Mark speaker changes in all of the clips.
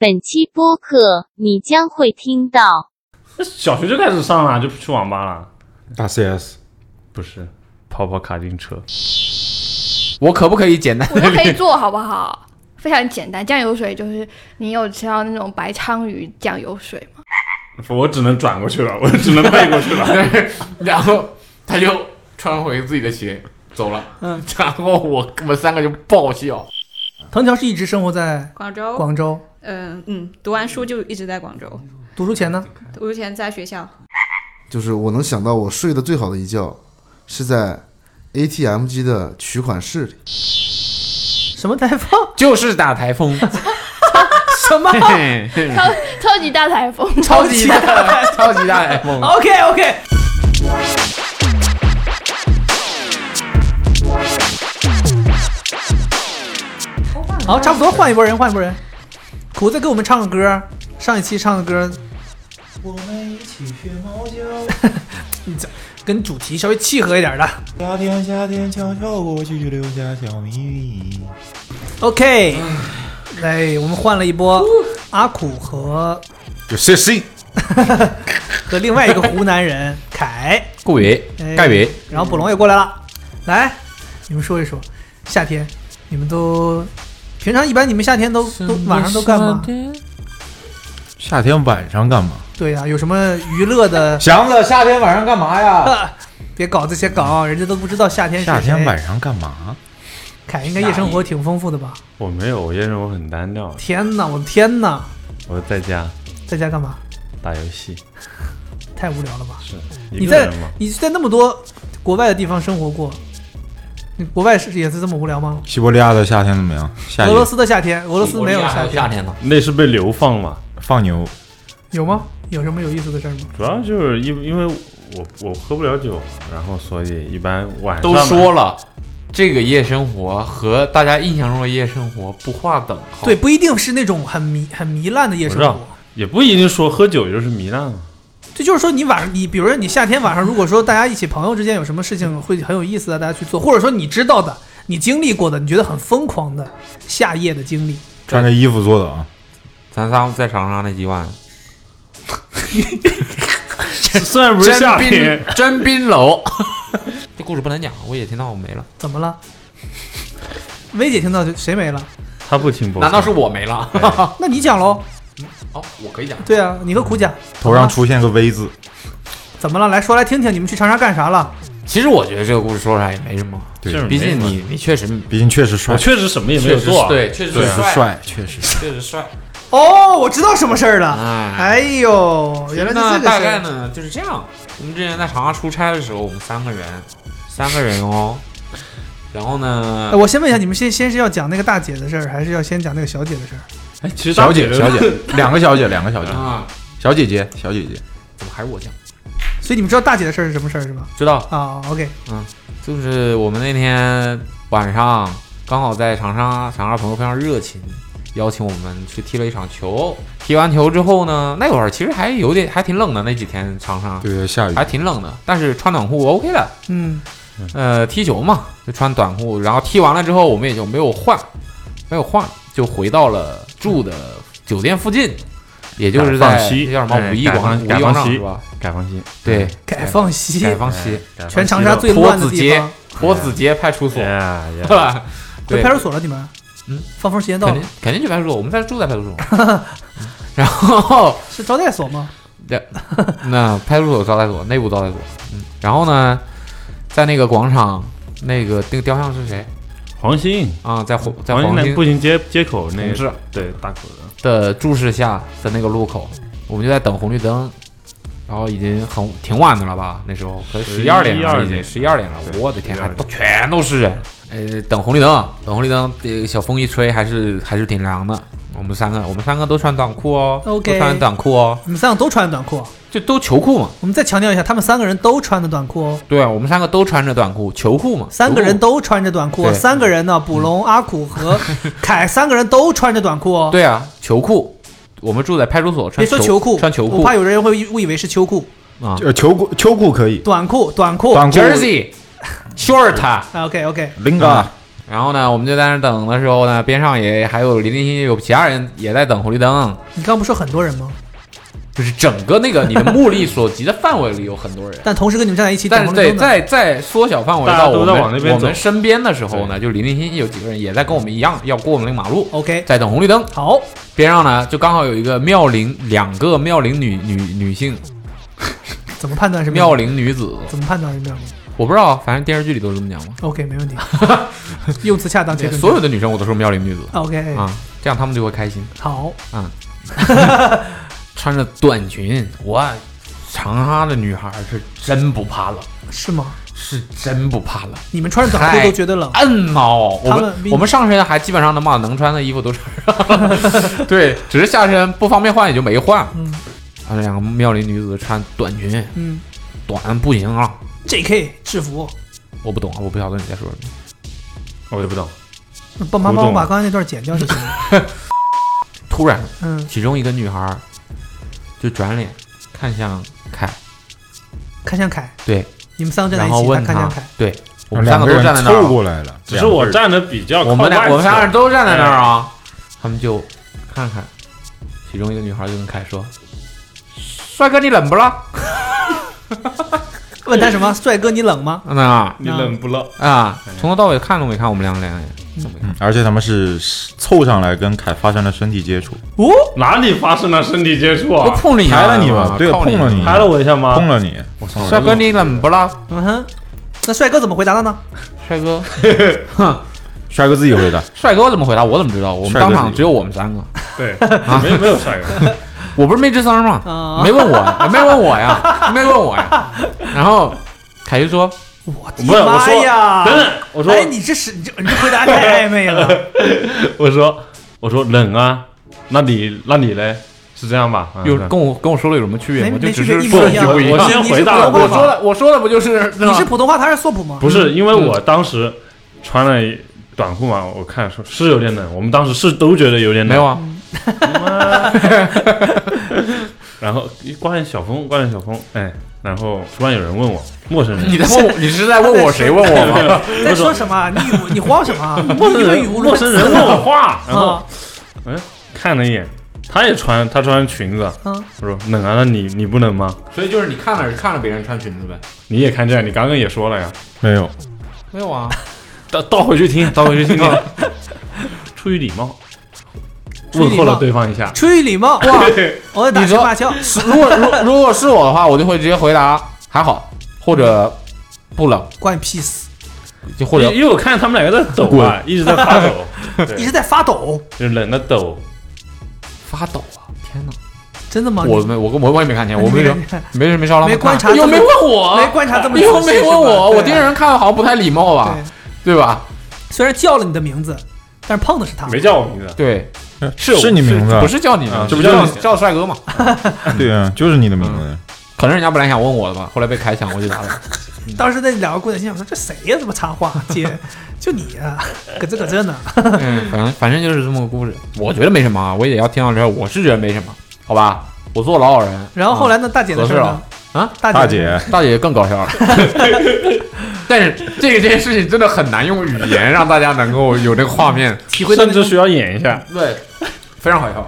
Speaker 1: 本期播客你将会听到
Speaker 2: 那小学就开始上了，就不去网吧了？
Speaker 3: 打 CS，
Speaker 2: 不是，跑跑卡丁车。
Speaker 4: 我可不可以简单？
Speaker 5: 我们 可以做好不好？非常简单，酱油水就是你有吃到那种白鲳鱼酱油水吗？
Speaker 2: 我只能转过去了，我只能背过 去了。
Speaker 4: 然后他就穿回自己的鞋走了。嗯，然后我我们三个就哦爆笑。
Speaker 6: 藤条是一直生活在
Speaker 7: 广州，
Speaker 6: 广州，
Speaker 8: 呃
Speaker 7: 嗯嗯，读完书就一直在广州。
Speaker 6: 读书前呢，
Speaker 7: 我之前在 学校，
Speaker 9: 就是我能想到我睡得最好的一觉是在 ATM 机的取款室里。
Speaker 6: 什么台风？
Speaker 4: 就是打台风，
Speaker 6: 什么
Speaker 5: 超超级大台风，
Speaker 4: 超级大， 超级大台风。
Speaker 6: ？OK OK，好，差不多换一波人，换一波人。苦子给我们唱个歌，上一期唱的歌，
Speaker 10: 我们一起学猫叫，
Speaker 6: 嗯跟主题稍微契合一点的。
Speaker 10: 夏天夏天悄悄过去，留下小秘密。
Speaker 6: OK，来，我们换了一波阿苦和
Speaker 3: 有些信。
Speaker 6: 和另外一个湖南 人凯，
Speaker 4: 顾伟
Speaker 6: 哎，
Speaker 4: 盖伟，
Speaker 6: 然后捕龙也过来了。来，你们说一说，夏天你们都平常一般你们夏天都都晚上都干嘛？
Speaker 3: 夏天晚上干嘛？
Speaker 6: 对呀、有什么娱乐的？
Speaker 4: 祥子，夏天晚上干嘛呀？
Speaker 6: 别搞这些梗，啊人家都不知道夏天 是
Speaker 3: 夏天
Speaker 6: 谁
Speaker 3: 晚上干嘛？
Speaker 6: 凯应该夜生活挺丰富的吧？
Speaker 2: 我没有，我夜生活很单调，
Speaker 6: 天哪，我的天哪，
Speaker 2: 我在家
Speaker 6: 在家干嘛？
Speaker 2: 打游戏。
Speaker 6: 太无聊了吧？哎
Speaker 2: 是
Speaker 6: 你
Speaker 2: 一个
Speaker 6: 在
Speaker 2: 人吗？
Speaker 6: 你在那么多国外的地方生活过，你国外是也是这么无聊吗？
Speaker 3: 西伯利亚的夏天怎么样？夏
Speaker 6: 俄罗
Speaker 3: 天
Speaker 6: 斯的夏天，俄罗斯没有夏
Speaker 4: 夏天呢，
Speaker 2: 那是被流放嘛？
Speaker 3: 放牛，
Speaker 6: 有吗？有什么有意思的事儿吗？
Speaker 2: 主要就是因因为我我喝不了酒，然后所以一般晚上
Speaker 4: 都说了。这个夜生活和大家印象中的夜生活不划等号。
Speaker 6: 对，，不一定是那种很糜很糜烂的夜生
Speaker 2: 我知
Speaker 6: 活
Speaker 2: 道，也不一定说喝酒就是糜烂嘛。
Speaker 6: 这就是说你晚上，你比如说你夏天晚上，如果说大家一起朋友之间有什么事情会很有意思的，大家去做，或者说你知道的、你经历过的、你觉得很疯狂的夏夜的经历，
Speaker 3: 穿着衣服做的啊。
Speaker 4: 咱仨在长沙那几晚，
Speaker 2: 虽然不是夏天，
Speaker 4: 真冰楼。这故事不能讲，我也听到我没了。
Speaker 6: 怎么了？薇姐听到就谁没了？
Speaker 2: 他不听播客，
Speaker 4: 难道是我没了？
Speaker 6: 那你讲喽。
Speaker 4: 哦，我可以讲。
Speaker 6: 对啊，你和苦讲
Speaker 3: 头上出现个 V 字，
Speaker 6: 怎么了？来说来听听，你们去长沙干啥了？
Speaker 4: 其实我觉得这个故事说出来也没什么，
Speaker 3: 对
Speaker 2: 就是没
Speaker 4: 毕竟
Speaker 2: 什么
Speaker 4: 你你确实
Speaker 3: 毕竟确实帅
Speaker 2: 我，确实什么也没
Speaker 4: 确
Speaker 2: 有
Speaker 4: 实
Speaker 2: 做啊。
Speaker 4: 对，确实
Speaker 3: 确实
Speaker 4: 帅，
Speaker 3: 帅，确实帅。
Speaker 4: 确实帅。
Speaker 6: 哦，我知道什么事儿了。
Speaker 4: 哎，
Speaker 6: 哎呦，原来是
Speaker 4: 那
Speaker 6: 这个
Speaker 4: 大
Speaker 6: 事
Speaker 4: 概
Speaker 6: 儿。
Speaker 4: 呢就是这样。我们之前在长沙出差的时候，我们三个人，三个人哦。然后
Speaker 6: 哎，
Speaker 4: 呢，
Speaker 6: 我先问一下，你们先先是要讲那个大姐的事儿，还是要先讲那个小姐的事儿？
Speaker 2: 哎，其实
Speaker 3: 小姐，
Speaker 2: 大
Speaker 3: 小 姐，两个小姐，两个小姐，
Speaker 4: 啊，
Speaker 3: 小姐姐，小姐姐，
Speaker 4: 怎么还是我讲？
Speaker 6: 所以你们知道大姐的事儿是什么事儿是吧？
Speaker 4: 知道，嗯
Speaker 6: 啊，OK，
Speaker 4: 就是我们那天晚上刚好在长沙，长沙朋友非常热情，邀请我们去踢了一场球。踢完球之后呢，那会儿其实还有点还挺冷的，那几天长沙
Speaker 3: 对对，下雨
Speaker 4: 还挺冷的，但是穿短裤 OK 的。
Speaker 6: 嗯，
Speaker 4: 呃，踢球嘛，就穿短裤，然后踢完了之后，我们也就没有换，没有换，就回到了住的酒店附近，也就是
Speaker 2: 改
Speaker 4: 在
Speaker 2: 放西
Speaker 4: 叫什么
Speaker 2: 哎
Speaker 4: 五一
Speaker 2: 改
Speaker 4: 广
Speaker 2: 放
Speaker 4: 五一
Speaker 2: 改
Speaker 4: 广
Speaker 2: 放
Speaker 4: 场
Speaker 2: 西
Speaker 4: 是吧？
Speaker 2: 改放西，嗯
Speaker 4: 对，
Speaker 6: 改放西，
Speaker 4: 改放西，
Speaker 2: 哎
Speaker 6: 全长沙最
Speaker 4: 坡
Speaker 6: 乱的
Speaker 4: 子
Speaker 6: 地
Speaker 4: 街
Speaker 6: 方，，
Speaker 4: 坡子街派出所，
Speaker 2: 呀
Speaker 4: 是
Speaker 2: 呀，
Speaker 4: 吧？
Speaker 6: 回
Speaker 4: 对
Speaker 6: 派，出所了你们？
Speaker 4: 嗯，
Speaker 6: 放风时间到
Speaker 4: 肯
Speaker 6: 了
Speaker 4: 定，肯定去派出所，我们在住在派出所，嗯然后
Speaker 6: 是招待所吗？
Speaker 4: 那派出所招待所，内部招待所，嗯，然后呢，在那个广场，那个那个雕像是谁
Speaker 2: 黄兴，
Speaker 4: 啊？在黄在
Speaker 2: 黄兴
Speaker 4: 黄金
Speaker 2: 南步行街街口那
Speaker 4: 同
Speaker 2: 个
Speaker 4: 志。
Speaker 2: 对大口的，
Speaker 4: 的注视下的那个路口，我们就在等红绿灯，然后已经很挺晚的了吧？那时候可十一二点了，已经十一二点了，
Speaker 2: 对
Speaker 4: 我的天，
Speaker 2: 11
Speaker 4: 还
Speaker 2: 点
Speaker 4: 都全都是人。呃，等红绿灯，等红绿灯，这个小风一吹，还是还是挺凉的。我们三个，我们三个都穿短裤哦
Speaker 6: OK
Speaker 4: 都穿短裤哦，
Speaker 6: 你们三个都穿短裤，
Speaker 4: 就都球裤嘛。
Speaker 6: 我们再强调一下，他们三个人都穿的短裤哦，
Speaker 4: 对，啊我们三个都穿着短裤，球裤嘛。
Speaker 6: 三个人
Speaker 4: 球裤
Speaker 6: 都穿着短裤哦，
Speaker 4: 对嗯
Speaker 6: 三个人呢，捕龙、阿 苦和凯三个人都穿着短裤哦。
Speaker 4: 对啊，球裤。我们住在派出所，
Speaker 6: 别
Speaker 4: 穿
Speaker 6: 说
Speaker 4: 球
Speaker 6: 裤，
Speaker 4: 穿球
Speaker 6: 我
Speaker 4: 裤
Speaker 6: 怕有人会误以为是秋裤，
Speaker 4: 啊
Speaker 3: 呃，球裤秋裤可以，
Speaker 6: 短裤，短裤。
Speaker 3: 短
Speaker 6: 啊
Speaker 3: 裤
Speaker 4: ，jersey，short，
Speaker 6: OK OK，
Speaker 3: 林哥
Speaker 4: 嗯然后呢，我们就在那儿等的时候呢，边上也还有林林有其他人也在等红绿灯，
Speaker 6: 你刚不是说很多人吗？。
Speaker 4: 就是整个那个你的目力所及的范围里有很多人
Speaker 6: 但同时跟你们站在一起等
Speaker 4: 但是
Speaker 6: 红
Speaker 4: 对，
Speaker 6: 绿灯的，
Speaker 4: 在在缩小范围
Speaker 2: 大家
Speaker 4: 到
Speaker 2: 都
Speaker 4: 我
Speaker 2: 在
Speaker 4: 们
Speaker 2: 往那边
Speaker 4: 我们
Speaker 2: 走
Speaker 4: 身边的时候呢，就零零星星有几个人也在跟我们一样要过我们那个马路，
Speaker 6: OK，
Speaker 4: 在等红绿灯。
Speaker 6: 好，
Speaker 4: 边上呢，就刚好有一个妙龄，两个妙龄女女女性，
Speaker 6: 怎么判断是
Speaker 4: 妙
Speaker 6: 龄？
Speaker 4: 龄女子，
Speaker 6: 怎么判断是妙龄
Speaker 4: 我不知道，反正电视剧里都是这么讲嘛。
Speaker 6: ？OK，没 问题，用词恰当，切中
Speaker 4: 所有的女生我都说妙龄女子
Speaker 6: OK，
Speaker 4: 啊，这样她们就会开心。啊
Speaker 6: 好，
Speaker 4: 穿着短裙，哇，长沙的女孩是真不怕冷，
Speaker 6: 是吗？
Speaker 4: 是真不怕冷。
Speaker 6: 你们穿着短裤都觉得冷，
Speaker 4: 嗯哦，我
Speaker 6: 她们比
Speaker 4: 们我们上身还基本上能把能穿的衣服都穿 上了，对，只是下身不方便换也就没换。
Speaker 6: 嗯
Speaker 4: 啊，两个妙龄女子穿短裙，
Speaker 6: 嗯
Speaker 4: 短不行啊，
Speaker 6: ，JK 制服，
Speaker 4: 我不懂啊，我不晓得你在说什么。啊
Speaker 2: 我也不懂。
Speaker 6: 帮忙帮我
Speaker 2: 胡
Speaker 6: 把
Speaker 2: 总
Speaker 6: 刚才那段剪掉就行了。
Speaker 4: 突然，
Speaker 6: 嗯，
Speaker 4: 其中一个女孩儿就转脸看向凯，
Speaker 6: 看向凯，
Speaker 4: 对，
Speaker 6: 你们三个站
Speaker 4: 然
Speaker 6: 在
Speaker 4: 后
Speaker 6: 一起，他
Speaker 4: 问
Speaker 6: 看
Speaker 4: 他
Speaker 6: 向凯，，
Speaker 4: 对
Speaker 10: 我
Speaker 4: 我们
Speaker 10: 们
Speaker 4: 三
Speaker 10: 三
Speaker 4: 个
Speaker 10: 哦个
Speaker 4: 都
Speaker 10: 人
Speaker 4: 站在那
Speaker 10: 凑
Speaker 4: 儿啊，
Speaker 10: 过来了，
Speaker 2: 只是
Speaker 10: 两个
Speaker 2: 我
Speaker 10: 人
Speaker 2: 站的比较靠
Speaker 4: 我们俩
Speaker 2: 外
Speaker 4: 我们三个
Speaker 2: 侧
Speaker 4: 人都站在那儿啊，他们就看看，其中一个女孩就跟凯说：“帅哥，你冷不了？
Speaker 6: 问他什么？帅哥，你冷吗？
Speaker 4: 嗯呐
Speaker 2: 你冷不冷？
Speaker 4: 啊，从头到尾看都没看我们两个两眼，都没看
Speaker 10: 嗯而且他们是凑上来跟凯发生了身体接触，
Speaker 6: 哦，
Speaker 2: 哪里发生了身体接触
Speaker 4: 我
Speaker 2: 啊？
Speaker 4: 碰了一下，
Speaker 10: 拍了你吧对
Speaker 4: 靠啊
Speaker 10: 碰了你
Speaker 2: 拍了我一下
Speaker 10: 碰
Speaker 2: 吗？
Speaker 10: 了你，我操！
Speaker 4: 帅哥，你冷不啦？
Speaker 6: 嗯哼，那帅哥怎么回答的呢？
Speaker 4: 帅哥，
Speaker 10: 帅哥自己回答，
Speaker 4: 帅哥怎么回答？我怎么知道？我们
Speaker 10: 帅哥
Speaker 4: 当
Speaker 10: 自己
Speaker 4: 场只有我们三个，
Speaker 2: 对，没没有帅哥，
Speaker 4: 我不是没吱声吗
Speaker 6: 啊？
Speaker 4: 没问我，没问我呀，没问我呀。然后凯就说
Speaker 6: 我的
Speaker 2: 不是我
Speaker 6: 妈
Speaker 2: 说
Speaker 6: 呀！
Speaker 2: 等等，我说
Speaker 6: 哎，你这是你这你这回答太 暧昧了。
Speaker 2: 我说我说冷啊，那你那你嘞？是这样吧？啊
Speaker 4: 有
Speaker 2: 是
Speaker 4: 跟我跟我说了有什么区别
Speaker 6: 没
Speaker 4: 吗？就
Speaker 6: 没
Speaker 4: 只
Speaker 6: 区
Speaker 4: 是
Speaker 6: 别，一
Speaker 4: 说
Speaker 6: 模一样。
Speaker 2: 不一样
Speaker 6: 你
Speaker 2: 我先
Speaker 6: 你是
Speaker 2: 回答
Speaker 6: 普通
Speaker 4: 我
Speaker 6: 话
Speaker 4: 说
Speaker 6: 吗？
Speaker 4: 了我说了不就是
Speaker 6: 你是普通话，他是硕普吗？
Speaker 2: 不是因为我当时穿了短裤嘛，我看说是有点冷，我们当时是都觉得有点
Speaker 4: 没
Speaker 2: 冷。嗯啊
Speaker 4: 有啊？
Speaker 2: 然后一刮点小风，刮点小风，哎，然后突然有人问我，陌生人，
Speaker 4: 你在问我，你是在问我谁问我吗？
Speaker 6: 你在说什么？你语无你慌什么？
Speaker 2: 陌
Speaker 6: 你
Speaker 2: 生
Speaker 6: 一个
Speaker 2: 人，
Speaker 6: 语无
Speaker 2: 陌
Speaker 6: 伦
Speaker 2: 生
Speaker 6: 次
Speaker 2: 人问我话，然后
Speaker 6: 啊！
Speaker 2: 看了一眼，他也穿，他穿裙子，
Speaker 6: 嗯
Speaker 2: 我说冷啊，那你你不冷吗？
Speaker 4: 所以就是你看了看了别人穿裙子呗？
Speaker 2: 你也看见，你刚刚也说了呀，
Speaker 10: 没有，
Speaker 4: 没有啊，
Speaker 2: 倒倒回去听，倒回去听听， 出于礼貌，
Speaker 6: 出于礼
Speaker 2: 问
Speaker 6: 貌
Speaker 2: 候了对方一下，
Speaker 6: 出于礼貌，哇， 我要打
Speaker 4: 你
Speaker 6: 情
Speaker 4: 说
Speaker 6: 骂俏，
Speaker 4: 是如果如如果是我的话，我就会直接回答还好，或者不冷，
Speaker 6: 关你屁事！
Speaker 4: 就或者
Speaker 2: 因因为我看他们两个在抖啊，一直在 发抖，
Speaker 6: 一直在发抖，
Speaker 2: 就是冷的抖，
Speaker 4: 发抖啊！天哪，
Speaker 6: 真的吗？
Speaker 4: 我没我跟我我也没看见，
Speaker 6: 你
Speaker 4: 我没有
Speaker 6: 没看
Speaker 4: 没事没烧了，
Speaker 6: 没观察
Speaker 4: 又
Speaker 6: 这么
Speaker 4: 没问我，
Speaker 6: 没观察这么仔细
Speaker 4: 又没
Speaker 6: 是吧
Speaker 4: 问我，
Speaker 6: 对
Speaker 4: 我盯着人看好像不太礼貌吧
Speaker 6: 对？
Speaker 4: 对吧？
Speaker 6: 虽然叫了你的名字，但是碰的是他。
Speaker 2: 没叫我名字，
Speaker 4: 对，
Speaker 10: 是是你名字啊，
Speaker 4: 不是叫你吗
Speaker 2: 啊？
Speaker 4: 这不
Speaker 2: 这不
Speaker 4: 叫
Speaker 2: 叫你
Speaker 4: 叫帅哥吗？
Speaker 10: 对啊，就是你的名字。
Speaker 4: 可能人家本来想问我的吧，后来被凯抢过去打了。
Speaker 6: 当时那两个姑娘心想说：“这谁呀？这么插话， 姐，就你啊，搁这搁这呢。
Speaker 4: 嗯，反正反正就是这么个故事，我觉得没什么啊，我也要听到这儿，我是觉得没什么，好吧，我做老好人。”嗯
Speaker 6: 然后后来呢，大姐的事儿
Speaker 4: 合
Speaker 6: 呢？
Speaker 4: 啊，
Speaker 6: 大
Speaker 10: 大
Speaker 6: 姐，
Speaker 10: 姐，
Speaker 4: 嗯大姐更搞笑了， 但是这个这件事情真的很难用语言让大家能够有这个画面，
Speaker 6: 体会到
Speaker 2: 甚
Speaker 6: 那
Speaker 2: 至
Speaker 6: 种
Speaker 2: 需要演一下，
Speaker 4: 对，非常好笑。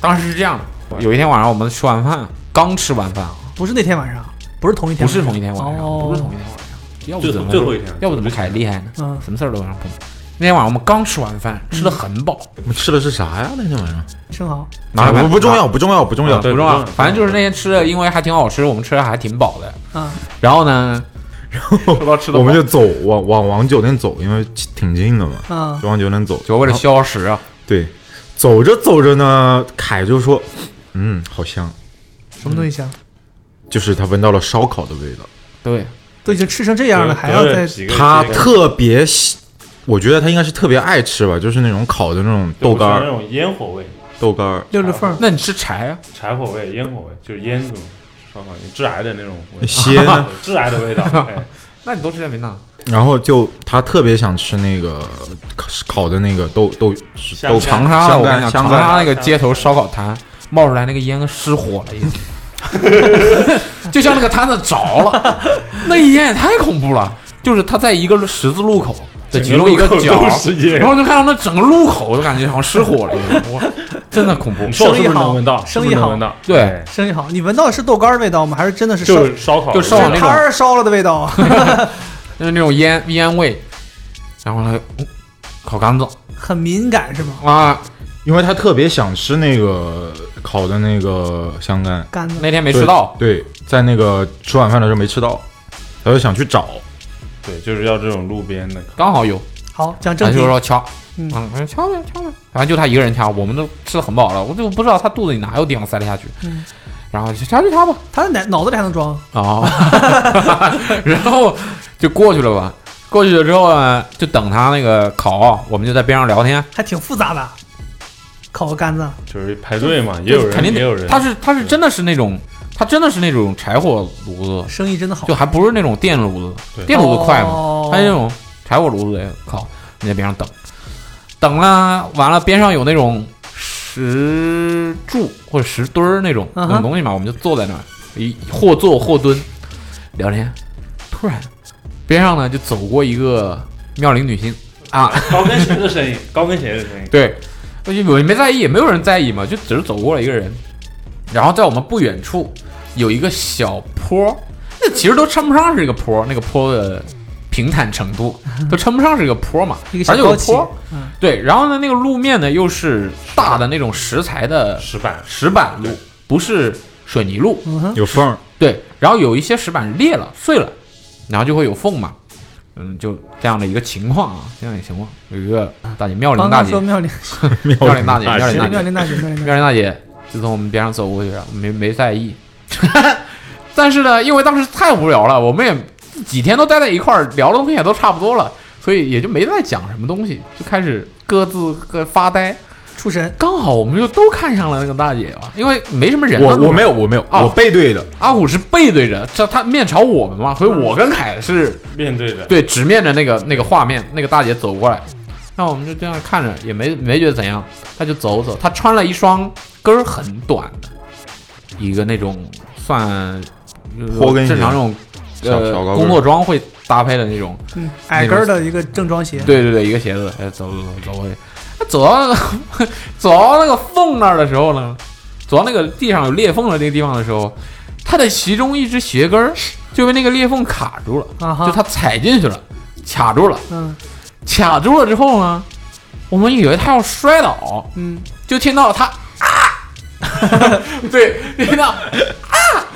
Speaker 4: 当时是这样的，有一天晚上我们吃完饭，刚吃完饭啊，
Speaker 6: 不是那天晚上，不是同一天，
Speaker 4: 不是同一天晚上，
Speaker 6: 哦
Speaker 4: 不是同一天晚上，要不
Speaker 2: 最
Speaker 4: 怎么
Speaker 2: 最后一天
Speaker 4: 要不怎么凯厉害呢？
Speaker 6: 嗯
Speaker 4: 什么事儿都往上碰。那天晚上我们刚吃完饭，吃的很饱，
Speaker 10: 我
Speaker 4: 嗯
Speaker 10: 们吃的是啥呀？那天晚上，
Speaker 6: 生蚝，
Speaker 4: 哪
Speaker 10: 哎不不重
Speaker 4: 要。
Speaker 10: 要，不重要，不重要
Speaker 2: 啊。对
Speaker 4: 不重要，
Speaker 2: 不重要
Speaker 4: 反正就是那天吃的，因为还挺好吃，我们吃的还挺饱的。
Speaker 6: 嗯，
Speaker 4: 然后呢，说到吃的，
Speaker 10: 我们就走，往往往酒店走，因为挺近的嘛，
Speaker 6: 嗯
Speaker 10: 就往酒店走。
Speaker 4: 就为了消食啊，
Speaker 10: 对，走着走着呢，凯就说：“嗯，好香。
Speaker 6: 什么东西香？”
Speaker 10: 就是他闻到了烧烤的味道，
Speaker 4: 对，
Speaker 6: 都已经吃成这样了，还要
Speaker 2: 隔
Speaker 6: 再
Speaker 2: 了几个
Speaker 10: 他
Speaker 2: 几个
Speaker 10: 特别喜，我觉得他应该是特别爱吃吧，就是那种烤的那种豆干
Speaker 2: 那
Speaker 10: 儿，
Speaker 2: 种烟火味、
Speaker 10: 豆干儿
Speaker 6: 溜溜缝儿。
Speaker 4: 那你吃柴啊？
Speaker 2: 柴火味、烟火味，就是烟这种烧烤，致癌的那种味，
Speaker 10: 鲜 呢。
Speaker 2: 致癌的味 道。哎
Speaker 4: 那你多吃点槟榔。
Speaker 10: 然后就他特别想吃那个烤烤的那个豆豆
Speaker 2: 香
Speaker 10: 豆
Speaker 2: 干
Speaker 4: 长沙的，
Speaker 10: 香
Speaker 4: 我跟
Speaker 10: 干
Speaker 4: 你讲，
Speaker 10: 香
Speaker 4: 长
Speaker 10: 干
Speaker 4: 沙那个街头烧烤摊冒出来那个烟跟失火了一样， 就像那个摊子着了，那一烟也太恐怖了。就是它在一个十字路口，的
Speaker 2: 整
Speaker 4: 其中一个
Speaker 2: 路口
Speaker 4: 角
Speaker 2: 都，是烟
Speaker 4: 然后就看到那整个路口，我都感觉好像失火了一样， 我真的恐怖
Speaker 2: 你。说我是不
Speaker 6: 生意
Speaker 2: 是
Speaker 6: 好
Speaker 2: 能闻到？
Speaker 6: 生意
Speaker 2: 是不是能
Speaker 6: 好
Speaker 2: 闻到？哎
Speaker 4: 对，
Speaker 6: 生意好，你闻到的是豆干儿味道吗？还是真的是烧
Speaker 2: 就是烧烤，
Speaker 4: 就烧烤
Speaker 6: 是摊儿烧了的味道？啊
Speaker 4: 就是那种烟烟味，然后呢，嗯烤干子
Speaker 6: 很敏感是吗？
Speaker 4: 啊，
Speaker 10: 因为他特别想吃那个烤的那个香干，
Speaker 6: 干的
Speaker 4: 那天没吃到，
Speaker 10: 对，对在那个吃晚饭的时候没吃到，他就想去找，
Speaker 2: 对，就是要这种路边的烤。
Speaker 4: 刚好哦有，
Speaker 6: 好，讲正
Speaker 4: 咱
Speaker 6: 题
Speaker 4: 就，说敲，
Speaker 6: 嗯
Speaker 4: 嗯，我说敲呗敲呗，反正就他一个人敲，我们都吃的很饱了，我就不知道他肚子里哪有地方塞得下去，
Speaker 6: 嗯
Speaker 4: 然后就敲就敲吧，
Speaker 6: 他的脑脑子里还能装，
Speaker 4: 哦， 然后就过去了吧。过去了之后呢，就等他那个烤，我们就在边上聊天。
Speaker 6: 还挺复杂的。烤个干子，
Speaker 2: 就是排队嘛，也有
Speaker 4: 肯定
Speaker 2: 人，也有人。
Speaker 4: 他是他是真的是那种，他真的是那种柴火炉子，
Speaker 6: 生意真的好
Speaker 4: 就。还不是那种电炉子，
Speaker 2: 对
Speaker 4: 电炉子快嘛，
Speaker 6: 哦
Speaker 4: 他那种柴火炉子也烤，你在边上等，等了完了边上有那种石柱或者石墩儿那种那
Speaker 6: 嗯哼
Speaker 4: 种东西嘛，我们就坐在那儿，一或坐或蹲聊天。突然边上呢就走过一个妙龄女性啊，
Speaker 2: 高跟鞋的声音，高跟鞋的声音。
Speaker 4: 对，我就我也没在意，也没有人在意嘛，就只是走过了一个人。然后在我们不远处有一个小坡，那其实都称不上是一个坡，那个坡的平坦程 度都称不上是一个坡嘛
Speaker 6: 一个，小
Speaker 4: 反正有个
Speaker 6: 高起
Speaker 4: 坡。，
Speaker 6: 嗯，
Speaker 4: 对，然后呢，那个路面呢又是大的那种石材的
Speaker 2: 石板，
Speaker 4: 石板路，不是水泥路。
Speaker 6: 嗯哼，
Speaker 10: 有缝儿，
Speaker 4: 对，然后有一些石板裂了、碎了，然后就会有缝嘛。嗯，就这样的一个情况啊，这样一个情况，有一个大姐 妙龄
Speaker 6: 刚
Speaker 4: 大
Speaker 6: 刚
Speaker 4: 姐
Speaker 6: 说，妙龄，
Speaker 4: 妙龄大姐，妙龄大姐
Speaker 6: 妙，龄大姐，妙龄大姐，
Speaker 4: 妙龄大姐就从我们边上走过去了，没没在意。 但是呢，因为当时太无聊了，我们也几天都待在一块儿，聊的东西也都差不多了，所以也就没再讲什么东西，就开始各自各发呆。
Speaker 6: 出神，
Speaker 4: 刚好我们就都看上了那个大姐嘛，因为没什么人嘛。
Speaker 10: 我我没有我没有，
Speaker 4: 哦
Speaker 10: 我背对着，
Speaker 4: 阿虎是背对着，这他面朝我们嘛，所以我跟凯是
Speaker 2: 面对着，
Speaker 4: 对， 直面着那个那个画面，那个大姐走过来，那我们就这样看着，也没没觉得怎样，她就走走，她穿了一双跟儿很短的，一个那种算呃
Speaker 10: 坡跟鞋
Speaker 4: 正常那种
Speaker 10: 小小
Speaker 4: 呃
Speaker 10: 高跟
Speaker 4: 工作装会搭配的那种，
Speaker 6: 嗯，矮跟儿的一个正装鞋，
Speaker 4: 对对对，一个鞋子，哎，走走走走过去，她走到那个 走到那个缝那儿的时候呢，走到那个地上有裂缝的那个地方的时候，她的其中一只鞋跟儿就被那个裂缝卡住了，
Speaker 6: 啊
Speaker 4: 就
Speaker 6: 哈，
Speaker 4: 她踩进去了，卡住了。
Speaker 6: 嗯
Speaker 4: 卡住了之后呢，我们以为他要摔倒，
Speaker 6: 嗯
Speaker 4: 就听到他啊， 对，听到，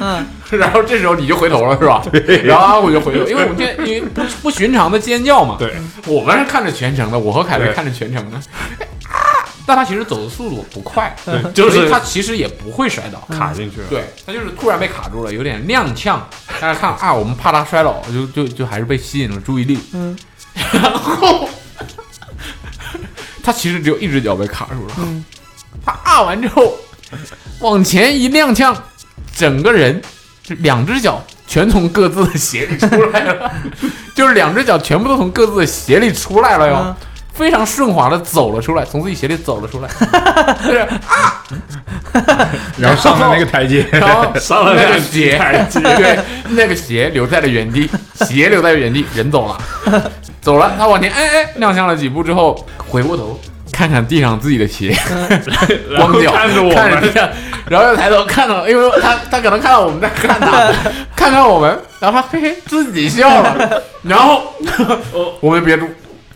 Speaker 6: 嗯，
Speaker 4: 然后这时候你就回头了是 吧？然后阿虎就回头，因为我们听，因为不不寻常的尖叫嘛，
Speaker 2: 对，
Speaker 4: 我们是看着全程的，我和凯瑞
Speaker 2: 对
Speaker 4: 看着全程的，啊，啊但他其实走的速度不快，
Speaker 2: 对，就
Speaker 4: 所以
Speaker 2: 是
Speaker 4: 他其实也不会摔倒，
Speaker 2: 卡进去了。
Speaker 4: 对他就是突然被卡住了，有点踉跄。大家看啊，我们怕他摔倒，就就就还是被吸引了注意力。
Speaker 6: 嗯，
Speaker 4: 然后他其实只有一只脚被卡住了。
Speaker 6: 嗯
Speaker 4: 他啊完之后，往前一踉跄，整个人就两只脚全从各自的鞋里出来 了，就是两只脚全部都从各自的鞋里出来了哟。
Speaker 6: 嗯
Speaker 4: 非常顺滑的走了出来，从自己鞋里走了 出来，就是啊
Speaker 10: 然后上了那个台阶，
Speaker 4: 然后
Speaker 2: 上了
Speaker 4: 那
Speaker 2: 那
Speaker 4: 个
Speaker 2: 个
Speaker 4: 鞋，对，那个鞋留在了原地，鞋留在原地，人走了，走了，他往前哎哎踉跄了几步之后，回过头看看地上自己的 鞋，
Speaker 2: 然
Speaker 4: 光
Speaker 2: 后
Speaker 4: 脚，
Speaker 2: 看着我
Speaker 4: 看地
Speaker 2: 们，
Speaker 4: 上，然后又抬头看到，因为他他可能看到我们在看 他，看看我们，然后他嘿嘿自己笑了，然后 我们憋住。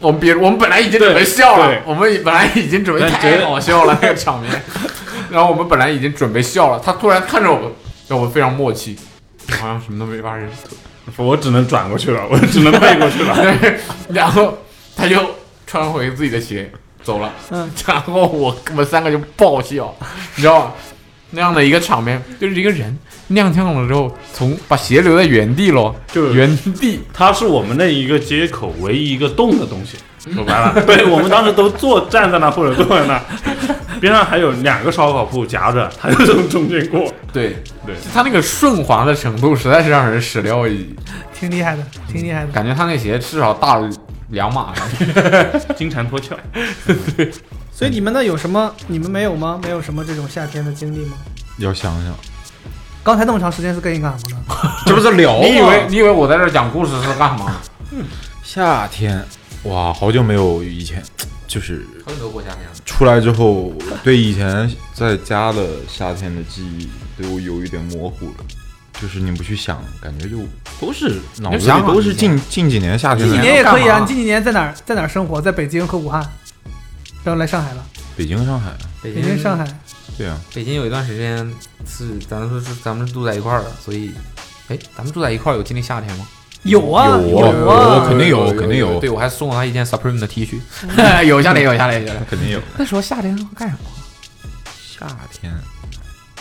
Speaker 4: 我们憋住，我们本来已经准备笑了
Speaker 2: 对对，
Speaker 4: 我们本来已经准备
Speaker 2: 但觉
Speaker 4: 太
Speaker 2: 得
Speaker 4: 好笑了那个场面，然后我们本来已经准备笑了，他突然看着我们，让我们非常默契，好像什么都没发生。
Speaker 2: 我只能转过去了，我只能背过去了。
Speaker 4: 然后他就穿回自己的鞋走了。
Speaker 6: 嗯，
Speaker 4: 然后我我们三个就爆笑，你知道吗？那样的一个场面，就是一个人踉跄了之后，从把鞋留在原地咯，
Speaker 2: 就是
Speaker 4: 原地。
Speaker 2: 它是我们那一个街口唯一一个动的东西。
Speaker 4: 嗯
Speaker 2: 说白 了，对我们当时都坐站在那或者坐在那，边上还有两个烧烤铺夹着，他就从中间过。
Speaker 4: 对
Speaker 2: 对，
Speaker 4: 他那个顺滑的程度实在是让人始料未及，
Speaker 6: 挺厉害的，挺厉害的。
Speaker 4: 感觉他那鞋至少大了两码。
Speaker 2: 经 常脱壳。
Speaker 6: 所以你们呢有什么？你们没有吗？没有什么这种夏天的经历吗？
Speaker 10: 要想想，
Speaker 6: 刚才那么长时间是跟你干什 么呢？
Speaker 10: 这不是聊吗
Speaker 4: 你以为你以为我在这儿讲故事是干嘛？
Speaker 10: 夏天，哇，好久没有以前，就是
Speaker 4: 好久没有过夏天了。
Speaker 10: 出来之后，对以前在家的夏天的记忆都有一点模糊了。就是你不去想，感觉就都是脑
Speaker 4: 你
Speaker 10: 子
Speaker 4: 就想
Speaker 10: 里
Speaker 4: 想
Speaker 10: 都是
Speaker 4: 以前
Speaker 10: 近近几年夏天
Speaker 6: 近
Speaker 10: 的样子
Speaker 6: 几年也可以
Speaker 4: 干嘛
Speaker 6: 啊，你近几年在哪儿在哪儿生活？在北京和武汉，然后来上海了，
Speaker 10: 北京、上海，
Speaker 4: 北
Speaker 6: 北京、上海，
Speaker 10: 对啊，
Speaker 4: 北京有一段时间是咱们说是咱们住在一块儿的，所以，哎，咱们住在一块儿有经历夏天吗？
Speaker 6: 有啊
Speaker 10: 有啊
Speaker 6: 有
Speaker 10: 有啊肯定有肯定有
Speaker 4: 对我还送了他一件 Supreme 的 T 恤， 有夏天有夏天有夏天。
Speaker 10: 啊肯定有。
Speaker 4: 那时候夏天干什么？
Speaker 10: 夏天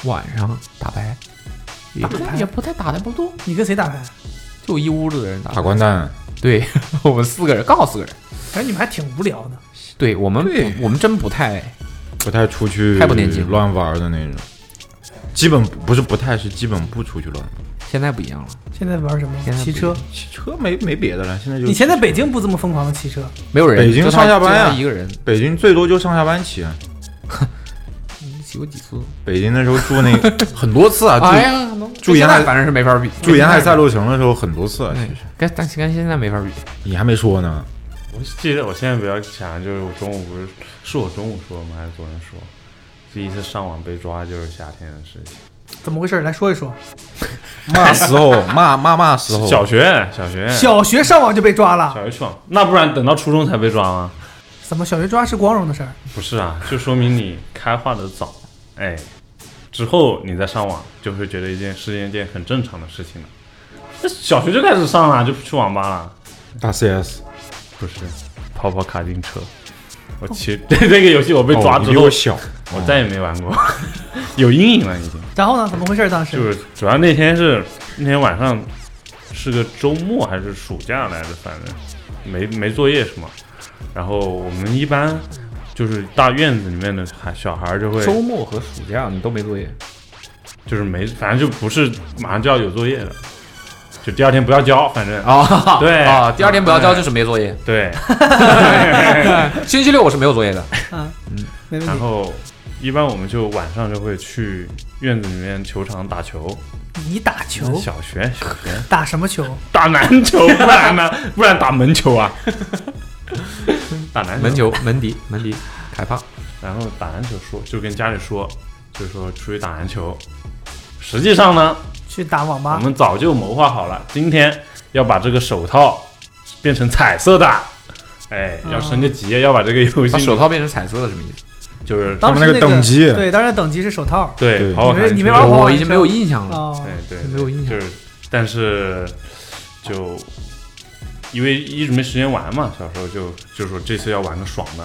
Speaker 4: 晚上打牌，打牌也不太打的不多，
Speaker 6: 你跟谁打牌？啊
Speaker 4: 就一屋子的人打
Speaker 10: 打掼蛋，
Speaker 4: 对我们四个人，刚好四个人。
Speaker 6: 反正你们还挺无聊的。
Speaker 4: 对我们
Speaker 10: 对
Speaker 4: 不，我们真不太
Speaker 10: 不太出去，
Speaker 4: 太不年轻了
Speaker 10: 乱玩的那种。基本不是不太是，基本不出去乱玩。
Speaker 4: 现在不一样了，
Speaker 6: 现在玩什么
Speaker 4: 现？在
Speaker 6: 骑车。
Speaker 10: 骑车没没别的了，现在就
Speaker 6: 以前在北京不这么疯狂的骑车，
Speaker 4: 没有人。
Speaker 10: 北京
Speaker 4: 就他
Speaker 10: 上下班
Speaker 4: 就他
Speaker 10: 呀
Speaker 4: 一个人
Speaker 10: 北京最多就上下班骑。
Speaker 4: 骑过几次？
Speaker 10: 北京那时候住那
Speaker 3: 很多次啊，
Speaker 4: 哎
Speaker 3: 就
Speaker 4: 呀，
Speaker 10: 住沿海
Speaker 4: 反正是没法比，
Speaker 10: 住沿海赛路城的时候很多次啊，
Speaker 4: 对，跟但是跟现在没法比。
Speaker 10: 你还没说呢。
Speaker 2: 我记得我现在比较强，就是我中午不是是我中午说吗？还是昨天说？第一次上网被抓就是夏天的事情。
Speaker 6: 怎么回事？来说 一说。
Speaker 10: 嘛时候嘛嘛嘛时候，
Speaker 2: 小学，小学，
Speaker 6: 小学上网就被抓了，
Speaker 2: 小学闯，那不然等到初中才被抓吗？
Speaker 6: 怎么小学抓是光荣的事儿？
Speaker 2: 不是啊，就说明你开化的早，哎，之后你再上网，就会觉得一件是一件很正常的事情了。那小学就开始上了，就去网吧了，
Speaker 10: 打 CS，
Speaker 2: 不是跑跑卡丁车。我骑 这个游戏我被抓
Speaker 10: 哦你
Speaker 2: 之
Speaker 10: 比
Speaker 2: 后，
Speaker 10: 我小，
Speaker 2: 我再也没玩过， 有阴影了已经。
Speaker 6: 然后呢？怎么回事？当
Speaker 2: 就
Speaker 6: 时
Speaker 2: 是主要那天是那天晚上是个周末还是暑假来着，反正没没作业什么。然后我们一般就是大院子里面的孩小孩儿就会
Speaker 4: 周末和暑假你都没作业，
Speaker 2: 就是没，反正就不是马上就要有作业了，就第二天不要交，反正
Speaker 4: 啊，
Speaker 2: 对
Speaker 4: 啊，第二天不要交
Speaker 2: 哎
Speaker 4: 就是没作业。
Speaker 2: 对。
Speaker 4: 星期六我是没有作业的，
Speaker 6: 啊
Speaker 4: 嗯
Speaker 6: 没问
Speaker 2: 然
Speaker 6: 题。
Speaker 2: 后一般我们就晚上就会去院子里面球场打球，
Speaker 6: 你打球
Speaker 2: 小学小学
Speaker 6: 打什么球？
Speaker 2: 打篮球，不然 呢？不然打门球啊，打篮
Speaker 4: 门球、门迪、门迪、凯帕，
Speaker 2: 然后打篮球说，就跟家里说，就说出去打篮球。实际上呢，
Speaker 6: 去打网
Speaker 2: 我
Speaker 6: 吧？
Speaker 2: 们早就谋划好了，今天要把这个手套变成彩色的。哎，要升个级，要把这个游
Speaker 4: 把
Speaker 2: 戏
Speaker 4: 手套变成彩色的什么意思？
Speaker 2: 就是
Speaker 6: 当时
Speaker 10: 他们那个等级
Speaker 6: 对，当时等级是手套。
Speaker 2: 对，
Speaker 10: 对
Speaker 2: 跑跑
Speaker 6: 你
Speaker 2: 看
Speaker 6: 们你们玩
Speaker 2: 球
Speaker 6: 跑跑
Speaker 4: 我
Speaker 6: 看
Speaker 4: 已经没有印象了。
Speaker 6: 哦
Speaker 2: 对，对，
Speaker 4: 没有印象
Speaker 2: 就是，但是就因为一直没时间玩嘛，小时候就就说这次要玩个爽的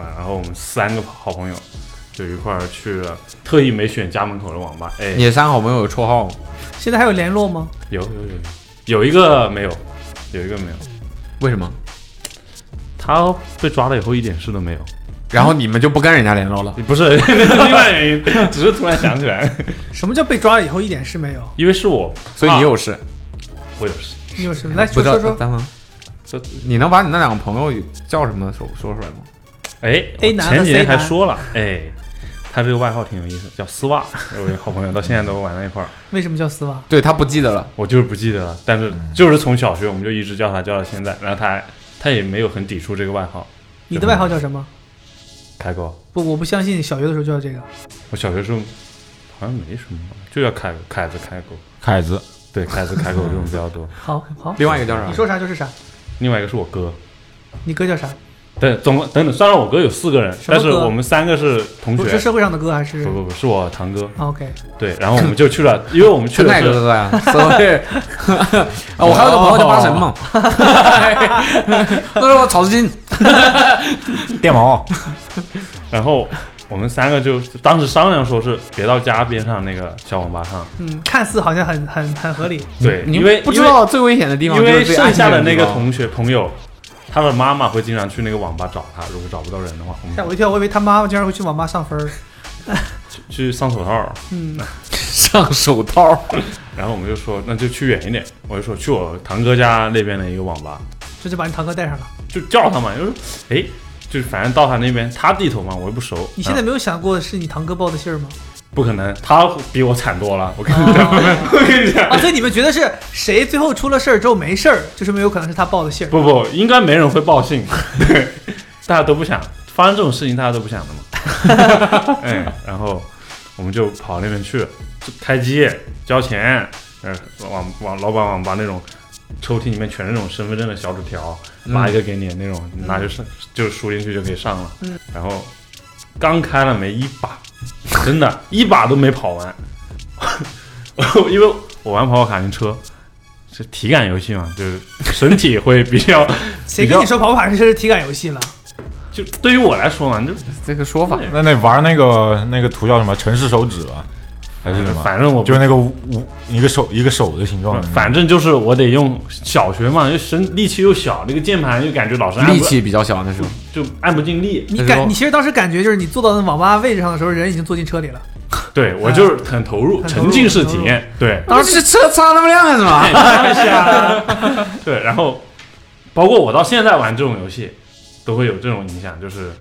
Speaker 2: 啊，然后我们三个好朋友就一块儿去了，特意没选家门口的网吧，哎，
Speaker 4: 你三好朋友有绰号吗？
Speaker 6: 现在还有联络吗？
Speaker 2: 有有有有，有一个没有，有一个没有，
Speaker 4: 为什么？
Speaker 2: 他被抓了以后一点事都没有，
Speaker 4: 然后你们就不跟人家联络了？
Speaker 2: 不是 另外原因，只是突然想起来，
Speaker 6: 什么叫被抓了以后一点事没有？
Speaker 2: 因为是我，啊
Speaker 4: 所以你有事？哎
Speaker 2: 我有事，
Speaker 6: 你有什么？来
Speaker 4: 不
Speaker 6: 说
Speaker 4: 知道
Speaker 6: 说说。
Speaker 4: 丹峰，
Speaker 2: 这
Speaker 4: 你能把你那两个朋友叫什么说说出来吗？
Speaker 2: 哎
Speaker 6: A
Speaker 2: 我
Speaker 6: 男
Speaker 2: 前
Speaker 6: 和
Speaker 2: 几天
Speaker 6: C
Speaker 2: 还
Speaker 6: 男
Speaker 2: 说了，哎，他这个外号挺有意思，叫丝袜。我有一个好朋友到现在都玩到一块儿，
Speaker 6: 为什么叫丝袜？
Speaker 4: 对他不记得了，
Speaker 2: 我就是不记得了，但是就是从小学我们就一直叫他叫到现在，然后他还他也没有很抵触这个外号。
Speaker 6: 你的外号叫什么？
Speaker 2: 开狗，
Speaker 6: 不，我不相信你小学的时候就叫这个。
Speaker 2: 我小学时候好像没什么，就叫凯凯子开狗，
Speaker 10: 凯子，
Speaker 2: 对，凯子开狗这种比较多。
Speaker 6: 好好，
Speaker 4: 另外一个叫啥
Speaker 6: 你？说啥就是啥。
Speaker 2: 另外一个是我哥，
Speaker 6: 你哥叫啥？
Speaker 2: 对，总共等等，虽然我哥有四个人，
Speaker 6: 什么
Speaker 2: 但是
Speaker 6: 哥
Speaker 2: 我们三个是同
Speaker 6: 不是
Speaker 2: 学。
Speaker 6: 社会上的哥还是
Speaker 2: 不不不，是我堂哥，
Speaker 6: 啊？OK，
Speaker 2: 对，然后我们就去了，因为我们去
Speaker 4: 陈
Speaker 2: 的
Speaker 4: 凯哥
Speaker 2: 是
Speaker 4: 哥呀，所 谓啊，我还有个朋友叫八神
Speaker 2: 哦
Speaker 4: 嘛， 那时候草字 金，
Speaker 10: 电毛，
Speaker 2: 然后我们三个就当时商量说是别到家边上那个小网吧上，
Speaker 6: 嗯，看似好像很很很合理。
Speaker 2: 对，
Speaker 4: 你
Speaker 2: 因为
Speaker 4: 不知道最危险的地
Speaker 2: 因
Speaker 4: 方
Speaker 2: 为，因
Speaker 4: 就是最
Speaker 2: 为剩
Speaker 4: 安
Speaker 2: 下
Speaker 4: 全
Speaker 2: 的那
Speaker 4: 地
Speaker 2: 个
Speaker 4: 方
Speaker 2: 同学朋友，他的妈妈会经常去那个网吧找他，如果找不到人的话，我
Speaker 6: 吓我
Speaker 2: 们
Speaker 6: 一跳，我以为他妈妈竟然会去网吧上分儿。
Speaker 2: 去上手套，
Speaker 6: 嗯，
Speaker 4: 上手套，
Speaker 2: 然后我们就说那就去远一点，我就说去我堂哥家那边的一个网吧，
Speaker 6: 这就把你堂哥带上了。
Speaker 2: 就叫他嘛，就是哎，就是反正到他那边，他地头嘛，我又不熟，
Speaker 6: 你现在
Speaker 2: 啊
Speaker 6: 没有想过是你堂哥报的信儿吗？
Speaker 2: 不可能，他比我惨多了。我跟你讲， 我跟你讲，
Speaker 6: 啊，所以你们觉得是谁最后出了事儿之后没事儿，就是没有可能是他报的信儿。
Speaker 2: 不不，应该没人会报信， 对，大家都不想发生这种事情，大家都不想的嘛。哎，然后我们就跑那边去，就开机交钱，呃，往往老板往把那种抽屉里面全是那种身份证的小纸条，拿一个给你那种，你拿就是就是输进去就可以上了。然后刚开了没一把，真的，一把都没跑完， 因为我玩跑跑卡丁车。是体感游戏嘛，就是身体会比较
Speaker 6: 谁跟你说跑跑卡丁车是体感游戏了？
Speaker 2: 就对于我来说嘛，就
Speaker 4: 这个说法，
Speaker 10: 那那玩那个那个图叫什么？城市手指吧，还是什么？
Speaker 2: 反正我不
Speaker 10: 就是那个五五一个手一个手的形状的那个。
Speaker 2: 反正 就是我得用小学嘛，就身力气又小，那个键盘又感觉老是按
Speaker 4: 力
Speaker 2: 不
Speaker 4: 气比较小那时候。
Speaker 2: 就按不进力。
Speaker 6: 你
Speaker 4: 那时候
Speaker 6: 感你其实当时感觉就是你坐到那网吧位置上的时候，人已经坐进车里了。
Speaker 2: 对我就是很投入，
Speaker 6: 很投
Speaker 2: 沉
Speaker 6: 入
Speaker 2: 浸式体验。对，
Speaker 4: 当时车苍那么亮啊干什么？
Speaker 2: 哎 对，然后包括我到现在玩这种游戏，都会有这种影响，就是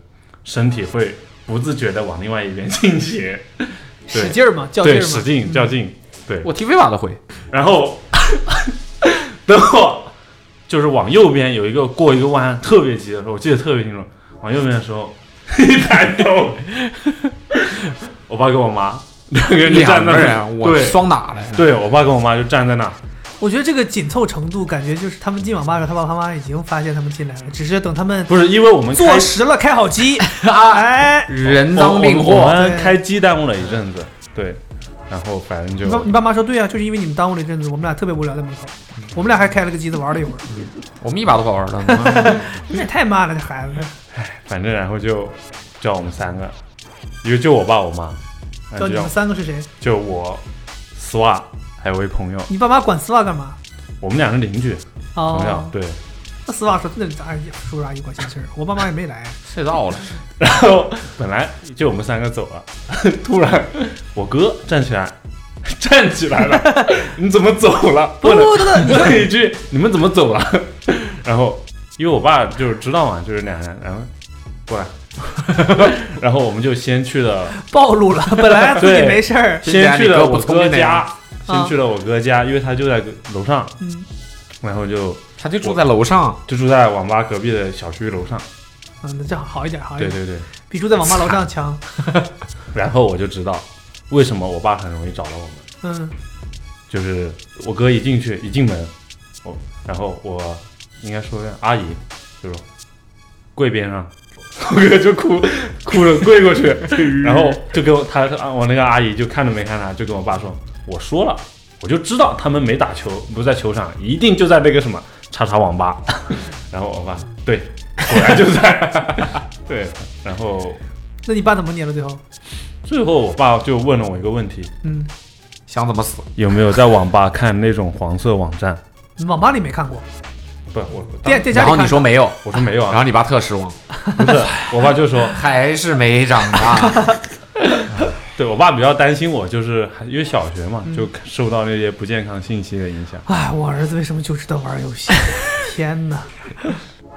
Speaker 2: 身体会不自觉的往另外一边倾斜，对
Speaker 6: 使劲儿嘛，较劲
Speaker 2: 对，
Speaker 6: 儿嘛，嗯
Speaker 2: 使劲较劲，对，
Speaker 4: 我踢飞马都会。
Speaker 2: 然后等我就是往右边有一个过一个弯特别急的时候，我记得特别清楚，往右边的时候一抬头，我爸跟我妈两个人就
Speaker 4: 两
Speaker 2: 站
Speaker 4: 个
Speaker 2: 在那儿，
Speaker 4: 人，啊我
Speaker 2: 对
Speaker 4: 双打来着。
Speaker 2: 对，我爸跟我妈就站在那儿，
Speaker 6: 我觉得这个紧凑程度，感觉就是他们进网吧的时候，他爸他妈已经发现他们进来了，只是等他们
Speaker 2: 不是因为我们
Speaker 6: 坐
Speaker 2: 开
Speaker 6: 实了开好机，
Speaker 4: 啊，
Speaker 6: 哎，
Speaker 4: 人
Speaker 2: 我
Speaker 4: 赃并
Speaker 2: 我
Speaker 4: 获。
Speaker 2: 们
Speaker 6: 对
Speaker 2: 开机耽误了一阵子，对，然后反正就
Speaker 6: 你爸你爸妈说对啊，就是因为你们耽误了一阵子，我们俩特别无聊在门口，
Speaker 2: 嗯
Speaker 6: 我们俩还开了个机子玩了一会儿，
Speaker 4: 我们一把都跑玩了。
Speaker 2: 嗯
Speaker 6: 你也太慢了，这孩子。
Speaker 2: 反正然后就叫我们三个，一个就我爸我妈，然
Speaker 6: 叫
Speaker 2: 后
Speaker 6: 你
Speaker 2: 就
Speaker 6: 们三个是谁？
Speaker 2: 就我 SWA 还有一位朋友，
Speaker 6: 你爸妈管丝袜干嘛？
Speaker 2: 我们俩是邻居，从小、
Speaker 6: 哦，
Speaker 2: 对。
Speaker 6: 那丝袜说那咱阿姨叔叔阿姨管闲事儿，我爸妈 也没来。
Speaker 4: 睡到了，
Speaker 2: 然后本来就我们三个走了，突然我哥站起来，站起来了，你怎么走了？
Speaker 6: 不
Speaker 2: 问了
Speaker 6: 不不，等等
Speaker 2: 问了一句你们怎么走了？然后因为我爸就是知道嘛，就是两人，然后过来，然后我们就先去了，
Speaker 6: 暴露了，本来自己
Speaker 2: 对
Speaker 6: 没事儿，
Speaker 2: 先去了我哥家，
Speaker 6: 不聪明
Speaker 2: 先去了我哥家，因为他就在楼上，
Speaker 6: 嗯
Speaker 2: 然后就
Speaker 4: 他就住在楼上，
Speaker 2: 就住在网吧隔壁的小区楼上，
Speaker 6: 嗯，那这样好一点，好一
Speaker 2: 对
Speaker 6: 点，
Speaker 2: 对对，
Speaker 6: 比住在网吧楼 上强。
Speaker 2: 然后我就知道为什么我爸很容易找到我们。
Speaker 6: 嗯，
Speaker 2: 就是我哥一进去一进门，我然后我应该说阿姨，就是跪边上，我哥就哭 哭着跪过去， 然后就跟我他啊我那个阿姨就看都没看他，就跟我爸说，我说了，我就知道他们没打球，不在球场，一定就在那个什么叉叉网吧，然后我爸对，果然就在， 对，然后
Speaker 6: 那你爸怎么撵了最后？
Speaker 2: 最后我爸就问了我一个问题，
Speaker 6: 嗯，
Speaker 4: 想怎么死？
Speaker 2: 有没有在网吧看那种黄色网站？
Speaker 6: 你网吧里没看过，
Speaker 2: 不，我我当
Speaker 6: 店店家
Speaker 4: 然
Speaker 6: 里
Speaker 4: 后
Speaker 6: 看。
Speaker 4: 你说没有，
Speaker 2: 我说没有
Speaker 4: 然
Speaker 2: 啊
Speaker 4: 后，你爸特失望，
Speaker 2: 不是，我爸就说，
Speaker 4: 还是没长大。
Speaker 2: 对我爸比较担心我，就是还因为小学
Speaker 6: 嗯
Speaker 2: 嘛，就受到那些不健康信息的影响。
Speaker 6: 哎，我儿子为什么就知道玩游 戏？天哪！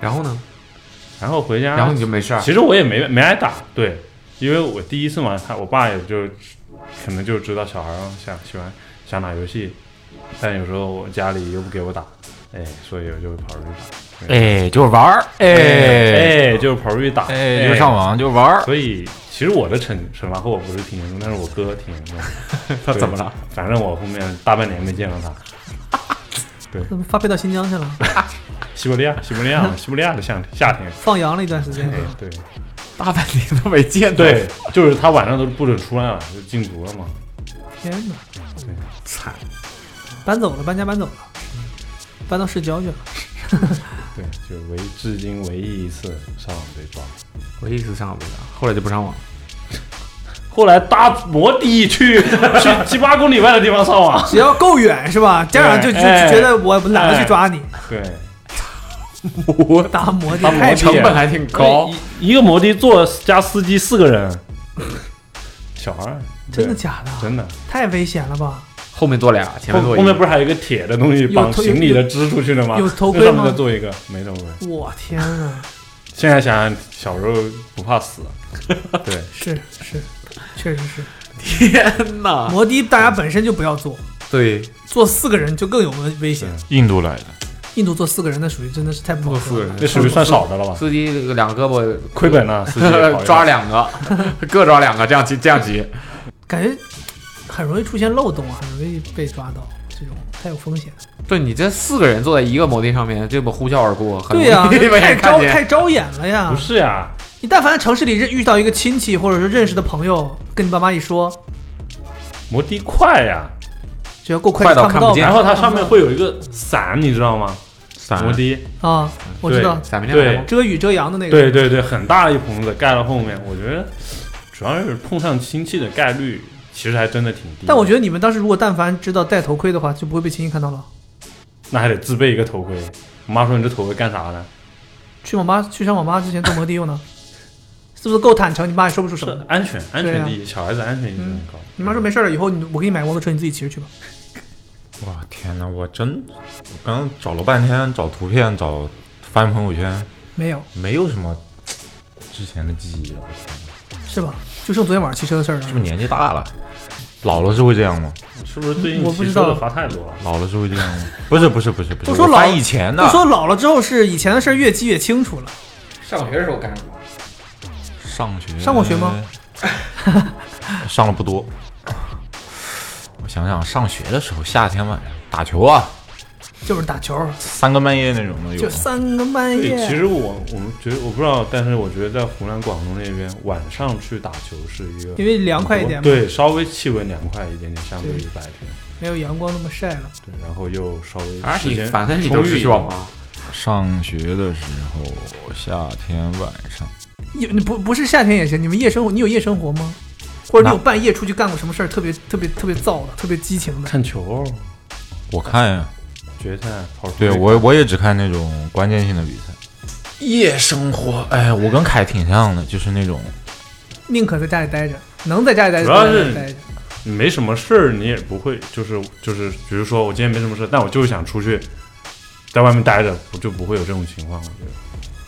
Speaker 4: 然后呢？
Speaker 2: 然后回家，
Speaker 4: 然后你就没事儿。
Speaker 2: 其实我也没没挨打，对，因为我第一次嘛，他我爸也就可能就知道小孩儿想喜欢想打游戏，但有时候我家里又不给我打，哎，所以我就跑出去打，对
Speaker 10: 哎，就是玩儿，哎
Speaker 2: 哎，就是跑出去打，
Speaker 10: 哎，就上。网就玩儿。
Speaker 2: 所以其实我的惩惩罚后果不是挺严重，但是我哥挺严 重的。
Speaker 4: 他
Speaker 2: 对
Speaker 4: 怎么了？？
Speaker 2: 反正我后面大半年没见到他。
Speaker 6: 怎么发配到新疆 去了？
Speaker 2: 西伯利亚，西伯利 亚，西伯利亚的夏夏天。
Speaker 6: 放羊了一段时间
Speaker 2: 哎。， 对
Speaker 4: 大半年都没见到。
Speaker 2: 对，就是他晚上都不准出来了，就禁足了嘛。
Speaker 6: 天哪！
Speaker 2: 对，
Speaker 4: 惨。
Speaker 6: 搬走了，搬家搬走了，
Speaker 2: 嗯
Speaker 6: 搬到市郊去了。
Speaker 2: 对，就唯至今唯一一次上网被抓。
Speaker 4: 我一直上网了，后来就不上网了。
Speaker 2: 后来搭摩的去 去七八公里外的地方上网。
Speaker 6: 只要够远是吧？家长就就就
Speaker 2: 哎
Speaker 6: 觉得我懒得去抓你，
Speaker 2: 对，
Speaker 4: 我
Speaker 6: 打摩的
Speaker 2: 打摩
Speaker 6: 太
Speaker 2: 的
Speaker 4: 成本还挺高，
Speaker 2: 一一个摩的坐加司机四个 人，小孩儿
Speaker 6: 真的
Speaker 2: 对
Speaker 6: 假的？啊
Speaker 2: 真的。
Speaker 6: 太危险了吧？
Speaker 4: 后面坐俩，前
Speaker 2: 后
Speaker 4: 面坐一
Speaker 2: 后面
Speaker 4: 个。
Speaker 2: 不是还有一个铁的东西
Speaker 6: 有
Speaker 2: 绑
Speaker 6: 头
Speaker 2: 行李的支出去的吗？
Speaker 6: 有头盔
Speaker 2: 那上
Speaker 6: 吗
Speaker 2: 面再做一个，没头盔。
Speaker 6: 我天啊！
Speaker 2: 现在想想，小时候不怕死。对，
Speaker 6: 是是，确实是。
Speaker 4: 天哪！
Speaker 6: 摩的大家本身就不要坐，
Speaker 4: 对，嗯
Speaker 6: 坐四个人就更有危危险。
Speaker 10: 印度来的，
Speaker 6: 印度坐四个人那属于真的是太不好
Speaker 4: 坐
Speaker 6: 坐
Speaker 4: 四个人
Speaker 2: 这属于算少的了吧？
Speaker 4: 司机两个胳膊
Speaker 2: 亏本了，司机
Speaker 4: 抓
Speaker 2: 俩。
Speaker 4: 两个，各抓两个，这样急这样急。
Speaker 6: 感觉很容易出现漏洞啊，很容易被抓到，这种太有风险。
Speaker 4: 对你这四个人坐在一个摩的上面，这不呼啸而过，很
Speaker 6: 对呀、
Speaker 4: 容易 被
Speaker 6: 太
Speaker 4: 人看
Speaker 6: 招
Speaker 4: 见。啊
Speaker 6: 太招眼了呀
Speaker 2: 不！是呀，
Speaker 6: 你但凡在城市里认遇到一个亲戚或者是认识的朋友，跟你爸妈一说，
Speaker 2: 摩的快呀，
Speaker 6: 只要够快
Speaker 4: 快
Speaker 6: 就
Speaker 4: 到
Speaker 6: 看
Speaker 4: 看
Speaker 6: 到
Speaker 4: 不见
Speaker 2: 然后它上面会有一个伞，你知道吗？摩的，
Speaker 6: 啊！我知道，
Speaker 4: 嗯咱们这样
Speaker 6: 遮雨遮阳的那个。
Speaker 2: 对对对，很大一棚子盖到后面，我觉得主要是碰上亲戚的概率其实还真的挺低。
Speaker 6: 但我觉得你们当时如果但凡知道戴头盔的话，就不会被亲戚看到了。
Speaker 2: 那还得自备一个头盔。我妈说你这头盔干啥呢？
Speaker 6: 去网吧去上网吧之前做摩的用呢， 是不是够坦诚？你妈也说不出什
Speaker 2: 是
Speaker 6: 么。
Speaker 2: 安全，安
Speaker 6: 对
Speaker 2: 全
Speaker 6: 啊
Speaker 2: 第一，小孩子安全意识很高。
Speaker 6: 你妈说没事了，以后你我给你买摩托车，你自己骑着去吧。
Speaker 10: 哇天哪，我真，我刚找了半天，找图片，找翻朋友圈，
Speaker 6: 没有，
Speaker 10: 没有什么之前的记忆了。我天哪，
Speaker 6: 是吧？就剩昨天晚上骑车的事儿
Speaker 10: 是不是
Speaker 6: 了。
Speaker 10: 年纪大了？老了是会这样吗？
Speaker 2: 是不是最近
Speaker 6: 我不
Speaker 2: 骑
Speaker 6: 知
Speaker 2: 车
Speaker 6: 道
Speaker 2: 的罚太多了？
Speaker 10: 老了是会这样 吗？不是不是不是不是，
Speaker 6: 都说
Speaker 10: 我
Speaker 6: 老
Speaker 10: 翻以前的
Speaker 6: 就，说老了之后是以前的事儿越记越清楚了。
Speaker 4: 上学的时候干什么？
Speaker 10: 上学
Speaker 6: 上过学吗？
Speaker 10: 上了不多。我想想，上学的时候，夏天晚上打球啊，
Speaker 6: 就是打球，
Speaker 10: 三更半夜那种的有
Speaker 6: 就
Speaker 10: 吗。
Speaker 6: 三更半
Speaker 2: 对，其
Speaker 6: 夜。
Speaker 2: 实我我们觉得我不知道，但是我觉得在湖南、广东那边晚上去打球是一个
Speaker 6: 因为凉快一点嘛，
Speaker 2: 对，稍微气温凉快一点点，相对于白天，
Speaker 6: 没有阳光那么晒了。
Speaker 2: 对，然后又稍微
Speaker 4: 还是
Speaker 2: 时
Speaker 4: 啊你
Speaker 2: 间
Speaker 4: 反正你
Speaker 2: 充
Speaker 4: 都
Speaker 2: 裕
Speaker 4: 是啊
Speaker 2: 一
Speaker 4: 去
Speaker 2: 点
Speaker 4: 网吧，
Speaker 10: 上学的时候，夏天晚上，
Speaker 6: 夜你不不是夏天也行，你们夜生活，你有夜生活吗？或者你有半夜出去干过什么事儿特别特别特别燥的、特别激情的？
Speaker 2: 看球、
Speaker 10: 我看呀，
Speaker 2: 决赛、跑出
Speaker 10: 对
Speaker 2: 去
Speaker 10: 我我也只看那种关键性的比赛。夜生活，哎，我跟凯挺像的，就是那种
Speaker 6: 宁可在家里待着，能在家里待着
Speaker 2: 主要
Speaker 6: 就在家
Speaker 2: 是
Speaker 6: 里待着。
Speaker 2: 你没什么事儿，你也不会就是就是，比如说我今天没什么事，但我就是想出去，在外面待着，我就不会有这种情况。我觉得，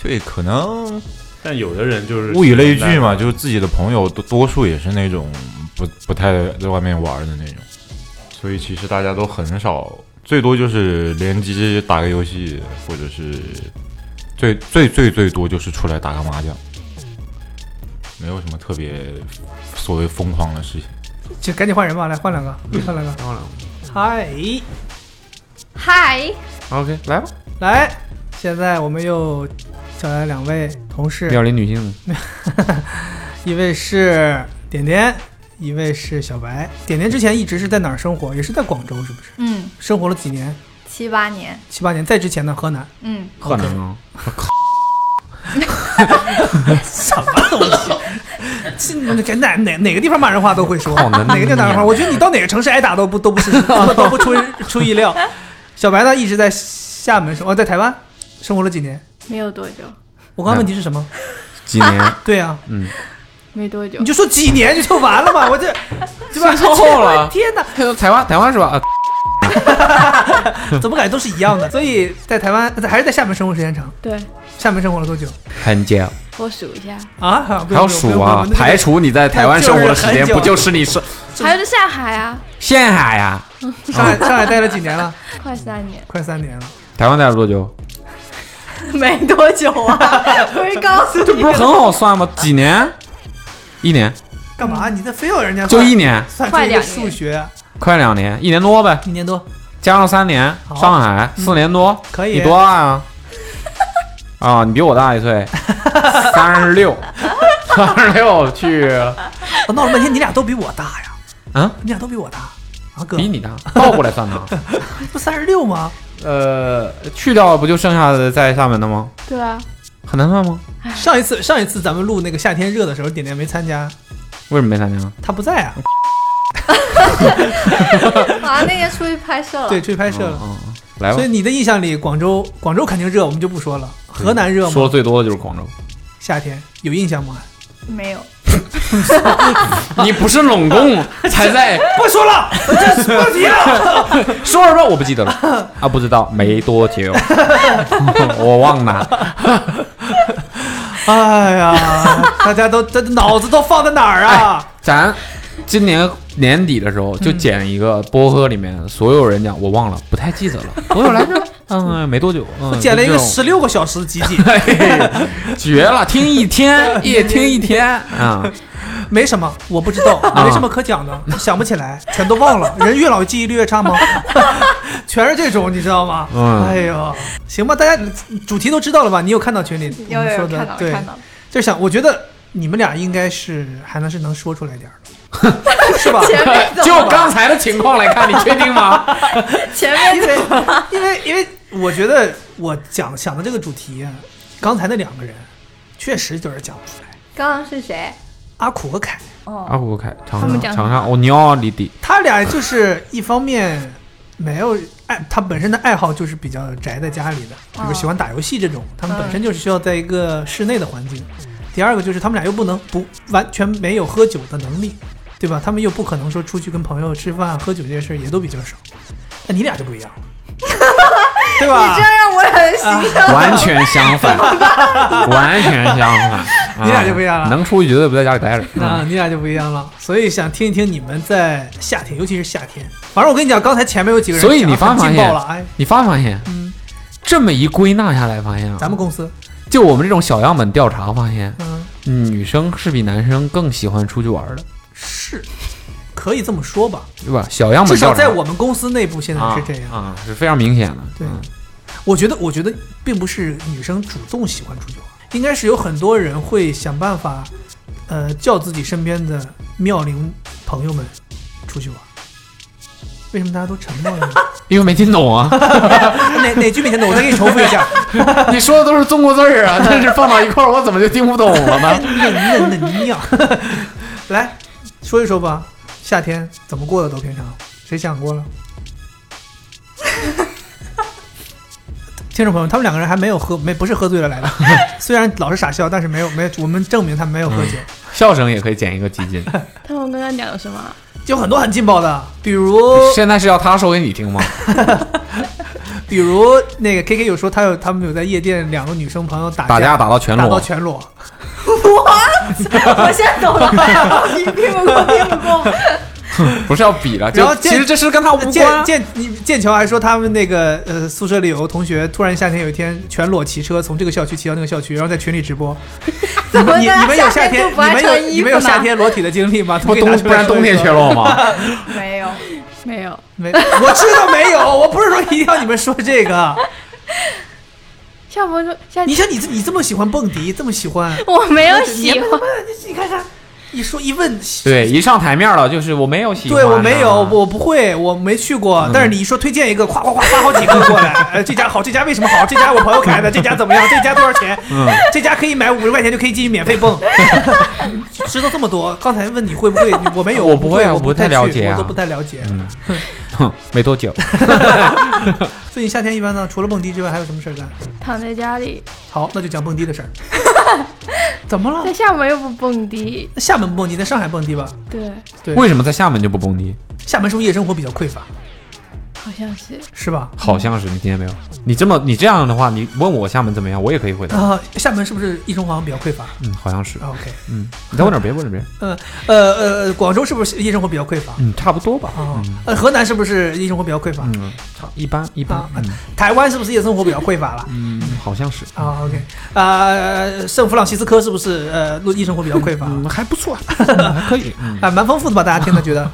Speaker 10: 对，可能
Speaker 2: 但有的人就是
Speaker 10: 物以类聚 嘛，就是自己的朋友多多数也是那种不不太在外面玩的那种，所以其实大家都很少，最多就是联机打个游戏，或者是最最最最多就是出来打个麻将，没有什么特别所谓疯狂的事情。
Speaker 6: 就赶紧换人吧，来换两个，嗯换两个。
Speaker 4: 漂亮。
Speaker 6: 嗨，
Speaker 5: 嗨，
Speaker 4: OK，来吧，
Speaker 6: 来，现在我们又叫来两位同事，
Speaker 4: 妙龄女性，
Speaker 6: 一位是点点，一位是小白。点点之前一直是在哪儿生活？也是在广州，是不是？
Speaker 5: 嗯，
Speaker 6: 生活了几年，
Speaker 5: 七八年，
Speaker 6: 七八年。在之前呢，河南。
Speaker 5: 嗯，
Speaker 4: 河南啊，
Speaker 6: 什么东 西？这哪哪哪个地方骂人话都会说，
Speaker 4: 好难啊
Speaker 6: 哪个地方骂人话？
Speaker 4: 念
Speaker 6: 我觉得你到哪个城市挨打都不都不 是都不出出意料。小白呢一直在厦门生活，哦在台湾生活了几年。
Speaker 5: 没有多久，
Speaker 6: 我刚刚问题是什么？
Speaker 4: 几年
Speaker 6: 对啊，
Speaker 5: 没多久
Speaker 6: 你，就说几年就就完了嘛，我这对吧？
Speaker 4: 嗯说错了
Speaker 6: 天哪，
Speaker 4: 台湾台湾是吧？啊
Speaker 6: 怎么感觉都是一样的？所以在台湾还是在厦门生活时间长。
Speaker 5: 对
Speaker 6: 厦门生活了多久
Speaker 4: 很久，
Speaker 5: 我数一下，
Speaker 6: 啊？不
Speaker 4: 还
Speaker 6: 用
Speaker 4: 要
Speaker 6: 不用不
Speaker 4: 数
Speaker 6: 用不
Speaker 4: 啊
Speaker 6: 用，
Speaker 4: 排除你在台湾生活的时
Speaker 6: 那
Speaker 4: 间，
Speaker 6: 就是很久
Speaker 4: 不就是你是
Speaker 5: 还有在上海 啊，
Speaker 4: 陷海呀？
Speaker 6: 上 海上海待了几年了？
Speaker 5: 快三年，
Speaker 6: 快三年了。
Speaker 4: 台湾待了多久？
Speaker 5: 没多久 啊， 我会告诉
Speaker 4: 这不是很好算吗？几年？一年，
Speaker 6: 干嘛？你这非要人家
Speaker 4: 就一年，
Speaker 6: 算出
Speaker 5: 快
Speaker 6: 一个
Speaker 5: 两
Speaker 6: 数
Speaker 5: 年
Speaker 6: 学
Speaker 4: 快两年，一年多呗，
Speaker 6: 一年多？
Speaker 4: 加上三年，
Speaker 6: 好嗯
Speaker 4: 上海四年多，
Speaker 6: 可以
Speaker 4: 你多大 啊？啊，你比我大一岁，三十 六，三十六去，
Speaker 6: 我闹了半天，你俩都比我大呀？
Speaker 4: 啊，
Speaker 6: 你俩都比我大啊，哥，
Speaker 4: 比你大，倒过来算 呢。
Speaker 6: 不三十六吗？
Speaker 4: 呃，去掉不就剩下的在厦门的吗？
Speaker 5: 对啊，哎
Speaker 4: 很难算吗？
Speaker 6: 上一次上一次咱们录那个夏天热的时候，点点没参加，
Speaker 4: 为什么没参加？
Speaker 6: 他不在啊，
Speaker 5: 啊，那天出去拍摄了，
Speaker 6: 对，出去拍摄了。
Speaker 4: 嗯，嗯来吧
Speaker 6: 所以。你的印象里，广州广州肯定热，我们就不说了。河南热
Speaker 4: 说
Speaker 6: 吗
Speaker 4: 的？最多的就是广州，
Speaker 6: 夏天有印象吗？
Speaker 5: 没有，
Speaker 4: 你不是拢 共才在
Speaker 6: 不说了，这不提了。
Speaker 4: 说什么我不记得了啊，不知道，没多 久， 我忘了。
Speaker 6: 哎呀，大家都这脑子都放在哪儿啊？
Speaker 4: 咱今年年底的时候就剪一个播客里面所有人讲，我忘了，不太记得了，多哎久来着？ 嗯，没多久，嗯
Speaker 6: 我剪了一
Speaker 4: 就
Speaker 6: 个
Speaker 4: 这种
Speaker 6: 十六个小时的集锦，
Speaker 4: 绝了，听一 天也听一天啊！
Speaker 6: 没什么，我不知道，没什么可讲的，想不起来，全都 忘了。人越老记忆力越差吗？ 全是这种，你知道吗？
Speaker 4: 嗯
Speaker 6: 哎呦，行吧，大家主题都知道了吧？你有看到群里我
Speaker 7: 有
Speaker 6: 们
Speaker 7: 有
Speaker 6: 说
Speaker 7: 有看
Speaker 6: 的
Speaker 7: 到，
Speaker 6: 对
Speaker 7: 看，到，
Speaker 6: 就是想，我觉得你们俩应该是还能是能说出来点儿的，是吧？
Speaker 7: 前面
Speaker 4: 就
Speaker 7: 走
Speaker 4: 刚才的情况来看，你确定吗？
Speaker 7: 前面走
Speaker 6: 因为因为我觉得我讲想的这个主题啊，刚才那两个人确实有点讲不出来，
Speaker 5: 刚刚是谁？
Speaker 6: 阿苦和凯。
Speaker 7: 哦
Speaker 4: 阿虎凯，长
Speaker 5: 他们
Speaker 4: 沙，
Speaker 5: 讲
Speaker 4: 长沙，我尿里地，
Speaker 6: 他俩就是一方面没有爱，他本身的爱好就是比较宅在家里的，比
Speaker 7: 啊
Speaker 6: 如喜欢打游戏这种，他们本身就是需要在一个室内的环境。第二个就是他们俩又不能不完全没有喝酒的能力，对吧？他们又不可能说出去跟朋友吃饭喝酒这些事儿也都比较少。那你俩就不一样了，对吧？
Speaker 7: 让我很 心疼。
Speaker 4: 完全相 反，完全相反，啊
Speaker 6: 你俩就不一样了
Speaker 4: 能出去绝对不在家里待着。嗯
Speaker 6: 啊，你俩就不一样了，所以想听一听你们在夏天，尤其是夏天。反正我跟你讲，刚才前面有几个人
Speaker 4: 所以
Speaker 6: 讲
Speaker 4: 你发
Speaker 6: 很
Speaker 4: 没
Speaker 6: 劲
Speaker 4: 发
Speaker 6: 爆
Speaker 4: 现
Speaker 6: 了，哎，
Speaker 4: 你发没发现？这么一归纳下来，发现啊
Speaker 6: 咱们公司，
Speaker 4: 就我们这种小样本调查发现，
Speaker 6: 嗯，
Speaker 4: 女生是比男生更喜欢出去玩的，
Speaker 6: 是可以这么说吧，
Speaker 4: 对吧？小样
Speaker 6: 至
Speaker 4: 本调
Speaker 6: 少
Speaker 4: 查
Speaker 6: 在我们公司内部现在
Speaker 4: 啊
Speaker 6: 是这样。
Speaker 4: 啊，是非常明显的。
Speaker 6: 对
Speaker 4: 嗯
Speaker 6: 我觉得，我觉得并不是女生主动喜欢出去玩，应该是有很多人会想办法，呃，叫自己身边的妙龄朋友们出去玩。为什么大家都沉默了呢？
Speaker 4: 因为没听懂啊，
Speaker 6: 哪哪句没听懂？我再给你重复一 下。
Speaker 4: 你说的都是中国字儿啊，但是放到一块儿，我怎么就听不懂了呢？
Speaker 6: 嫩嫩嫩样。 来说一说吧，夏天怎么过的都平常，谁想过了？听众朋友，他们两个人还没有喝，没不是喝醉了来的，虽然老是傻笑，但是没有没有，我们证明他们没有喝酒。
Speaker 4: 笑声也可以剪一个集 锦。
Speaker 5: 他们刚刚讲的什么？
Speaker 6: 有很多很劲爆的，比如
Speaker 4: 现在是要他说给你听吗？
Speaker 6: 比如那个 K K 有说他有他们有在夜店两个女生朋友打
Speaker 4: 打架打到全
Speaker 6: 打到
Speaker 4: 裸，
Speaker 6: 全裸，
Speaker 7: 我现在懂了，你听不过，听不过。
Speaker 4: 不是要比了，
Speaker 6: 然后
Speaker 4: 啊就
Speaker 6: 这
Speaker 4: 其实这事跟他无
Speaker 6: 剑
Speaker 4: 关。啊
Speaker 6: 剑你剑桥还说他们那个呃宿舍里有个同学突然夏天有一天全裸骑车从这个校区骑到那个校区，然后在群里 直播。你
Speaker 5: 么
Speaker 6: 们你
Speaker 5: 大家
Speaker 6: 你们有夏
Speaker 5: 夏天就
Speaker 6: 天你
Speaker 5: 不爱
Speaker 6: 们
Speaker 5: 穿
Speaker 6: 有
Speaker 5: 衣服啊
Speaker 6: 你们有夏
Speaker 5: 呢
Speaker 6: 天裸体的经历吗？
Speaker 4: 不冬不然冬天
Speaker 6: 全
Speaker 4: 全裸吗？
Speaker 7: 没有，
Speaker 5: 没有，
Speaker 6: 没，我知道没有， 我不是说一定要你们说这个。
Speaker 5: 夏博说夏
Speaker 6: 你像你这你这么喜欢蹦迪，这么喜欢，
Speaker 5: 我没有喜欢，
Speaker 6: 你看啥？一说一问，
Speaker 4: 对，一上台面了，就是我没有喜欢啊，
Speaker 6: 对我没有，我我不会，我没去
Speaker 4: 嗯
Speaker 6: 过。但是你一说推荐一个，夸夸夸发好几个 过来，呃，这家好，这家为什么好？这家我朋友开的，这家怎么样？这家多少钱？
Speaker 4: 嗯
Speaker 6: 这家可以买五十块钱就可以进去免 费蹦。知道这么多，刚才问你会不会？你我没有，
Speaker 4: 我不
Speaker 6: 不
Speaker 4: 会啊
Speaker 6: 我
Speaker 4: 我不太
Speaker 6: 去
Speaker 4: 了解啊
Speaker 6: 我都不太了解。
Speaker 4: 哼 没多久。
Speaker 6: 最近夏天一般呢，除了蹦迪之外，还有什么事儿干？
Speaker 5: 躺在家里，
Speaker 6: 好，那就讲蹦 迪的事儿。怎么了
Speaker 5: 在？厦门又不蹦迪，
Speaker 6: 那厦门不蹦迪，在上海蹦迪吧？
Speaker 5: 对，
Speaker 6: 对
Speaker 4: 为什么在厦门就不蹦迪？
Speaker 6: 厦门是不是夜生活比较匮乏？
Speaker 5: 好像是
Speaker 6: 是吧？
Speaker 4: 好像是你今天没有。你这么你这样的话，你问我厦门怎么样，我也可以回答。
Speaker 6: 啊、厦门是不是夜生活好像比较匮乏
Speaker 4: 嗯，好像是。
Speaker 6: 哦？OK，
Speaker 4: 嗯，你再问点别，问点别。
Speaker 6: 呃呃呃，广州是不是夜生活比较匮乏？
Speaker 4: 嗯，差不多吧。
Speaker 6: 啊，呃，河南是不是夜生活比较匮乏？
Speaker 4: 嗯，差一般一般
Speaker 6: 啊。
Speaker 4: 嗯，
Speaker 6: 台湾是不是夜生活比较匮乏了？
Speaker 4: 嗯好像是。
Speaker 6: 啊，OK，呃，圣弗朗西斯科是不是呃夜生活比较匮乏？
Speaker 4: 嗯，还不 错，嗯还可以。嗯
Speaker 6: 啊，蛮丰富的吧？大家听了 觉得？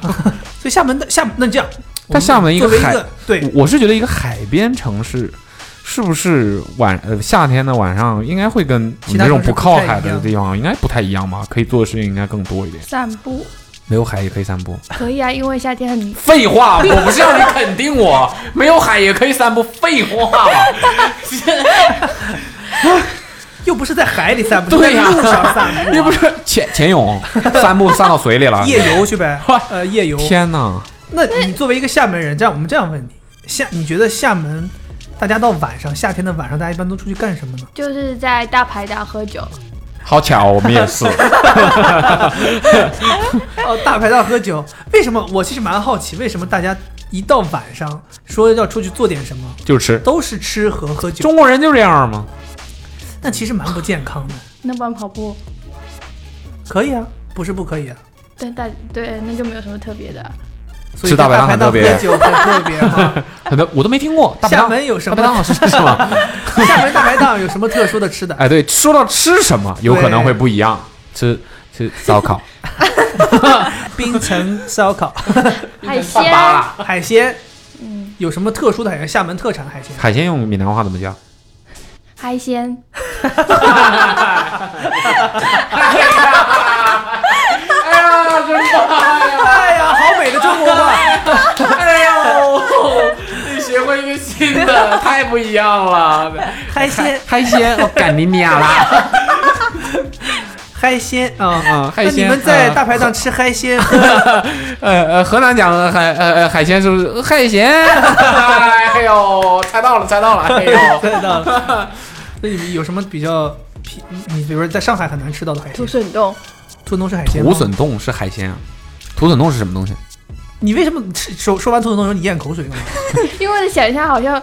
Speaker 6: 所以厦门的厦，那这样，我们
Speaker 4: 厦门一个
Speaker 6: 作为一
Speaker 4: 海
Speaker 6: 个对，
Speaker 4: 我我是觉得一个海边城市，是不是晚呃夏天的晚上应该会跟我
Speaker 6: 其
Speaker 4: 们
Speaker 6: 他
Speaker 4: 这种
Speaker 6: 城市
Speaker 4: 不
Speaker 6: 不
Speaker 4: 靠
Speaker 6: 太一
Speaker 4: 海的
Speaker 6: 样
Speaker 4: 地方应该不太一样吧？可以做的事情应该更多一点。
Speaker 5: 散步
Speaker 4: 没有海也可以散步。
Speaker 5: 可以啊，因为夏天很
Speaker 4: 废话，我不是让你肯定 我，没有海也可以散步。废话，
Speaker 6: 又不是在海里散步，
Speaker 4: 对呀
Speaker 6: 在路上散步，啊
Speaker 4: 又不是潜潜泳，散步散到水里了。
Speaker 6: 夜游去 呗？呃，夜游。
Speaker 4: 天哪，
Speaker 6: 那你作为一个厦门人，这样我们这样问你，厦你觉得厦门，大家到晚上夏天的晚上，大家一般都出去干什么呢？
Speaker 5: 就是在大排档喝酒，
Speaker 4: 好巧，我们也 是。
Speaker 6: 哦，大排档喝酒，为什么？我其实蛮好奇，为什么大家一到晚上说要出去做点什么，
Speaker 4: 就吃。
Speaker 6: 都是吃和喝酒，
Speaker 4: 中国人就这样吗？
Speaker 6: 但其实蛮不健康的。
Speaker 5: 那不然跑步
Speaker 6: 可以啊，不是不可以啊，
Speaker 5: 但大对那就没有什么特别的啊。
Speaker 4: 吃大排档很特别，
Speaker 6: 所以大排档喝酒很特别吗
Speaker 4: 很多 我都没听过。大排档
Speaker 6: 厦门有什么
Speaker 4: 大排档是什么？
Speaker 6: 厦门大排档有什么特殊的 吃的？
Speaker 4: 哎，对，说到吃什么，有可能会不一样。吃吃烧烤，
Speaker 6: 冰城烧烤，
Speaker 5: 海鲜
Speaker 6: 海鲜
Speaker 5: 嗯，
Speaker 6: 有什么特殊的海鲜？厦门特产海鲜，
Speaker 4: 海鲜用闽南话怎 么叫？
Speaker 5: 海鲜，
Speaker 6: 哎呀，好美的中国话！
Speaker 4: 哎呦，你学会一个新的，太不一样了。
Speaker 6: 海鲜，
Speaker 4: 海鲜，我干你娘啦！
Speaker 6: 海鲜啊！
Speaker 4: 啊，海
Speaker 6: 那你
Speaker 4: 鲜。
Speaker 6: 们在大排档吃海鲜，喝
Speaker 4: 呃呃，河南讲的海呃呃海鲜 是不是海鲜？ 哎呦，猜到了，猜到了！哎 呦，
Speaker 6: 得到了？那你们有什么比较皮？你比如说在上海很难吃到的海
Speaker 5: 土
Speaker 6: 鲜，
Speaker 5: 笋冻，
Speaker 6: 兔东是海鲜吗？
Speaker 4: 土笋冻是海鲜啊？土笋冻是什么东西？
Speaker 6: 你为什么吃说说完兔东时候你咽口水了？
Speaker 5: 因为我想一下好像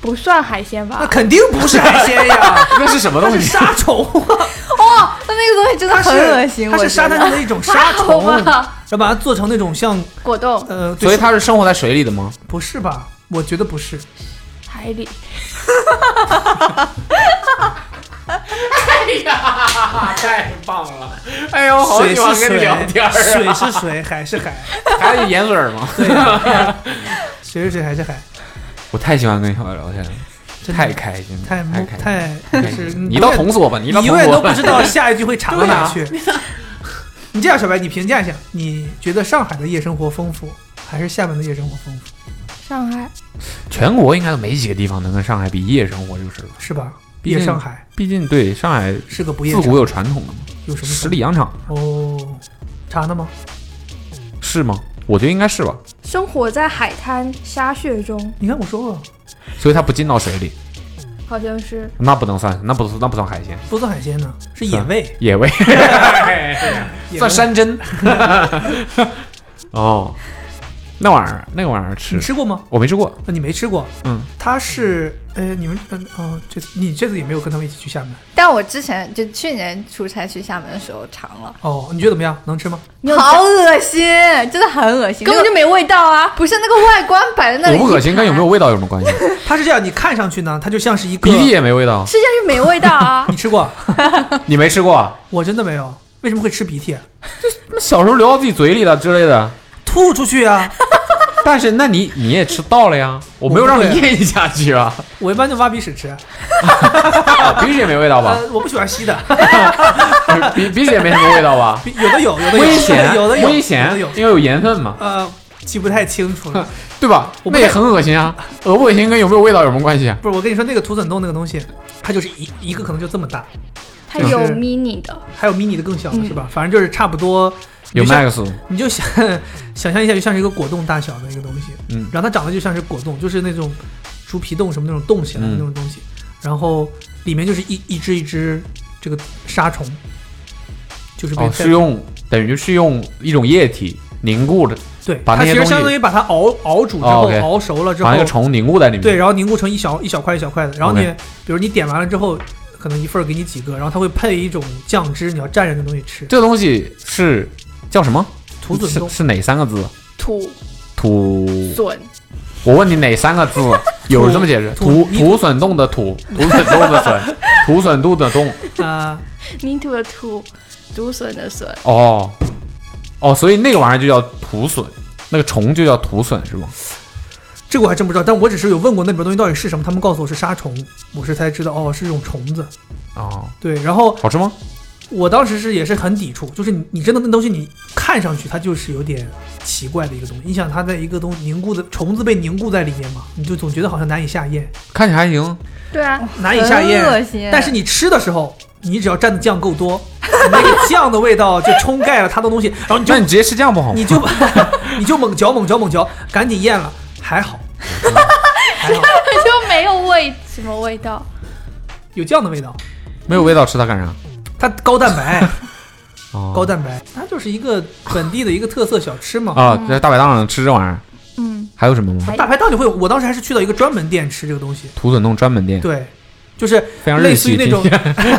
Speaker 5: 不算海鲜吧
Speaker 6: 那？肯定不是海鲜呀，
Speaker 4: 那是什么
Speaker 6: 它是？杀虫，
Speaker 7: 哇，哦那那个东西真的
Speaker 6: 它是
Speaker 7: 很恶心，
Speaker 6: 它
Speaker 7: 我
Speaker 6: 是沙滩
Speaker 7: 觉
Speaker 6: 上
Speaker 7: 得
Speaker 6: 的一种杀虫，
Speaker 5: 好
Speaker 6: 然
Speaker 5: 吧，
Speaker 6: 后把它做成那种像
Speaker 5: 果冻，
Speaker 6: 呃，
Speaker 4: 所以它是生活在水里的吗？
Speaker 6: 不是吧？我觉得不是，
Speaker 5: 海里
Speaker 4: 哎太棒了！哎呦，好喜
Speaker 6: 水是
Speaker 4: 欢
Speaker 6: 水，
Speaker 4: 跟你聊天儿
Speaker 6: 水
Speaker 4: 啊！
Speaker 6: 是水，海是海，
Speaker 4: 还有盐水吗？
Speaker 6: 水是水，海是海，
Speaker 4: 我太喜欢跟小孩聊天了，
Speaker 6: 真的
Speaker 4: 太开心了，
Speaker 6: 太
Speaker 4: 太开心了。
Speaker 6: 太就是
Speaker 4: 你倒捅死我吧！你
Speaker 6: 你
Speaker 4: 倒捅
Speaker 6: 永远
Speaker 4: 死
Speaker 6: 都
Speaker 4: 我
Speaker 6: 不
Speaker 4: 吧！。
Speaker 6: 知道下一句会插到哪去
Speaker 4: 啊
Speaker 6: 你这样，小白，你评价一下，你觉得上海的夜生活丰富，还是厦门的夜生活丰富，
Speaker 5: 上海
Speaker 4: 全国应该都没几个地方能跟上海比夜生活这个事儿吧？
Speaker 6: 是吧？
Speaker 4: 毕竟
Speaker 6: 夜上海
Speaker 4: 毕竟对上海
Speaker 6: 是个不夜
Speaker 4: 自
Speaker 6: 城，
Speaker 4: 古有传统的嘛，
Speaker 6: 有什么
Speaker 4: 十里洋场
Speaker 6: 哦，查的吗？
Speaker 4: 是吗？我觉得应该是吧，
Speaker 5: 生活在海滩沙屑中，
Speaker 6: 你看我说过，
Speaker 4: 所以它不进到水里，
Speaker 5: 好像是
Speaker 4: 那不能算，那不那不算海鲜，
Speaker 6: 不做海鲜呢，是野味，
Speaker 4: 野 味，
Speaker 6: 野味
Speaker 4: 哎啊算。山 珍。哦，那玩意儿，那个玩意儿吃
Speaker 6: 你，吃过吗？
Speaker 4: 我没吃过。
Speaker 6: 那你没吃过，
Speaker 4: 嗯，
Speaker 6: 它是呃，你们嗯哦，这次你这次也没有跟他们一起去厦门
Speaker 7: 但我之前就去年出差去厦门的时候尝了，
Speaker 6: 哦，你觉得怎么样？能吃吗？
Speaker 7: 好恶心，真的很恶心，
Speaker 5: 根本就没味道啊！
Speaker 7: 那个不是那个外观摆在那
Speaker 4: 恶
Speaker 7: 里，
Speaker 4: 不恶心跟有没有味道有什么关系？
Speaker 6: 它是这样，你看上去呢，它就像是一个！
Speaker 4: 鼻涕也没味道，
Speaker 5: 吃下去没味道啊
Speaker 6: 你吃过？
Speaker 4: 你没吃过啊？
Speaker 6: 我真的没有。为什么会吃鼻涕？啊
Speaker 4: 那小时候流到自己嘴里了之类的。
Speaker 6: 吐出去啊！
Speaker 4: 但是那你你也吃到了呀，我没有让你咽下去啊，
Speaker 6: 我一般就挖鼻屎吃，
Speaker 4: 鼻屎也没味道吧？
Speaker 6: 呃，我不喜欢吸的，
Speaker 4: 鼻鼻屎也没什么味道吧？
Speaker 6: 鼻有的有，有的有，
Speaker 4: 危险，
Speaker 6: 有的有，
Speaker 4: 危
Speaker 6: 有
Speaker 4: 险
Speaker 6: 的有，，
Speaker 4: 因为有盐分嘛，
Speaker 6: 呃，记不太清 楚了。
Speaker 4: 对吧？
Speaker 6: 我不
Speaker 4: 那也很恶心啊，恶不恶心跟有没有味道有什么关系啊？
Speaker 6: 不是，我跟你说，那个土笋冻那个东西，它就是一一个可能就这么大，
Speaker 5: 它有
Speaker 6: 就是
Speaker 5: mini 的，嗯
Speaker 6: 还有 mini 的更小的是吧？反正就是差不多，
Speaker 4: 有
Speaker 6: 你就像
Speaker 4: Max，
Speaker 6: 你就想 想象一下，就像是一个果冻大小的一个东西，
Speaker 4: 嗯
Speaker 6: 然后它长得就像是果冻，就是那种猪皮冻什么那种冻起来的
Speaker 4: 嗯
Speaker 6: 那种东西，然后里面就是一一只一只这个沙虫，就是被
Speaker 4: 哦，
Speaker 6: 在、
Speaker 4: 是用等于是用一种液体凝固的，
Speaker 6: 对，
Speaker 4: 把那
Speaker 6: 它
Speaker 4: 些
Speaker 6: 其实
Speaker 4: 东西
Speaker 6: 相当于把它熬熬煮之后，
Speaker 4: 哦，OK
Speaker 6: 熬熟了之后
Speaker 4: 把那，个虫凝固在里面。
Speaker 6: 对，然后凝固成一小一小块一小块的，然后你
Speaker 4: OK
Speaker 6: 比如你点完了之后，可能一份儿给你几个，然后它会配一种酱汁，你要蘸着那东西吃，
Speaker 4: 这东西是叫什么？
Speaker 6: 土笋冻
Speaker 4: 是。是哪三个字？
Speaker 5: 土
Speaker 4: 土，
Speaker 5: 笋
Speaker 4: 我问你哪三 个字？有这么解释？
Speaker 6: 土
Speaker 4: 土土笋冻的土，土笋冻的笋， 土笋冻的冻。
Speaker 6: 啊、
Speaker 5: 泥土的土，竹笋的笋，
Speaker 4: 哦，哦，所以那个玩意儿就叫土笋，那个虫就叫土笋是吗？
Speaker 6: 这个我还真不知道，但我只是有问过那里边东西到底是什么，他们告诉我是沙虫，我是才知道哦是一种虫子。
Speaker 4: 哦，
Speaker 6: 对，然后
Speaker 4: 好吃吗？
Speaker 6: 我当时是也是很抵触，就是你你真的那东西你看上去它就是有点奇怪的一个东西，你想它在一个东凝固的虫子被凝固在里面嘛，你就总觉得好像难以下咽，
Speaker 4: 看起来还行，
Speaker 5: 对啊，
Speaker 6: 难以下
Speaker 7: 很恶
Speaker 6: 咽。
Speaker 7: 心。
Speaker 6: 但是你吃的时候，你只要蘸的酱够多， 你那个酱的味道就冲盖了它的东西，然后你就
Speaker 4: 那你直接吃酱不好吗？
Speaker 6: 你就 你就猛嚼猛嚼猛嚼，赶紧咽了，还好，还好
Speaker 5: 就没有味什么味道。
Speaker 6: 有酱的味道，
Speaker 4: 没有味道吃它干啥？
Speaker 6: 它高蛋白。
Speaker 4: 哦，
Speaker 6: 高蛋白，它就是一个本地的一个特色小吃嘛。
Speaker 4: 啊，在大排档上吃这玩意儿，
Speaker 5: 嗯，
Speaker 4: 还有什么吗？
Speaker 6: 大排档就会有，我当时还是去到一个专门店吃这个东西，
Speaker 4: 土笋冻专门店，
Speaker 6: 对，就是
Speaker 4: 非常日
Speaker 6: 类似
Speaker 4: 系
Speaker 6: 于那种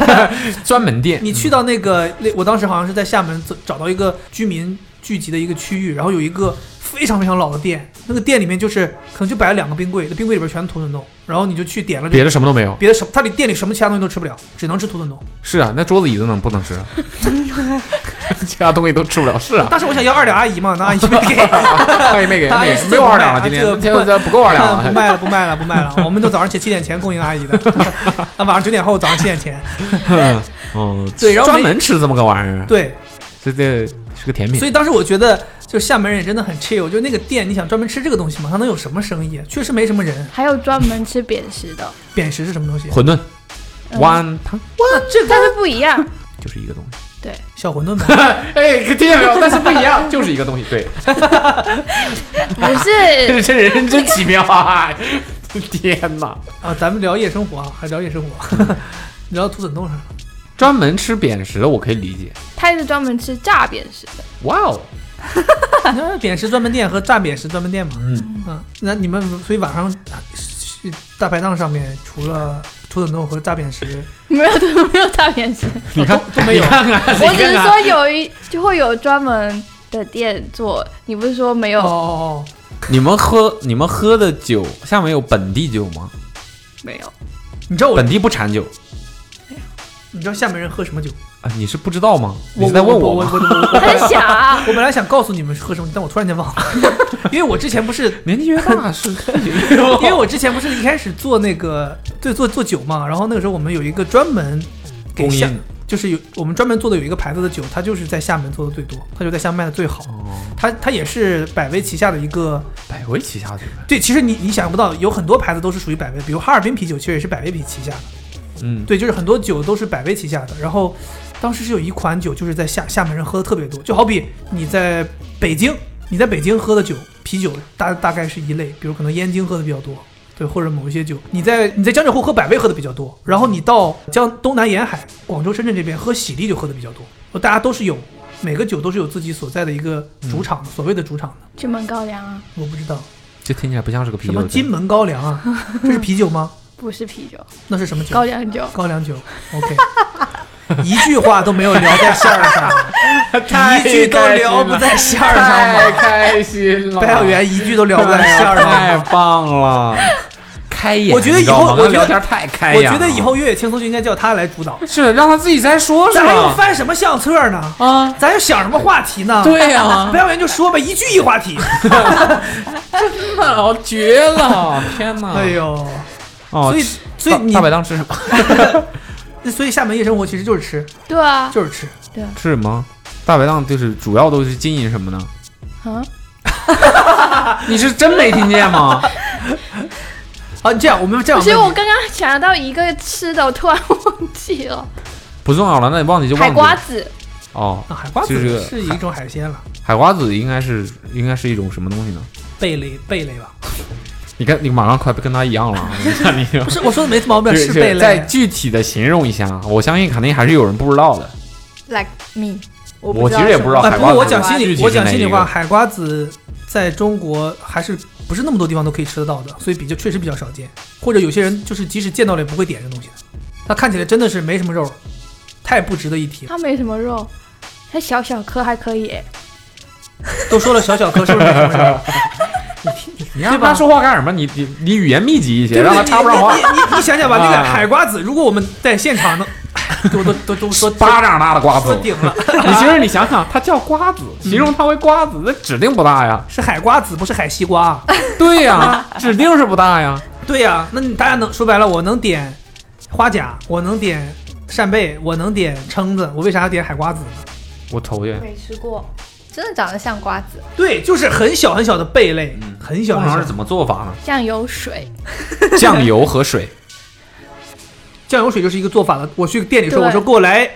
Speaker 4: 专门店。
Speaker 6: 你去到那个，类我当时好像是在厦门走找到一个居民聚集的一个区域，然后有一个非常非常老的店，那个店里面就是可能就摆了两个冰柜，那冰柜里边全是土笋冻，然后你就去点了这个、
Speaker 4: 别的什么都没有
Speaker 6: 别的什么，他里店里什么其他东西都吃不了，只能吃土笋冻。
Speaker 4: 是啊，那桌子椅子能不能吃？ 其他东西都吃不了。 是 啊，
Speaker 6: 当时我想要二两阿姨嘛，那阿姨没给， 阿
Speaker 4: 姨没给
Speaker 6: 阿姨
Speaker 4: 没
Speaker 6: 是
Speaker 4: 没有二两了
Speaker 6: 不卖
Speaker 4: 今天
Speaker 6: 这个
Speaker 4: 今天这不够二 两了
Speaker 6: 不卖了，不卖了，不卖了。我们都早上起七点前供应阿姨的，那晚上九点后，早上七点前。
Speaker 4: 嗯，
Speaker 6: 对然后
Speaker 4: 专
Speaker 6: 没
Speaker 4: 门吃这么个玩意儿。
Speaker 6: 对，
Speaker 4: 这这是个甜品。
Speaker 6: 所以当时我觉得，就厦门人真的很 chill，就那个店，你想专门吃这个东西吗？他能有什么生意？确实没什么人。
Speaker 5: 还有专门吃扁食的，
Speaker 6: 扁食是什么东西？
Speaker 4: 馄饨、
Speaker 5: 嗯
Speaker 4: 碗汤
Speaker 6: 哇，这
Speaker 5: 但是不一样。
Speaker 4: 就是一个东西。
Speaker 5: 对，
Speaker 6: 小馄饨吧。
Speaker 4: 哎，听见没有？但是不一样，就是一个东西。对，
Speaker 5: 不是
Speaker 4: 这人真奇妙啊！ 天哪，
Speaker 6: 啊，咱们聊夜生活啊，还聊夜生 活，聊土笋冻上了。
Speaker 4: 专门吃扁食的我可以理解。
Speaker 5: 他是专门吃炸扁食的。
Speaker 4: 哇哦，
Speaker 6: 那扁食专门店和炸扁食专门店嘛。
Speaker 4: 嗯
Speaker 6: 嗯，那你们所以晚上啊去大排档上面除了土笋冻和炸扁食，
Speaker 5: 没有对，没有大扁 食，
Speaker 6: 你看都没有。
Speaker 5: 我只
Speaker 6: 啊
Speaker 5: 是说有一就会有专门的店做。你不是说没有？
Speaker 6: 哦，
Speaker 4: 你们喝你们喝的酒，厦门有本地酒吗？
Speaker 5: 没有。
Speaker 6: 你知道我
Speaker 4: 本地不产酒
Speaker 6: 你知道厦门人喝什么酒？
Speaker 4: 啊？你是不知道吗？你
Speaker 6: 我
Speaker 4: 是在问
Speaker 6: 我我
Speaker 4: 吗？
Speaker 6: 我我我
Speaker 5: 很想啊
Speaker 6: 我本来想告诉你们是喝什么，但我突然间忘了， 因为我之前不是
Speaker 4: 年纪越大是，
Speaker 6: 因为我之前不是一开始做那个对做做酒嘛，然后那个时候我们有一个专门给
Speaker 4: 供
Speaker 6: 厦
Speaker 4: 应，
Speaker 6: 就是有我们专门做的有一个牌子的酒，它就是在厦门做的最多，它就在厦门卖的最好，它它也是百威旗下的一个
Speaker 4: 哦百威旗下的
Speaker 6: 对，其实你你想不到，有很多牌子都是属于百威，比如哈尔滨啤酒其实也是百威啤旗下的。
Speaker 4: 嗯，
Speaker 6: 对，就是很多酒都是百威旗下的。然后当时是有一款酒，就是在厦厦门人喝的特别多，就好比你在北京，你在北京喝的酒，啤酒大大概是一类，比如可能燕京喝的比较多。对，或者某一些酒，你在你在江浙沪喝百威喝的比较多，然后你到江东南沿海、广州、深圳这边喝喜力就喝的比较多，大家都是有每个酒都是有自己所在的一个主场，所谓的主场的，
Speaker 5: 去门高 粱啊，
Speaker 6: 我不知道
Speaker 4: 这听起来不像是个啤
Speaker 6: 什
Speaker 4: 酒
Speaker 6: 么
Speaker 4: 的
Speaker 6: 金
Speaker 4: 店。
Speaker 6: 门高粱啊，这是啤酒吗？
Speaker 5: 不是啤酒，
Speaker 6: 那是什么酒？
Speaker 5: 高粱酒。
Speaker 6: 高粱酒。OK，一句话都没有聊在线儿 上，一句都聊不在线儿
Speaker 4: 太
Speaker 6: 上吗？
Speaker 4: 开心了！
Speaker 6: 白小圆一句都聊不在线儿
Speaker 4: 太
Speaker 6: 上吗。
Speaker 4: 棒了，开眼！
Speaker 6: 我觉得以后
Speaker 4: 你知道吗
Speaker 6: 我觉得
Speaker 4: 聊天太开
Speaker 6: 我
Speaker 4: 眼了。
Speaker 6: 觉得以后越野轻松就应该叫他来主导，
Speaker 4: 是让他自己再说说
Speaker 6: 咱还用翻什么相册呢？
Speaker 4: 啊。
Speaker 6: 咱又想什么话题呢？
Speaker 4: 对 呀
Speaker 6: 白小圆就说吧，一句一话 题。
Speaker 4: 好绝了！天哪！
Speaker 6: 哎呦，
Speaker 4: 哦，
Speaker 6: 所以
Speaker 4: 吃
Speaker 6: 所以
Speaker 4: 大
Speaker 6: 你
Speaker 4: 大排档吃什么？
Speaker 6: 所以厦门夜生活其实就是吃，
Speaker 5: 对啊，
Speaker 6: 就是吃。
Speaker 4: 吃什么？大排档就是主要都是经营什么呢？
Speaker 5: 啊，
Speaker 4: 你是真没听见吗？
Speaker 6: 好，你这样，我们这样
Speaker 5: 不
Speaker 6: 问
Speaker 5: 是
Speaker 6: 你，
Speaker 5: 我刚刚想到一个吃的，我突然忘记了，
Speaker 4: 不重要了，那你忘记就忘
Speaker 5: 海
Speaker 4: 记。
Speaker 5: 瓜子。
Speaker 4: 哦，
Speaker 6: 啊海瓜
Speaker 4: 就
Speaker 6: 子
Speaker 4: 是
Speaker 6: 是一种海鲜了，
Speaker 4: 海瓜子应该是应该是一种什么东西呢？
Speaker 6: 贝类贝类吧？
Speaker 4: 你看，你马上快跟他一样了啊。
Speaker 6: 不是，我说的没毛病，
Speaker 4: 对
Speaker 6: 是
Speaker 4: 对
Speaker 6: 贝类。
Speaker 4: 再具体的形容一下，我相信肯定还是有人不知道的。
Speaker 7: Like me，我
Speaker 4: 我其实也不知道
Speaker 6: 哎，
Speaker 4: 海
Speaker 6: 不
Speaker 4: 瓜
Speaker 6: 过
Speaker 4: 子
Speaker 6: 我讲心
Speaker 4: 具
Speaker 6: 里
Speaker 4: 体，是
Speaker 6: 我讲
Speaker 4: 哪
Speaker 6: 心
Speaker 4: 一
Speaker 6: 里话，
Speaker 4: 个
Speaker 6: 海瓜子在中国还是不是那么多地方都可以吃得到的，所以比较确实比较少见。或者有些人就是即使见到了也不会点这东西的，它看起来真的是没什么肉，太不值得一提了。
Speaker 5: 它没什么肉，它小小颗还可以。
Speaker 6: 都说了小小颗，是不是没什么 肉？
Speaker 4: 你让
Speaker 6: 对吧
Speaker 4: 他说话干什么？你你你语言密集一些，
Speaker 6: 对不
Speaker 4: 让
Speaker 6: 对
Speaker 4: 他插不上话
Speaker 6: 你。你你你想想吧，那个
Speaker 4: 啊
Speaker 6: 海瓜子，如果我们在现场能，都都都都说
Speaker 4: 巴掌大的瓜
Speaker 6: 说
Speaker 4: 子，
Speaker 6: 顶了，
Speaker 4: 你其 实你想想，它叫瓜子，形容它为瓜子，那指定不大呀。
Speaker 6: 是海瓜子，不是海西瓜。啊
Speaker 4: 对呀、指定是不大呀。
Speaker 6: 对呀、那你大家能说白了，我能点花甲，我能点扇贝，我能点蛏子，我为啥要点海瓜子呢？
Speaker 4: 我头晕，
Speaker 7: 没吃过，真的长得像瓜子，
Speaker 6: 对，就是很小很小的贝类，很小
Speaker 4: 通
Speaker 6: 很
Speaker 4: 常
Speaker 6: 小
Speaker 4: 是怎么做法呢？
Speaker 5: 酱油 水，
Speaker 4: 酱油和水，
Speaker 6: 酱油水就是一个做法的。我去店里说，
Speaker 5: 对
Speaker 6: 我说给我来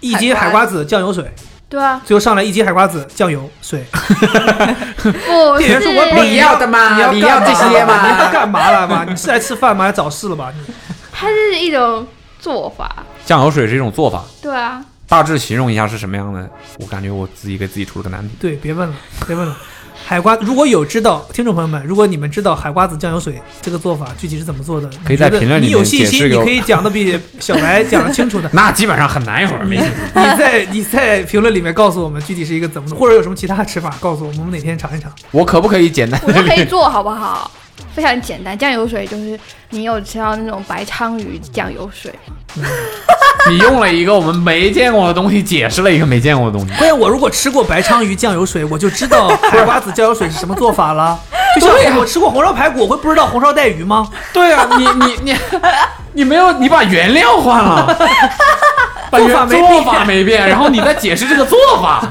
Speaker 6: 一斤海
Speaker 7: 海瓜
Speaker 6: 瓜子酱油水，
Speaker 5: 对啊，
Speaker 6: 最后上来一斤海瓜子酱油水。
Speaker 5: 不
Speaker 6: 店员
Speaker 5: 是
Speaker 6: 说我不要
Speaker 4: 的吗
Speaker 6: 你要干嘛你要干嘛了吗？你是来吃饭吗？来找事了吧？你
Speaker 5: 它是一种做法，
Speaker 4: 酱油水是一种做法，
Speaker 5: 对啊，
Speaker 4: 大致形容一下是什么样的？我感觉我自己给自己出了个难题。
Speaker 6: 对，别问了，别问了。海瓜，如果有知道听众朋友们，如果你们知道海瓜子酱油水这个做法具体是怎么做的，
Speaker 4: 可以在
Speaker 6: 你觉得
Speaker 4: 评论里
Speaker 6: 你有
Speaker 4: 面
Speaker 6: 信
Speaker 4: 解释
Speaker 6: 心，
Speaker 4: 给
Speaker 6: 你
Speaker 4: 我。
Speaker 6: 可以讲的比小白讲的清楚的
Speaker 4: 那基本上很难一会儿没
Speaker 6: 你
Speaker 4: 信
Speaker 6: 你在你在评论里面告诉我们具体是一个怎么做，或者有什么其他吃法告诉我们，我们哪天尝一尝。
Speaker 4: 我可不可以简单？
Speaker 5: 我们可以做好不好？ 非常简单，酱油水就是你有吃到那种白鲳鱼酱油水吗？
Speaker 4: 你用了一个我们没见过的东西，解释了一个没见过的东西。
Speaker 6: 关键我如果吃过白鲳鱼酱油水，我就知道海瓜子酱油水是什么做法了。就像我吃过红烧排骨，我会不知道红烧带鱼吗？
Speaker 4: 啊对啊，你你你 你没有，你把原料换了，把
Speaker 6: 做法
Speaker 4: 原
Speaker 6: 没
Speaker 4: 做法没 变，然后你再解释这个做法，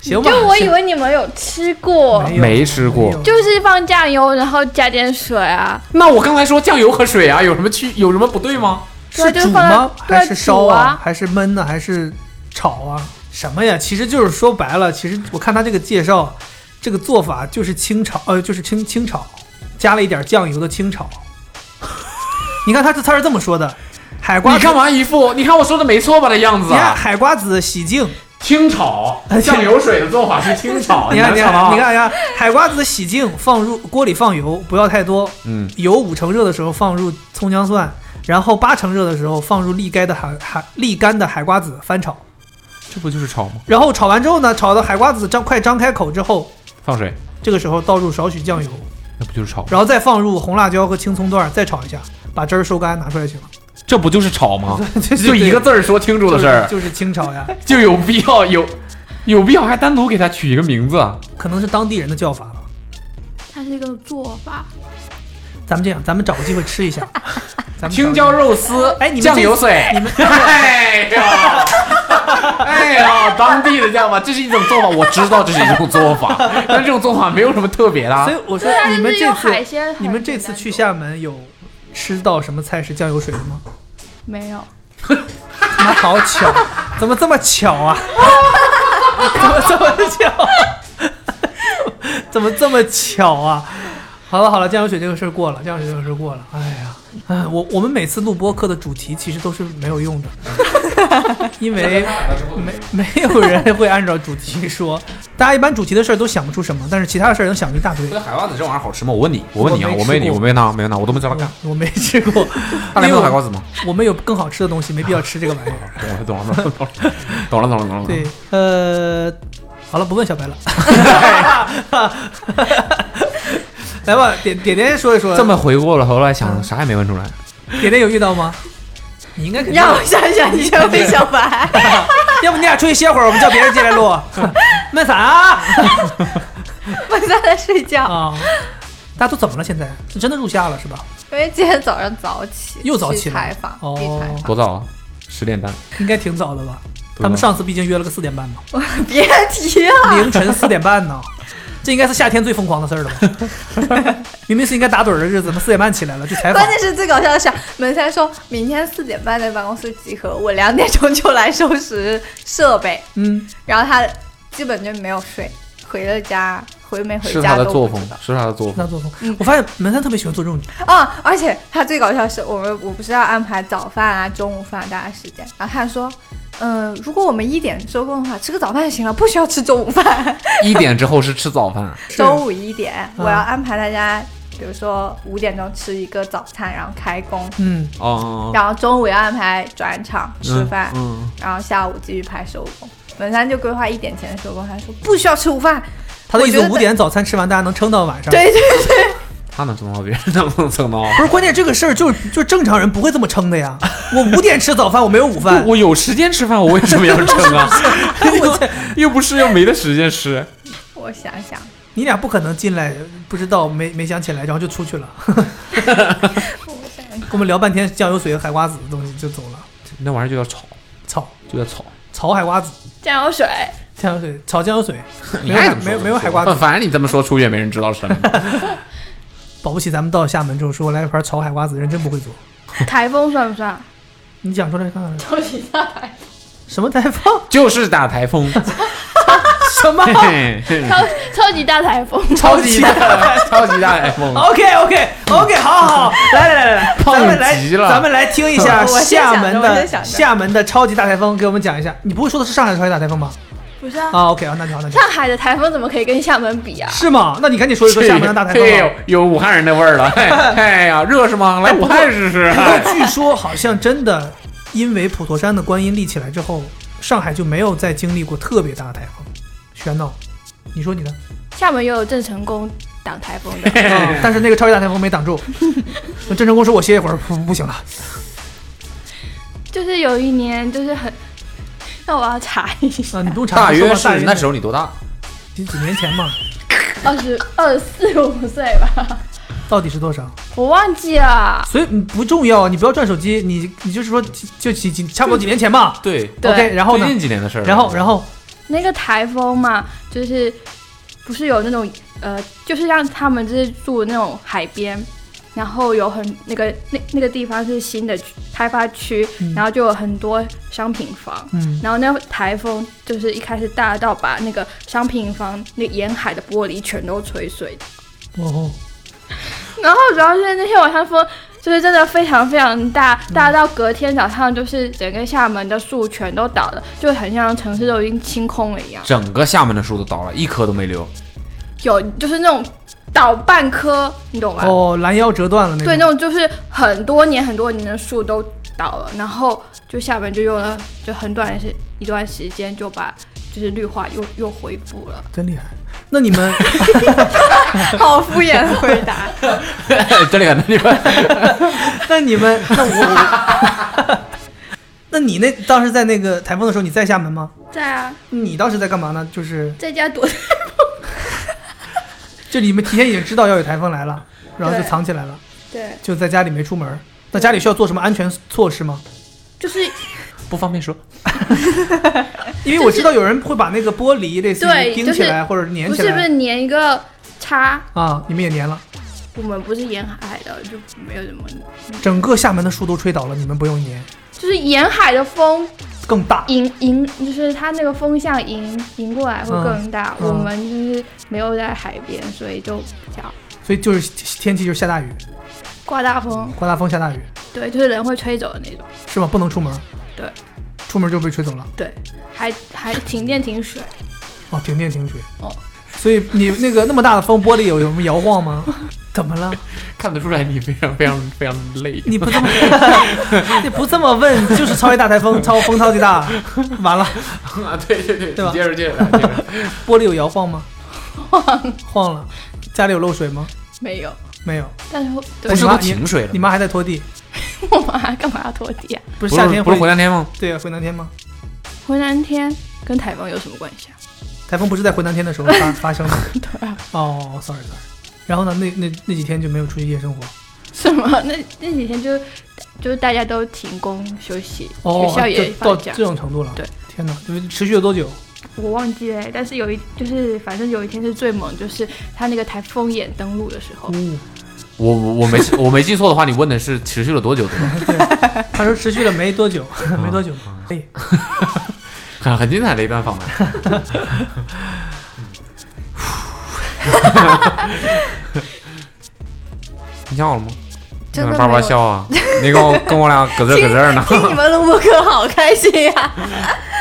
Speaker 6: 行吧，
Speaker 5: 就我
Speaker 6: 行
Speaker 5: 以为你们有吃过，
Speaker 6: 没有
Speaker 4: 吃
Speaker 6: 过没有
Speaker 5: 就是放酱油，然后加点水啊，
Speaker 4: 那我刚才说酱油和水啊，有什么区有什么不对吗？
Speaker 5: 对啊
Speaker 6: 是
Speaker 5: 就是
Speaker 6: 煮
Speaker 5: 放在
Speaker 6: 吗？
Speaker 5: 对
Speaker 6: 还是烧
Speaker 5: 煮啊
Speaker 6: 还是焖呢？还是炒啊？什么呀？其实就是说白了，其实我看他这个介绍，这个做法就是清炒，呃，就是清清炒，加了一点酱油的清炒。 你看他这他是这么说的，海瓜
Speaker 4: 你
Speaker 6: 子
Speaker 4: 干嘛一副你看我说的没错吧的样子
Speaker 6: 你看
Speaker 4: 啊？
Speaker 6: 海瓜子洗净，哎
Speaker 4: 清炒酱油水的做法是清炒，
Speaker 6: 你看
Speaker 4: 能
Speaker 6: 你
Speaker 4: 想到
Speaker 6: 看你看你看，海瓜子洗净，放入锅里放油，不要太多，
Speaker 4: 嗯，
Speaker 6: 油五成热的时候放入葱姜蒜，然后八成热的时候放入沥干的海海沥干的海瓜子翻炒。
Speaker 4: 这不就是炒吗？
Speaker 6: 然后炒完之后呢，炒到海瓜子张快张开口之后，
Speaker 4: 放水，
Speaker 6: 这个时候倒入少许酱油，
Speaker 4: 那不就是炒吗？
Speaker 6: 然后再放入红辣椒和青葱段儿，再炒一下，把汁儿收干，拿出来就行了。
Speaker 4: 这不就是炒 吗？
Speaker 6: 这
Speaker 4: 就一个字儿说清楚的事儿，
Speaker 6: 就是清炒呀，
Speaker 4: 就有必要有有必要还单独给它取一个名字啊？
Speaker 6: 可能是当地人的叫法了。
Speaker 5: 它是一个做法。
Speaker 6: 咱们这样，咱们找个机会吃 一下。咱们
Speaker 4: 青
Speaker 6: 找
Speaker 4: 椒肉丝，
Speaker 6: 哎你们
Speaker 4: 酱
Speaker 6: 这
Speaker 4: 油水，
Speaker 6: 你们
Speaker 4: 哎呀，哎呀，当地的酱吧，这是一种做法，我知道这是一种做 法，但这种做法没有什么特别的
Speaker 6: 一个
Speaker 4: 啊
Speaker 6: 所。以我说
Speaker 5: 但是
Speaker 6: 你们这
Speaker 5: 用海
Speaker 6: 次
Speaker 5: 鲜，
Speaker 6: 你们这次去厦门有吃到什么菜是酱油水的吗？
Speaker 5: 没有？
Speaker 6: 妈好巧，怎么这么巧啊？怎么这么巧？ 怎么这么巧啊？好了好了，酱油水这个事儿过了，酱油水这个事儿过了。哎呀，哎，我我们每次录播客的主题其实都是没有用的， 因为没没有人会按照主题说，大家一般主题的事儿都想不出什么，但是其他的事儿能想一大堆。
Speaker 4: 觉得海瓜子这玩意儿好吃吗？我问你，我问你啊，
Speaker 6: 我没
Speaker 4: 我问你，
Speaker 6: 吃过
Speaker 4: 我没拿，没拿，我都没知道它干。
Speaker 6: 我没吃过，
Speaker 4: 大连没有海瓜子吗？
Speaker 6: 我们有更好吃的东西，没必要吃这个玩意儿。
Speaker 4: 懂了，懂了，懂了，懂了，懂了，懂了。
Speaker 6: 对，呃，好了，不问小白了。 来吧，点点点说一说，
Speaker 4: 这么回过了，后来想啥也没问出来。
Speaker 6: 点点有遇到吗？你应该肯定
Speaker 7: 让
Speaker 6: 有，
Speaker 7: 我想想，你先问小白。
Speaker 6: 要不你俩出去歇会儿，我们叫别人进来 录。那啥啊
Speaker 7: 我在那睡觉，
Speaker 6: 啊，大家都怎么了？现在是真的入夏了是吧？
Speaker 7: 因为今天早上早起，
Speaker 6: 又早起
Speaker 7: 去
Speaker 6: 了
Speaker 7: 采访，
Speaker 6: 哦
Speaker 7: 去采访
Speaker 4: 多早啊？十点半。
Speaker 6: 应该挺早的吧？
Speaker 4: 对
Speaker 6: 他们
Speaker 4: 吧
Speaker 6: 上次毕竟约了个四点半嘛，
Speaker 7: 别提了，
Speaker 6: 凌晨四点半呢。这应该是夏天最疯狂的事儿了吧？明明是应该打盹儿的日子，怎么四点半起来了去采访
Speaker 7: 关？键是最搞笑的是，门三说明天四点半在办公室集合，我两点钟就来收拾设备，
Speaker 6: 嗯，
Speaker 7: 然后他基本就没有睡，回了家回没回
Speaker 4: 是他
Speaker 7: 家
Speaker 4: 的
Speaker 7: 都
Speaker 4: 作
Speaker 7: 不
Speaker 4: 风
Speaker 7: 知道，。
Speaker 4: 是他的作
Speaker 6: 那
Speaker 4: 风。
Speaker 6: 做
Speaker 7: 嗯
Speaker 6: 风。我发现门三特别喜欢做这种
Speaker 7: 啊、而且他最搞笑的是，我们我不是要安排早饭啊、中午饭啊大家时间，然后他说，嗯、如果我们一点收工的话，吃个早饭就行了，不需要吃中午饭。
Speaker 4: 一点之后是嗯吃早 饭，
Speaker 7: 周五一点，我要安排大家，比如说五点钟吃一个早餐，然后开工，
Speaker 6: 嗯，
Speaker 4: 哦，
Speaker 7: 然后中午要安排转场吃饭，
Speaker 4: 嗯，
Speaker 7: 然后下午继续拍收工。文山就规划一点前收工，他说不需要吃午饭。
Speaker 6: 他的意
Speaker 7: 我
Speaker 6: 思
Speaker 7: 觉得
Speaker 6: 五点早餐吃完，大家能撑到晚上。，
Speaker 7: 对对，
Speaker 4: 他能蹭到别人，能不能蹭到？
Speaker 6: 不是关键，这个事儿就是就是正常人不会这么撑的呀。我五点吃早饭，我没有午饭，
Speaker 4: 我有时间吃饭，我为什么要撑 啊？ 又不是又没得时间吃，
Speaker 7: 我想 想，
Speaker 6: 你俩不可能进来不知道没没想起来，然后就出去了。 跟我们聊半天酱油水和海瓜子的东西就走了，
Speaker 4: 那玩意儿就要炒，
Speaker 6: 炒
Speaker 4: 就要炒。
Speaker 6: 炒海瓜子，
Speaker 5: 酱油水，
Speaker 6: 酱油水炒酱油水，
Speaker 4: 你
Speaker 6: 没有
Speaker 4: 爱怎么说
Speaker 6: 没有
Speaker 4: 怎么
Speaker 6: 没有
Speaker 4: 说
Speaker 6: 海瓜子
Speaker 4: 反正你这么说出去也没人知道是什么。
Speaker 6: 保不齐咱们到厦门之后说来一盘炒海瓜子，人真不会做。
Speaker 5: 台风算不算？
Speaker 6: 你讲出来看看，
Speaker 5: 超级大牌，
Speaker 6: 什么台风？
Speaker 4: 就是打台 风，
Speaker 6: 什么
Speaker 5: 超超级大台风，
Speaker 4: 超级大， 超级大台风。
Speaker 6: ？OK OK OK，好好好，来来来来，咱们
Speaker 4: 胖
Speaker 6: 来
Speaker 4: 极了
Speaker 6: 咱们来听一下
Speaker 7: 我先想
Speaker 6: 厦
Speaker 7: 着
Speaker 6: 门
Speaker 7: 我先
Speaker 6: 的
Speaker 7: 想着
Speaker 6: 厦门的超级大台风，给我们讲一下。你不会说的是上海的超级大台风吧？
Speaker 5: 不是啊，
Speaker 6: 啊，OK 啊，那就好，那就好
Speaker 5: 上海的台风怎么可以跟厦门比啊？
Speaker 6: 是吗？那你赶紧说一说厦门的大台风
Speaker 4: 这
Speaker 6: 吧
Speaker 4: 有。有武汉人的味儿了。嘿哎呀，热是 哎吗？来武汉试试。
Speaker 6: 不过据说好像真的，因为普陀山的观音立起来之后，上海就没有再经历过特别大的台风。喧闹，你说 你的，
Speaker 5: 厦门也有郑成功挡台风的，
Speaker 6: 啊但是那个超级大台风没挡住。那郑成功说：“我歇一会儿，不不行了。
Speaker 5: 就是有一年就是很，那我要查一下，
Speaker 6: 啊，你不用查
Speaker 4: 大
Speaker 6: 说吧
Speaker 4: 约
Speaker 6: 大
Speaker 4: 是那时候你多大？
Speaker 6: 几几年前嘛，
Speaker 5: 二十二十四五岁吧，
Speaker 6: 到底是多少？
Speaker 5: 我忘记了。
Speaker 6: 所以嗯不重要，你不要转手机，你你就是说就几几差不多几年前吧。
Speaker 4: 对，
Speaker 5: 对
Speaker 6: OK，然后呢
Speaker 4: 最？近几年的事儿了。
Speaker 6: 然后然后
Speaker 5: 那个台风嘛，就是不是有那种呃，就是让他们就是住那种海边，然后有很那个那那个地方是新的区开发区，然后就有很多商品房。
Speaker 6: 嗯，
Speaker 5: 然后那台风就是一开始大到把那个商品房那沿海的玻璃全都吹碎的，
Speaker 6: 哦，
Speaker 5: 然后主要是那天晚上风就是真的非常非常大，大到隔天早上就是整个厦门的树全都倒了，就很像城市都已经清空了一样。
Speaker 4: 整个厦门的树都倒了，一棵都没留。
Speaker 5: 有就是那种倒半棵，你懂吧？
Speaker 6: 哦，拦腰折断了那
Speaker 5: 对，那
Speaker 6: 种。
Speaker 5: 种就是很多年很多年的树都倒了，然后就厦门就用了就很短的时一段时间就把就是绿化又又恢复了。
Speaker 6: 真厉害。那你们
Speaker 7: 好敷衍啊 的回答。
Speaker 4: 这里感觉你们
Speaker 6: 那你们，那我， 那你那当时在那个台风的时候，你在厦门吗？
Speaker 5: 在啊，
Speaker 6: 你当时在干嘛呢？就是
Speaker 5: 在家躲。
Speaker 6: 这你们提前已经知道要有台风来了，然后就
Speaker 5: 对
Speaker 6: 藏起来了，
Speaker 5: 对，
Speaker 6: 就在家里没出门。那家里需要做什么安全措施吗？
Speaker 5: 就是
Speaker 4: 不方 便说。
Speaker 6: 因为我知道有人会把那个玻璃类似于
Speaker 5: 对
Speaker 6: 钉
Speaker 5: 就
Speaker 6: 起
Speaker 5: 是
Speaker 6: 来或者粘
Speaker 5: 不
Speaker 6: 起
Speaker 5: 是不
Speaker 6: 来
Speaker 5: 是粘一个叉，
Speaker 6: 啊，你们也粘了。
Speaker 5: 我们不是沿海的，就没有什么，
Speaker 6: 整个厦门的树都吹倒了，你们不用粘，
Speaker 5: 就是沿海的风
Speaker 6: 更大。
Speaker 5: 迎迎，就是它那个风向迎迎过来会更大。
Speaker 6: 嗯嗯
Speaker 5: 我们就是没有在海边，所以就比较
Speaker 6: 所以就是天气就是下大雨，
Speaker 5: 刮大风，
Speaker 6: 刮大风下大雨，
Speaker 5: 对，就是人会吹走的那种。
Speaker 6: 是吗？不能出门。
Speaker 5: 对，
Speaker 6: 出门就被吹走了。
Speaker 5: 对，还还停电停水，
Speaker 6: 哦，停电停水。
Speaker 5: 哦，
Speaker 6: 所以你那个那么大的风，玻璃有有什么摇晃 吗？怎么了？
Speaker 4: 看得出来你非常非常非常累。
Speaker 6: 你不这么， 你不这么问，就是超级大台风，超风超级大，完了，
Speaker 4: 啊，对对对，
Speaker 6: 对吧
Speaker 4: 你接着接着来接着。
Speaker 6: 玻璃有摇晃吗？晃了，家里有漏水吗？
Speaker 5: 没有。
Speaker 6: 没有，
Speaker 5: 但是对
Speaker 6: 不是
Speaker 4: 都
Speaker 6: 吗
Speaker 4: 停水了
Speaker 6: 你妈还在拖地，
Speaker 5: 我妈干嘛要拖地啊？
Speaker 6: 不
Speaker 4: 不
Speaker 6: 是夏天
Speaker 4: 不是回南天吗？
Speaker 6: 对啊，回南天吗？
Speaker 5: 回南天跟台风有什么关系啊？
Speaker 6: 台风不是在回南天的时候 发发生的
Speaker 5: 对啊，
Speaker 6: 哦，sorry sorry。然后呢，那那那几天就没有出去夜生活，
Speaker 5: 什么？那那几天就就是大家都停工休息，
Speaker 6: 哦，
Speaker 5: 学校也
Speaker 6: 就
Speaker 5: 放
Speaker 6: 到
Speaker 5: 假
Speaker 6: 这，种程度了，
Speaker 5: 对，
Speaker 6: 天哪，就是持续了多久？
Speaker 5: 我忘记了。但是有一就是反正有一天是最猛，就是他那个台风眼登陆的时候，
Speaker 6: 哦，
Speaker 4: 我我我没记我没记错的话，你问的是持续了多久对吧？
Speaker 6: 他说持续了没多久，
Speaker 4: 嗯
Speaker 6: 没多久，可以。
Speaker 4: 很很精彩的一段访谈。
Speaker 6: 哎
Speaker 4: 你笑了吗？
Speaker 7: 真的
Speaker 4: 叭
Speaker 7: 没
Speaker 4: 叭
Speaker 7: 有
Speaker 4: 笑啊！你跟我跟我俩搁这搁这呢。
Speaker 7: 听你们录播课好开心呀！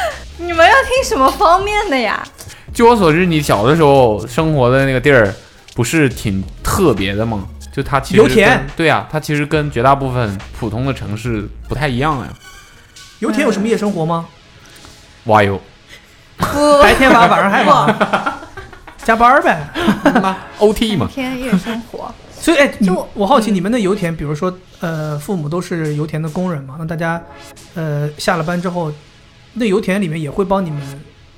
Speaker 7: 你们要听什么方面的呀？
Speaker 4: 据我所知，你小的时候生活的那个地儿不是挺特别的吗？就它其实
Speaker 6: 油田
Speaker 4: 跟，对啊，它其实跟绝大部分普通的城市不太一样呀。
Speaker 6: 油田有什么夜生活吗？
Speaker 4: 哇哟，
Speaker 7: 不，
Speaker 6: 白天玩，晚上还玩， 加班儿呗。 啊
Speaker 4: o t 嘛，
Speaker 7: 天夜生活，
Speaker 6: 所以，哎，你
Speaker 7: 就我
Speaker 6: 我好奇你们的油田，比如说，呃，父母都是油田的工人嘛，那大家，呃，下了班之后，那油田里面也会帮你们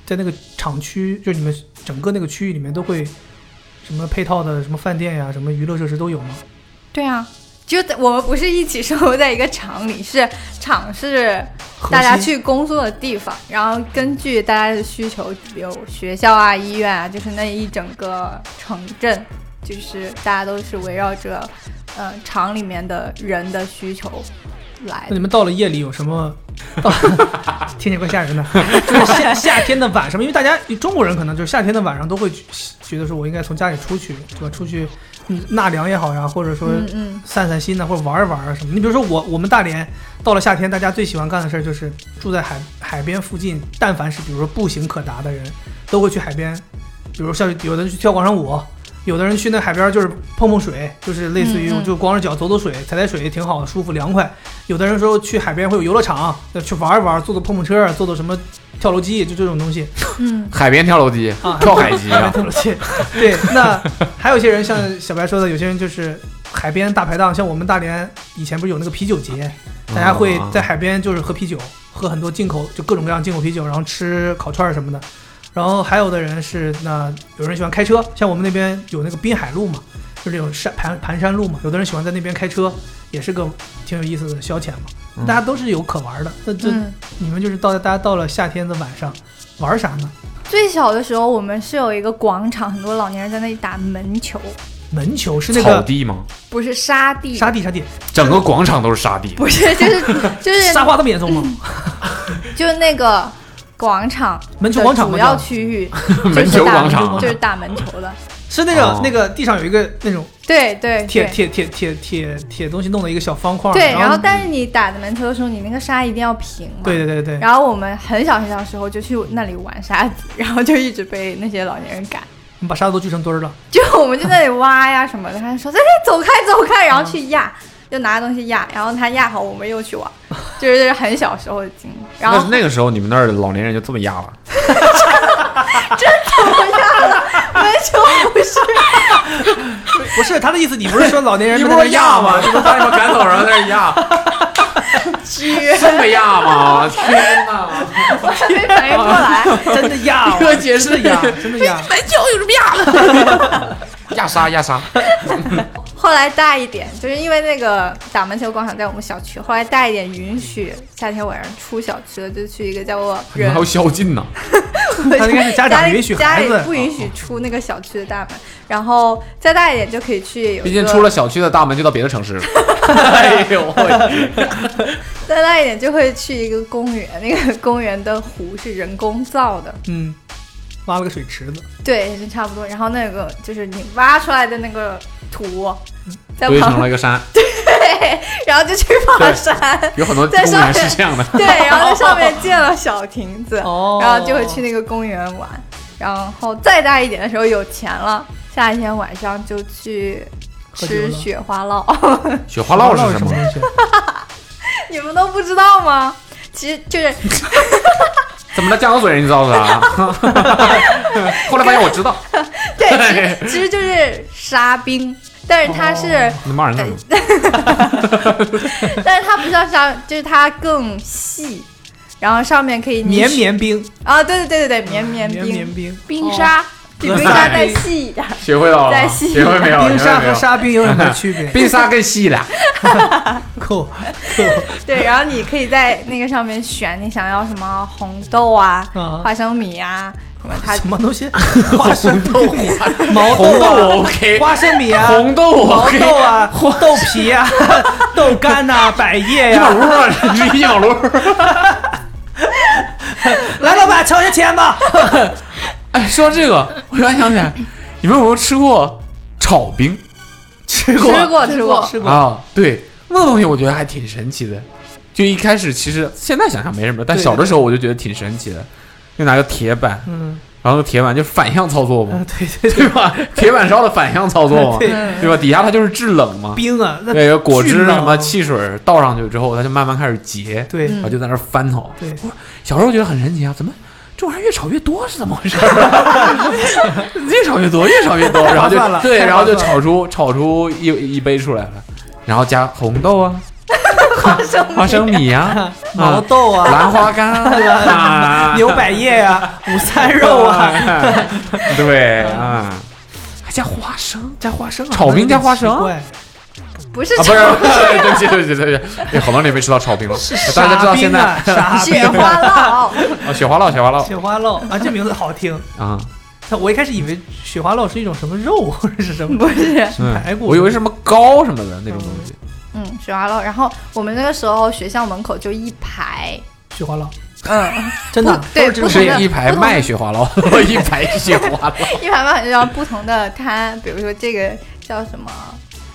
Speaker 6: 在那个厂区，就是你们整个那个区域里面都会什么配套的什么饭店呀、什么娱乐设施都有吗？
Speaker 7: 对啊，就我们不是一起生活在一个厂里，是厂是
Speaker 6: 核
Speaker 7: 大家
Speaker 6: 心
Speaker 7: 去工作的地方，然后根据大家的需求，有学校啊、医院啊，就是那一整个城镇，就是大家都是围绕着呃厂里面的人的需求来
Speaker 6: 那
Speaker 7: 的
Speaker 6: 你。们到了夜里有什么？到 听起来怪吓人的，就是夏夏天的晚上，因为大家中国人可能就是夏天的晚上都会觉觉得说，我应该从家里出去，对吧？出去嗯纳凉也好呀，或者说
Speaker 7: 嗯嗯，
Speaker 6: 散散心呐，或者玩一玩啊什么。你比如说我，我们大连到了夏天，大家最喜欢干的事儿就是住在海海海边附近，但凡是比如说步行可达的人，都会去海边，比如像有的人去跳广场舞，有的人去那海边就是碰碰水，就是类似于
Speaker 11: 嗯嗯
Speaker 6: 就光着脚走走水、踩踩水，挺好的，舒服凉快。有的人说去海边会有游乐场，要去玩一玩，坐坐碰碰车，坐坐什么跳楼机，就这种东西。
Speaker 7: 嗯，
Speaker 4: 海边跳楼机
Speaker 6: 啊，
Speaker 4: 跳海机啊，
Speaker 6: 对不起，对，那还有一些人像小白说的，有些人就是海边大排档，像我们大连以前不是有那个啤酒节，大家会
Speaker 4: 哦
Speaker 6: 在海边就是喝啤酒，喝很多进口就各种各样进口啤酒，然后吃烤串儿什么的。然后还有的人是那有人喜欢开车，像我们那边有那个滨海路嘛，就是有山盘盘山路嘛，有的人喜欢在那边开车，也是个挺有意思的消遣嘛。
Speaker 4: 嗯
Speaker 6: 大家都是有可玩的，那这、
Speaker 7: 嗯
Speaker 6: 你们就是到大家到了夏天的晚上玩啥呢？
Speaker 7: 最小的时候我们是有一个广场，很多老年人在那里打门球，
Speaker 6: 门球是那个
Speaker 4: 草地吗？
Speaker 7: 不是沙地，
Speaker 6: 沙地沙地，
Speaker 4: 整个广场都是沙地，
Speaker 7: 不是就是就是
Speaker 6: 沙化这么严重吗？
Speaker 7: 就是那个广场
Speaker 6: 门球广场
Speaker 7: 的
Speaker 6: 吗
Speaker 7: 主要区域，
Speaker 4: 门球广场
Speaker 7: 就是打门球的，
Speaker 6: 是那个、
Speaker 4: 哦
Speaker 6: 那个地上有一个那种
Speaker 7: 对对
Speaker 6: 铁
Speaker 7: 哎对。
Speaker 6: 铁铁铁铁铁东西弄的一个小方块，
Speaker 7: 对，
Speaker 6: 然
Speaker 7: 然后但是你打的门球的时候，你那个沙一定要平嘛。
Speaker 6: 对对对对，
Speaker 7: 然后我们很小很小的时候就去那里玩沙子，然后就一直被那些老年人赶，
Speaker 6: 你把沙子都锯成堆儿 了，
Speaker 7: 就我们就在那里挖呀什么的，他就说：“哎，走开走开！”然后去压，就拿东西压，然后他压好，我们又去玩，就是很小时候的经历。然
Speaker 4: 那
Speaker 7: 后
Speaker 4: 那个时候你们那儿的老年人就这么压了，
Speaker 7: 门球不是
Speaker 6: 不是他的意思，你不是说老 年人在那压
Speaker 4: 吗？你不把你们赶走，然后在那 压，这么压吗？天哪！
Speaker 7: 没反应过来，
Speaker 6: 真的压，
Speaker 4: 这解释
Speaker 6: 真的压，真的压，
Speaker 7: 门球有什么压的？
Speaker 4: 压沙压沙，
Speaker 7: 后来大一点，就是因为那个打门球广场在我们小区，后来大一点允许夏天晚上出小区了，就去一个叫 做
Speaker 4: 你们
Speaker 7: 人
Speaker 4: 还有宵 禁呢？
Speaker 6: 他应该是家长
Speaker 7: 里
Speaker 6: 允许
Speaker 7: 家
Speaker 6: 孩
Speaker 7: 里
Speaker 6: 子
Speaker 7: 不允许出那个小区的大门，然后再大一点就可以去有一个。
Speaker 4: 毕竟出了小区的大门就到别的城市了。哎呦喂！
Speaker 7: 再大一点就会去一个公园，那个公园的湖是人工造的，
Speaker 6: 嗯，挖了个水池子，
Speaker 7: 对，是差不多。然后那个就是你挖出来的那个土， 在
Speaker 4: 堆成
Speaker 7: 旁
Speaker 4: 了 一个山，
Speaker 7: 边，然后就去爬山，
Speaker 4: 有很多公
Speaker 7: 在上
Speaker 4: 园
Speaker 7: 面
Speaker 4: 是这样的。
Speaker 7: 对，然后在上面建了小亭子，
Speaker 6: 哦
Speaker 7: 然后就会去那个公园玩。然后再大一点的时候有钱了，夏天晚上就去
Speaker 6: 喝酒
Speaker 7: 吃
Speaker 6: 了
Speaker 7: 雪花酪。
Speaker 4: 雪花酪是什
Speaker 6: 什么
Speaker 4: 么？
Speaker 6: 东西？
Speaker 7: 你们都不知道吗？其实就是
Speaker 4: 怎么了？江口水你知道是 吧？后来发现我知道，
Speaker 7: 对，其实其实就是沙冰，但是它是，
Speaker 4: 你骂人干什么？
Speaker 7: 但是它不像沙，就是它更细，然后上面可以你
Speaker 6: 绵绵冰，哦
Speaker 7: 啊，对对对对对，绵绵
Speaker 6: 绵绵
Speaker 7: 冰
Speaker 6: 冰，哦
Speaker 7: 冰沙比冰沙再细一点，
Speaker 4: 学会了
Speaker 7: 再
Speaker 4: 吗，
Speaker 7: 细
Speaker 4: 学会没有？
Speaker 6: 冰
Speaker 4: 学会
Speaker 6: 沙
Speaker 4: 没有
Speaker 6: 和沙冰有什么区别？
Speaker 4: 冰沙更细了，
Speaker 6: 扣
Speaker 7: 对，然后你可以在那个上面选你想要什么红豆啊、
Speaker 6: 啊
Speaker 7: 花生米啊什么它
Speaker 6: 什么东西？花生豆、毛
Speaker 4: 红豆我
Speaker 6: 豆啊、
Speaker 4: OK，
Speaker 6: 花生米啊、
Speaker 4: 红豆我
Speaker 6: 毛
Speaker 4: OK，
Speaker 6: 豆啊、 豆 皮啊、豆干呐、百叶
Speaker 4: 一秒、
Speaker 6: 呀
Speaker 4: 撸啊，你是一秒啊撸。
Speaker 6: 来，老板，瞧些钱吧。
Speaker 4: 哎，说到这个，我突然想起来，你们有没有吃过炒冰？吃过
Speaker 7: 吃过吃过，
Speaker 6: 吃过，
Speaker 4: 啊，对，那个东西我觉得还挺神奇的。就一开始其实现在想想没什么，但
Speaker 6: 对
Speaker 4: 小的时候我就觉得挺神奇的。就拿个铁板，
Speaker 6: 嗯，
Speaker 4: 然后那铁板就反向操作嘛
Speaker 6: 啊，，对对对，
Speaker 4: 对吧？铁板烧的反向操作嘛，
Speaker 6: 对
Speaker 4: 对吧？底下它就是制冷嘛，
Speaker 6: 冰啊，那
Speaker 4: 那个哎果
Speaker 6: 巨
Speaker 4: 汁啊
Speaker 6: 冷
Speaker 4: 什么汽水倒上去之后，它就慢慢开始结，
Speaker 6: 对
Speaker 4: 然后就在那儿翻炒。
Speaker 6: 对
Speaker 4: 我说小时候觉得很神奇啊，怎么这玩意儿越炒越多是怎么回 事？越炒越多，越炒越多，然后
Speaker 6: 划算了
Speaker 4: 就对，
Speaker 6: 太划
Speaker 4: 然后就
Speaker 6: 算
Speaker 4: 炒出炒出一一杯出来了，然后加红豆啊，花生米啊，
Speaker 6: 毛
Speaker 4: 啊，
Speaker 6: 豆啊，
Speaker 4: 兰 花干啊，
Speaker 6: 牛百叶呀，午餐肉 啊，
Speaker 4: 啊，对啊，还加花生，
Speaker 6: 加花生啊，
Speaker 4: 炒冰加花生
Speaker 6: 奇怪
Speaker 7: 不是
Speaker 4: 啊，不是，不是 对不起，对不起，对不起，哎好多年没吃到炒冰了。大家知道现在
Speaker 6: 沙冰啊
Speaker 7: 雪花酪，
Speaker 4: 啊，雪花酪，雪花酪
Speaker 6: 雪花酪啊，这名字好听。
Speaker 4: 啊，
Speaker 6: 但我一开始以为雪花酪是一种什么肉，或者是什么
Speaker 7: 不是。
Speaker 6: 什么排骨，
Speaker 4: 嗯我以为是什么糕什么的那种东西。
Speaker 7: 嗯，雪花酪。然后我们那个时候学校门口就一排，
Speaker 6: 雪花酪，
Speaker 7: 嗯，
Speaker 6: 真的
Speaker 7: 不对
Speaker 6: 都是这
Speaker 7: 不
Speaker 6: 种
Speaker 7: 同
Speaker 4: 是
Speaker 7: 的
Speaker 4: 一排卖雪花酪， 一 排雪花酪，
Speaker 7: 一排卖很多不同的摊，比如说这个叫什么。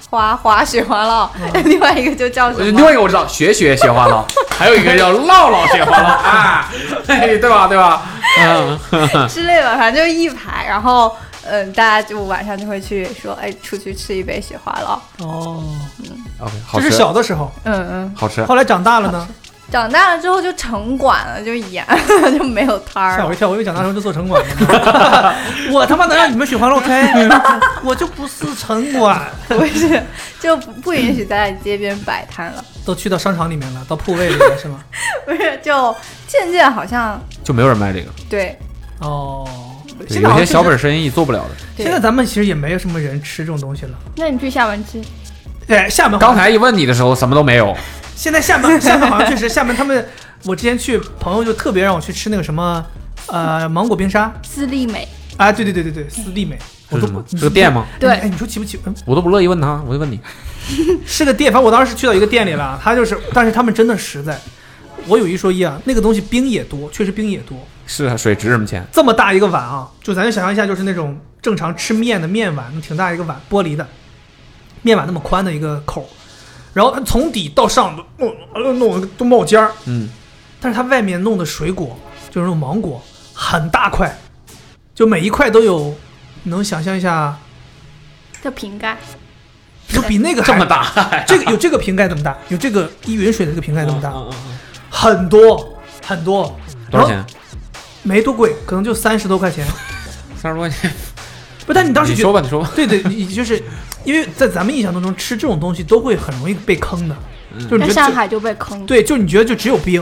Speaker 7: 滑滑雪滑烙， 另外一个就叫什么？
Speaker 4: 另外一个我知道，学学雪 花酪，还有一个叫唠唠雪花酪啊，嘿对吧？对吧？嗯，
Speaker 7: 之类的，反正就是一排，然后嗯，大家就晚上就会去说，哎，出去吃一杯雪花酪，
Speaker 6: 哦，
Speaker 4: OK，好
Speaker 6: 这
Speaker 4: 吃
Speaker 6: 是，小的时候，
Speaker 7: 嗯嗯。
Speaker 4: 好吃。
Speaker 6: 后来长大了呢，
Speaker 7: 长大了之后就城管了，就严了， 就没有摊儿
Speaker 6: 吓我
Speaker 7: 了
Speaker 6: 一。跳，我以为长大之后就做城管了， 我他妈能让你们雪花落开，我就不是城管，
Speaker 7: 不是， 就不不允许在街边摆摊了。
Speaker 6: 都去到商场里面了，到铺位里了是吗？
Speaker 7: 不是，就渐渐好像
Speaker 4: 就没有人卖这个，
Speaker 7: 对
Speaker 6: 哦，
Speaker 4: 对
Speaker 6: 现
Speaker 4: 有
Speaker 6: 在好
Speaker 4: 些
Speaker 6: 像
Speaker 4: 小
Speaker 6: 就是
Speaker 4: 本生意做不了的。
Speaker 7: 对
Speaker 6: 现在咱们其实也没有什么人吃这种东西了。
Speaker 5: 那你去厦门吃，
Speaker 6: 哎，厦门好
Speaker 4: 刚才一问你的时候，什么都没有，
Speaker 6: 现在厦门， 厦门好像 确实，厦门他们，我之前去朋友就特别让我去吃那个什么，呃，芒果冰沙
Speaker 5: 私立美，
Speaker 6: 啊，对对对对对，私立美，我
Speaker 4: 是
Speaker 6: 都
Speaker 4: 什
Speaker 6: 不
Speaker 4: 么？是个店吗？
Speaker 6: 哎，
Speaker 5: 对，
Speaker 6: 你说奇不奇？嗯
Speaker 4: 我都不乐意问他，我就问你，
Speaker 6: 是个店，反正我当时去到一个店里了，他就是，但是他们真的实在。我有一说一啊，那个东西冰也多，确实冰也多。
Speaker 4: 是啊，水值什么钱？
Speaker 6: 这么大一个碗啊，就咱就想象一下，就是那种正常吃面的面碗，那么挺大一个碗，玻璃的，面碗那么宽的一个口儿，然后它从底到上都弄呃弄得都冒尖儿，
Speaker 4: 嗯，
Speaker 6: 但是它外面弄的水果就是那种芒果，很大块，就每一块都有，你能想象一下，
Speaker 5: 这瓶盖，
Speaker 6: 就比那个还
Speaker 4: 这么，大，
Speaker 6: 这个有这个瓶盖这么大，有这个一云水的这个瓶盖这么大，
Speaker 4: 嗯嗯嗯
Speaker 6: 很多很多，
Speaker 4: 多少钱？？
Speaker 6: 没多贵，可能就三十多块钱。
Speaker 4: 三十多块钱。
Speaker 6: 不，但你当时
Speaker 4: 你
Speaker 6: 觉得
Speaker 4: 说吧，你说吧。
Speaker 6: 对对，你就是因为在咱们印象当中，吃这种东西都会很容易被坑的，
Speaker 4: 嗯
Speaker 6: 就是
Speaker 5: 在
Speaker 6: 你觉得
Speaker 5: 上
Speaker 6: 就
Speaker 5: 海就被坑，
Speaker 6: 嗯对，就你觉得就只有冰，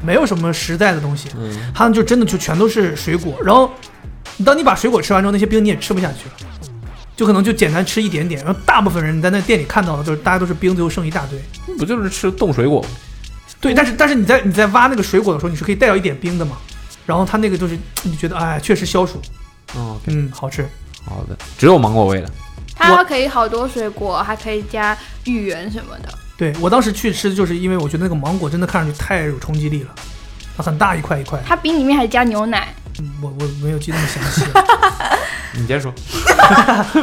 Speaker 6: 没有什么实在的东西，
Speaker 4: 嗯，
Speaker 6: 他们就真的就全都是水果。然后，当你把水果吃完之后，那些冰你也吃不下去了，就可能就简单吃一点点。然后大部分人你在那店里看到的，就是大家都是冰，最后剩一大堆。
Speaker 4: 不就是吃冻水果吗？
Speaker 6: 对，但是但是你在你在挖那个水果的时候，你是可以带到一点冰的嘛。然后它那个就是你觉得哎，确实消暑，
Speaker 4: 嗯，
Speaker 6: 嗯，好吃。
Speaker 4: 好的，只有芒果味的。
Speaker 5: 它可以好多水果，还可以加芋圆什么的。
Speaker 6: 对我当时去吃，就是因为我觉得那个芒果真的看上去太有冲击力了，它很大一块一块。
Speaker 5: 它冰里面还加牛奶，
Speaker 6: 嗯我我没有记那么详细。
Speaker 4: 你先说。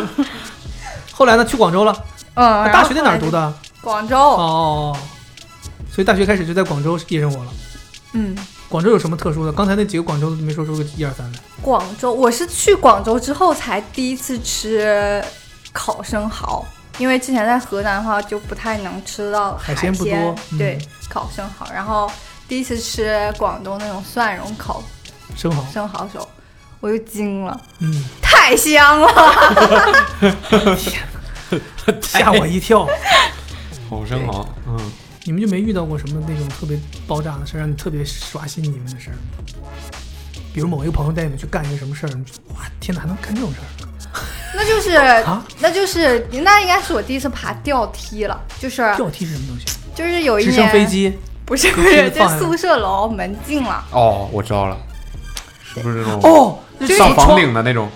Speaker 6: 后来呢，去广州了。
Speaker 7: 嗯，
Speaker 6: 那
Speaker 7: 然
Speaker 6: 大
Speaker 7: 后
Speaker 6: 学在哪
Speaker 7: 后
Speaker 6: 儿
Speaker 7: 来
Speaker 6: 读的？啊
Speaker 7: 就？广州。
Speaker 6: 哦，所以大学开始就在广州夜生活了。
Speaker 7: 嗯，
Speaker 6: 广州有什么特殊的？刚才那几个广州都没说出个一二三来。
Speaker 7: 广州，我是去广州之后才第一次吃烤生蚝，因为之前在河南的话就不太能吃到
Speaker 6: 海
Speaker 7: 鲜
Speaker 6: 鲜不多嗯
Speaker 7: 对，烤生蚝。然后第一次吃广东那种蒜蓉烤
Speaker 6: 生蚝，
Speaker 7: 生蚝的时候，我就惊了，
Speaker 6: 嗯，
Speaker 7: 太香了！
Speaker 6: 吓我一跳。
Speaker 4: 好生蚝，嗯，
Speaker 6: 你们就没遇到过什么那种特别爆炸的事儿，让你特别刷新你们的事儿吗？比如某一个朋友带你们去干一个什么事儿，你说哇天哪，还能干这种事儿
Speaker 7: 那就是，
Speaker 6: 啊？
Speaker 7: 那就是，那应该是我第一次爬吊梯了，就是
Speaker 6: 吊梯是什么东西？
Speaker 7: 就是有一
Speaker 6: 直
Speaker 7: 年
Speaker 6: 升飞机。
Speaker 7: 不是不
Speaker 6: 直接
Speaker 7: 是，就
Speaker 6: 放下
Speaker 7: 宿舍楼门禁了，
Speaker 4: 哦，我知道了，是不是那种
Speaker 6: 哦，就是
Speaker 4: 上
Speaker 6: 从
Speaker 4: 房
Speaker 6: 窗
Speaker 4: 顶的那种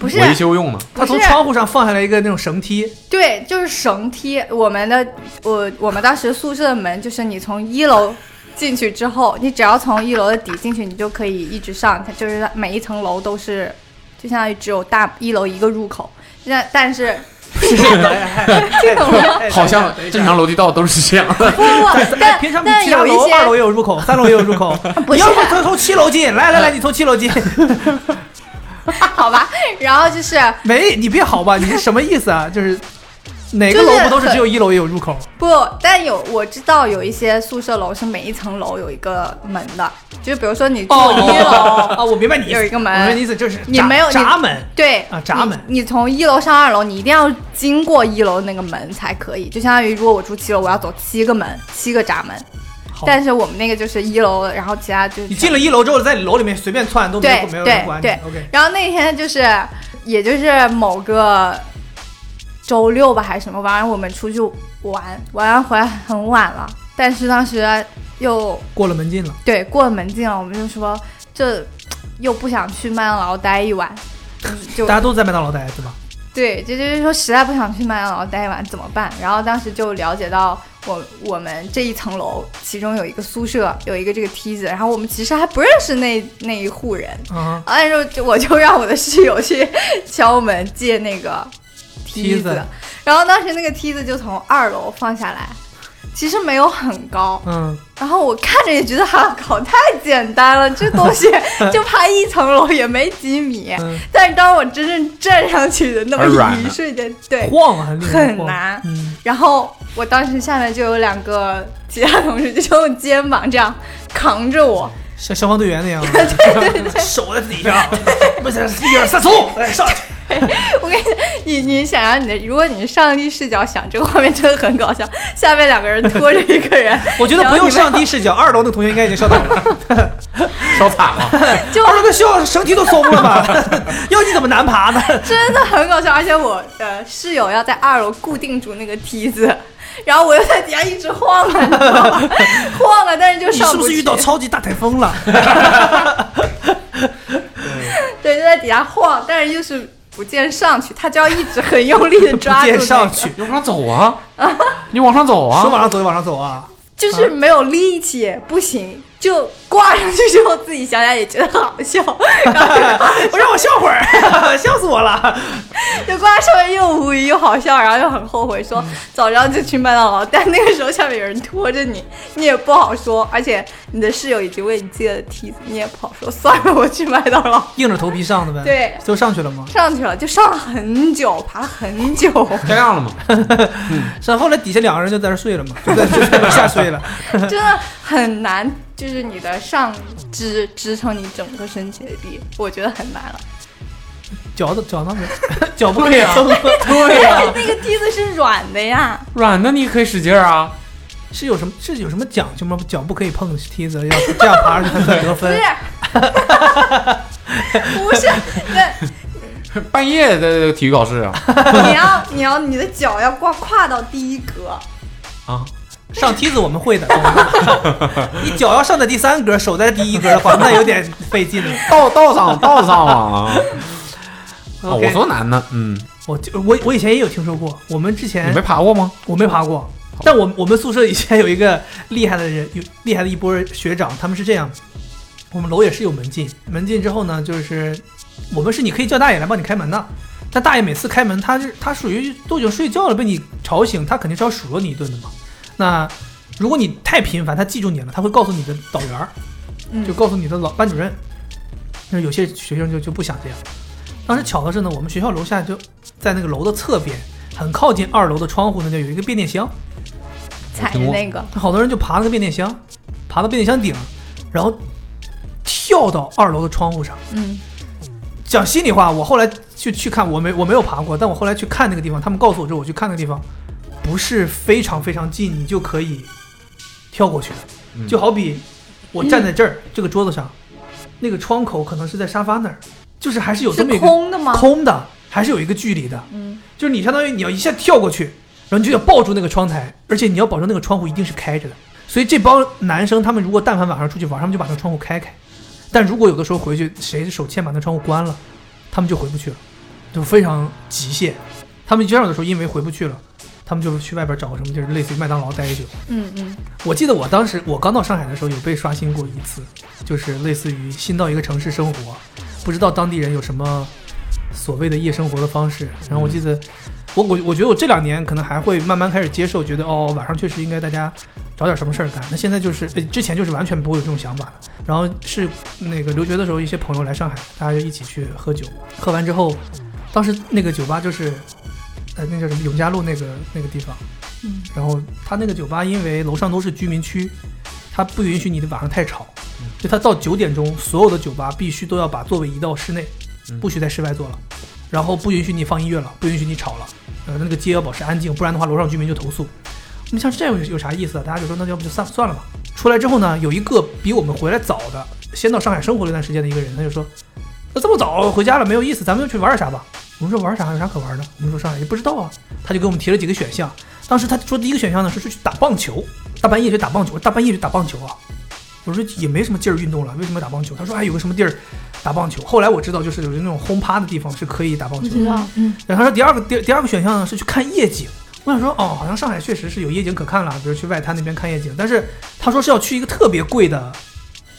Speaker 7: 不是
Speaker 4: 维修用的？
Speaker 6: 他从
Speaker 7: 不是
Speaker 6: 窗户上放下来一个那种绳梯，
Speaker 7: 对，就是绳梯。我们的我我们当时宿舍的门就是你从一楼进去之后，你只要从一楼的底进去，你就可以一直上，它就是每一层楼都是，就相当于只有大一楼一个入口。那但是
Speaker 6: 哎
Speaker 7: 听懂了吗？
Speaker 4: 好像正常楼梯道都是这样的。
Speaker 7: 不不，但
Speaker 6: 平常
Speaker 7: 但
Speaker 6: 其他
Speaker 7: 有一
Speaker 6: 楼
Speaker 7: 些啊
Speaker 6: 二楼也有入口，三楼也有入口。
Speaker 5: 不
Speaker 6: 你
Speaker 5: 是
Speaker 6: 要不从从七楼进，来来来，你从七 楼进，
Speaker 7: 好吧， 然后就是
Speaker 6: 没你别好吧？你是什么意思啊？就是哪个
Speaker 7: 就是
Speaker 6: 楼不都是只有一楼也有入口？
Speaker 7: 不，但有我知道有一些宿舍楼是每一层楼有一个门的，就是比如说你住一楼，
Speaker 6: 啊，我明白你意思
Speaker 7: 有一个门
Speaker 6: 我明白你意思就是
Speaker 7: 你
Speaker 6: 闸
Speaker 7: 没有你
Speaker 6: 闸门，
Speaker 7: 对
Speaker 6: 啊闸门
Speaker 7: 你，你从一楼上二楼，你一定要经过一楼那个门才可以。就相当于如果我住七楼，我要走七个门，七个闸门。
Speaker 6: 好
Speaker 7: 但是我们那个就是一楼，然后其他就是
Speaker 6: 你进了一楼之后，在楼里面随便窜都没
Speaker 7: 对
Speaker 6: 有没有人
Speaker 7: 对
Speaker 6: 管你。
Speaker 7: 对
Speaker 6: OK，
Speaker 7: 然后那天就是，也就是某个周六吧还是什么，晚上我们出去玩，玩完回来很晚了，但是当时又
Speaker 6: 过了门禁了，
Speaker 7: 对，过了门禁了，我们就说这又不想去麦当劳待一晚，就
Speaker 6: 大家都在麦当劳待对吧？
Speaker 7: 对，就就是说实在不想去麦当劳待一晚怎么办？然后当时就了解到我我们这一层楼其中有一个宿舍有一个这个梯子，然后我们其实还不认识那那一户人，
Speaker 6: 啊，
Speaker 7: 但 是我就我就让我的室友去敲门借那个
Speaker 6: 梯
Speaker 7: 子
Speaker 6: 子，
Speaker 7: 然后当时那个梯子就从二楼放下来，其实没有很高，
Speaker 6: 嗯，
Speaker 7: 然后我看着也觉得哈靠，太简单了，这 东西就爬一层楼也没几米。
Speaker 6: 嗯
Speaker 7: 但是当我真正站上去的那
Speaker 4: 而软
Speaker 7: 么
Speaker 4: 了
Speaker 7: 一瞬间，对，
Speaker 6: 晃啊，令人
Speaker 7: 很
Speaker 6: 晃，
Speaker 7: 难。
Speaker 6: 嗯，
Speaker 7: 然后我当时下面就有两个其他同事，就用肩膀这样扛着我，
Speaker 6: 像消防队员那 样，手在底 下，不是一二三冲，
Speaker 4: 哎
Speaker 6: 来上去，
Speaker 7: 我跟你，你你想象你的，如果你是上帝视角想，这个画面真的很搞笑。下面两个人 拖着一个人，
Speaker 6: 我觉得不
Speaker 7: 然后
Speaker 6: 用
Speaker 7: 你们
Speaker 6: 上帝视角，二楼那个同学应该已经笑惨了，
Speaker 4: 烧惨了，
Speaker 7: 就
Speaker 6: 二楼的笑绳梯都松了吧？要你怎么难爬呢？
Speaker 7: 真的很搞笑。而且我的室友要在二楼固定住那个梯子，然后我又在底下一直晃啊，你知道 吗晃啊，但是 就
Speaker 6: 你
Speaker 7: 上
Speaker 6: 是不是
Speaker 7: 去
Speaker 6: 遇到超级大台风了？
Speaker 7: 对，就在底下晃，但是就是不见上去，他就要一直很用力的抓住、那
Speaker 6: 不见
Speaker 7: 个，
Speaker 6: 上去，
Speaker 4: 你往上走啊，你往上走
Speaker 6: 说往
Speaker 4: 啊，
Speaker 6: 上走就往上走 啊！
Speaker 7: 就是没有力气，不行，就挂上去之后自己想想也觉得好笑，然后就
Speaker 6: 我让我笑会儿， 笑死我了！
Speaker 7: 就挂上面又无语又好笑，然后又很后悔说
Speaker 4: 嗯
Speaker 7: 早知道就去麦当劳，但那个时候下面有人拖着你，你也不好说，而且你的室友已经为你借了梯子，你也不好说算了，我去麦当劳。
Speaker 6: 硬着头皮上的
Speaker 4: 嗯
Speaker 6: 呗。
Speaker 7: 对
Speaker 6: 就上去了吗？
Speaker 7: 上去了就上了很久，爬了很久，
Speaker 4: 这样 了吗？
Speaker 6: 上啊后来底下两个人就在那儿睡了嘛，就在就在楼下睡了。
Speaker 7: 真的很难，就是你的上肢支撑你整个身体的力，我觉得很难了。
Speaker 6: 脚都脚上没，脚不可以蹬，
Speaker 4: 对啊呀、
Speaker 7: 那个梯子是软的呀，
Speaker 4: 软的你可以使劲儿啊，
Speaker 6: 是有什么是有什么讲究吗？脚不可以碰梯子，要这样爬上去才算得
Speaker 7: 不
Speaker 6: 分
Speaker 7: 是。，不是，那
Speaker 4: 半夜的体育考试啊
Speaker 7: 你要你要你的脚要挂跨到第一格，
Speaker 4: 啊，
Speaker 6: 上梯子我们会的， 你脚要上在第三格，手在第一格的话，那有点费劲了。
Speaker 4: 倒倒上倒上啊。啊，
Speaker 6: OK
Speaker 4: 我说难呢，嗯，
Speaker 6: 我就我我以前也有听说过，我们之前
Speaker 4: 你没爬过吗？
Speaker 6: 我没爬过， 但我我们宿舍以前有一个厉害的人，有厉害的一波学长，他们是这样，我们楼也是有门禁，门禁之后呢，就是我们是你可以叫大爷来帮你开门的，但大爷每次开门，他是他属于都已经睡觉了，被你吵醒，他肯定是要数落你一顿的嘛。那如果你太频繁，他记住你了，他会告诉你的导员儿，
Speaker 12: 嗯
Speaker 6: 就告诉你的老班主任。那有些学生就就不想这样。当时巧的是呢，我们学校楼下就在那个楼的侧边，很靠近二楼的窗户那就有一个变电箱，
Speaker 7: 踩着那个，
Speaker 6: 好多人就爬那个变电箱，爬到变电箱顶，然后跳到二楼的窗户上。
Speaker 7: 嗯，
Speaker 6: 讲心里话，我后来去去看，我没我没有爬过，但我后来去看那个地方，他们告诉我之后，我去看那个地方，不是非常非常近，你就可以跳过去
Speaker 7: 嗯
Speaker 6: 的。就好比我站在这儿、这个桌子上，那个窗口可能是在沙发那儿，就是还是有这
Speaker 7: 是
Speaker 6: 么一个
Speaker 7: 空的吗？
Speaker 6: 空的，还是有一个距离的。
Speaker 7: 嗯，
Speaker 6: 就是你相当于你要一下跳过去，然后你就要抱住那个窗台，而且你要保证那个窗户一定是开着的。所以这帮男生他们如果但凡晚上出去玩，他们就把那个窗户开开。但如果有的时候回去谁手欠把那窗户关了，他们就回不去了，就非常极限。他们经常有的时候因为回不去了，他们就去外边找个什么地儿，类似于麦当劳待一宿。
Speaker 7: 嗯嗯，
Speaker 6: 我记得我当时我刚到上海的时候有被刷新过一次，就是类似于新到一个城市生活，不知道当地人有什么所谓的夜生活的方式。然后我记得，我我我觉得我这两年可能还会慢慢开始接受，觉得哦晚上确实应该大家找点什么事儿干。那现在就是呃之前就是完全不会有这种想法的。然后是那个留学的时候，一些朋友来上海，大家就一起去喝酒，喝完之后，当时那个酒吧就是呃那叫什么永嘉路那个那个地方。然后他那个酒吧因为楼上都是居民区，他不允许你的晚上太吵，所以他到九点钟，所有的酒吧必须都要把座位移到室内，不许在室外坐了，然后不允许你放音乐了，不允许你吵了，呃，那个街要保持安静，不然的话楼上居民就投诉。我们像这样有有啥意思啊？大家就说那要不就散算了吧。出来之后呢，有一个比我们回来早的，先到上海生活了一段时间的一个人，他就说，那这么早回家了没有意思，咱们就去玩点啥吧。我们说玩啥？有啥可玩的？我们说上海也不知道啊。他就给我们提了几个选项，当时他说第一个选项呢是去打棒球，大半夜去打棒球，大半夜去打棒球啊。我说也没什么劲儿运动了，为什么打棒球？他说哎有个什么地儿打棒球。后来我知道就是有那种轰趴的地方是可以打棒球哦的。
Speaker 7: 道，嗯，
Speaker 6: 然后他说第二个第第二个选项呢是去看夜景。我想说哦，好像上海确实是有夜景可看了，比如去外滩那边看夜景。但是他说是要去一个特别贵的，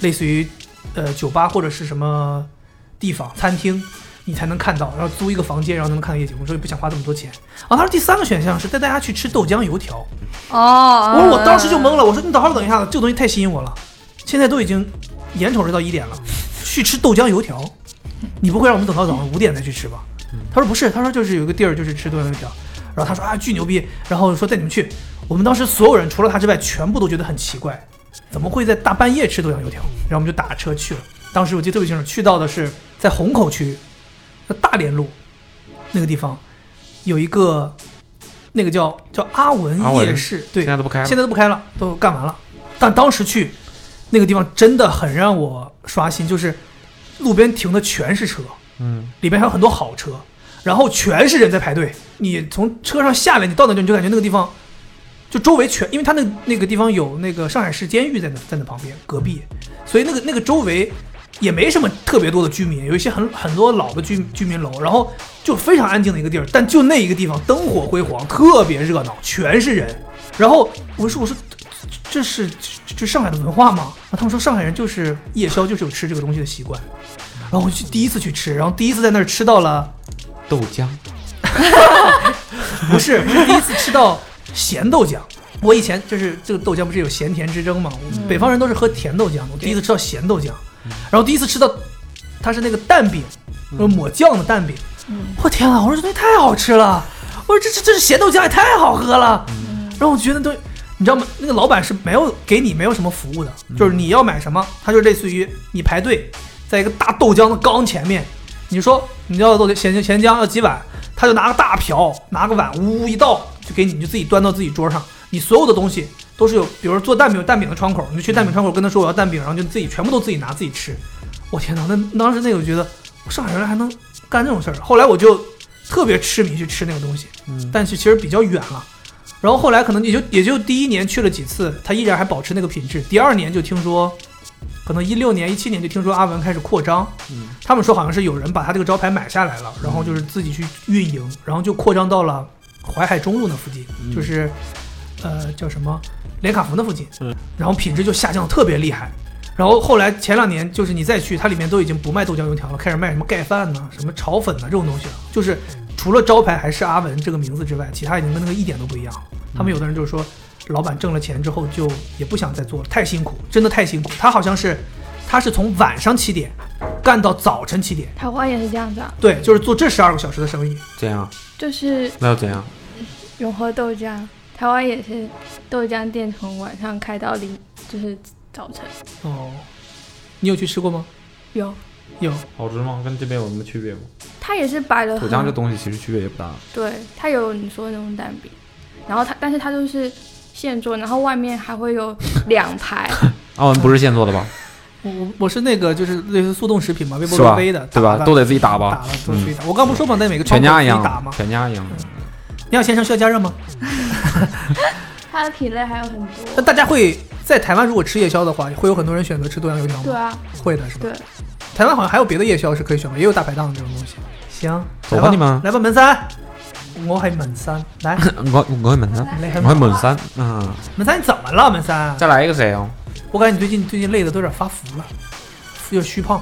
Speaker 6: 类似于呃酒吧或者是什么地方餐厅，你才能看到，然后租一个房间，然后能看到夜景。我说也不想花这么多钱。啊，他说第三个选项是带大家去吃豆浆油条。
Speaker 7: 哦，
Speaker 6: 我说我当时就懵了，我说你等会儿等一下子，这个东西太吸引我了。现在都已经眼瞅着到一点了，去吃豆浆油条，你不会让我们等到早上五点再去吃吧？他说不是，他说就是有一个地儿就是吃豆浆油条，然后他说啊巨牛逼，然后说带你们去。我们当时所有人除了他之外，全部都觉得很奇怪，怎么会在大半夜吃豆浆油条？然后我们就打车去了。当时我记得特别清楚，去到的是在虹口区，在大连路那个地方有一个那个叫叫阿文
Speaker 4: 阿文
Speaker 6: 夜市，对，
Speaker 4: 现在都不开了
Speaker 6: 现在都不开了，都干完了。但当时去那个地方真的很让我刷新，就是路边停的全是车，
Speaker 4: 嗯，
Speaker 6: 里边还有很多好车，然后全是人在排队。你从车上下来，你到那就你就感觉那个地方，就周围全，因为它那那个地方有那个上海市监狱在那在那旁边隔壁，所以那个那个周围也没什么特别多的居民，有一些很很多老的居居民楼，然后就非常安静的一个地儿，但就那一个地方灯火辉煌，特别热闹，全是人。然后我说我说这是这这上海的文化吗？然后他们说上海人就是夜宵就是有吃这个东西的习惯。然后我去第一次去吃，然后第一次在那儿吃到了，
Speaker 4: 豆浆，
Speaker 6: 不是是第一次吃到咸豆浆。我以前就是这个豆浆不是有咸甜之争嘛，
Speaker 7: 嗯
Speaker 6: 北方人都是喝甜豆浆，我第一次吃到咸豆浆，然后第一次吃到它是那个蛋饼，呃抹酱的蛋饼，
Speaker 7: 嗯
Speaker 6: 我天啊！我说这东西太好吃了，我说这这这咸豆浆也太好喝了。然后我觉得都，你知道吗？那个老板是没有给你没有什么服务的，就是你要买什么，他就类似于你排队，在一个大豆浆的缸前面，你说你要豆浆咸咸浆要几碗，他就拿个大瓢，拿个碗，呜呜一倒就给你，你就自己端到自己桌上。你所有的东西都是有，比如说做蛋饼有蛋饼的窗口，你就去蛋饼窗口跟他说我要蛋饼，然后就自己全部都自己拿自己吃。我天哪，那当时那个我觉得上海人还能干这种事儿。后来我就特别痴迷去吃那个东西，
Speaker 4: 嗯
Speaker 6: 但是其实比较远了。然后后来可能也就也就第一年去了几次，他依然还保持那个品质。第二年就听说，可能一六年、一七年就听说阿文开始扩张，
Speaker 4: 嗯
Speaker 6: 他们说好像是有人把他这个招牌买下来了，然后就是自己去运营，然后就扩张到了淮海中路那附近，
Speaker 4: 嗯
Speaker 6: 就是呃叫什么连卡福那附近
Speaker 4: 嗯，
Speaker 6: 然后品质就下降得特别厉害。然后后来前两年就是你再去，它里面都已经不卖豆浆油条了，开始卖什么盖饭呐、什么炒粉呐、这种东西了。就是除了招牌还是阿文这个名字之外，其他已经跟那个一点都不一样了。他们有的人就是说，老板挣了钱之后就也不想再做了，太辛苦，真的太辛苦。他好像是，他是从晚上七点干到早晨七点，
Speaker 5: 台湾也是这样子啊，
Speaker 6: 对，就是做这十二个小时的生意。
Speaker 4: 这样
Speaker 5: 就是
Speaker 4: 那又怎样？
Speaker 5: 永和豆浆，台湾也是豆浆店从晚上开到零，就是早晨。
Speaker 6: 哦，你有去吃过吗？
Speaker 5: 有，
Speaker 6: 有，
Speaker 4: 好吃吗？跟这边有什么区别吗？
Speaker 5: 它也是摆了
Speaker 4: 豆
Speaker 5: 很
Speaker 4: 浆这东西其实区别也不大。
Speaker 6: 嗯
Speaker 5: 对，它有你说的那种蛋饼，然后它但是它就是现做，然后外面还会有两 排，
Speaker 4: 阿文哦不是现做的吧？
Speaker 6: 我我我是那个就是类似速冻食品嘛，微波
Speaker 4: 是吧
Speaker 6: 炉微的，
Speaker 4: 对吧
Speaker 6: 打的
Speaker 4: 都得自己打吧嗯
Speaker 6: 打了都是自己打。我刚不是说嘛，在每个窗
Speaker 4: 全
Speaker 6: 口
Speaker 4: 家一
Speaker 6: 自己打
Speaker 4: 样啊
Speaker 6: 吗，？
Speaker 4: 全家一样。
Speaker 6: 你好，先生需要加热吗？
Speaker 5: 它的品类还有很多
Speaker 6: 那。大家会在台湾如果吃夜宵的话，会有很多人选择吃豆浆油条
Speaker 5: 对
Speaker 6: 吗？
Speaker 5: 啊，
Speaker 6: 会的是吧？
Speaker 5: 对，
Speaker 6: 台湾好像还有别的夜宵是可以选的，也有大排档这种东西。行，
Speaker 4: 走
Speaker 6: 来
Speaker 4: 吧你们
Speaker 6: 来吧，门三，我系门三，来，
Speaker 4: 嗯我我会猛三，
Speaker 6: 你系
Speaker 4: 我会猛三。嗯，
Speaker 6: 门三，你怎么了，门三？
Speaker 4: 再来一个谁啊？
Speaker 6: 我感觉你最近最近累的都有点发福了，有点虚胖，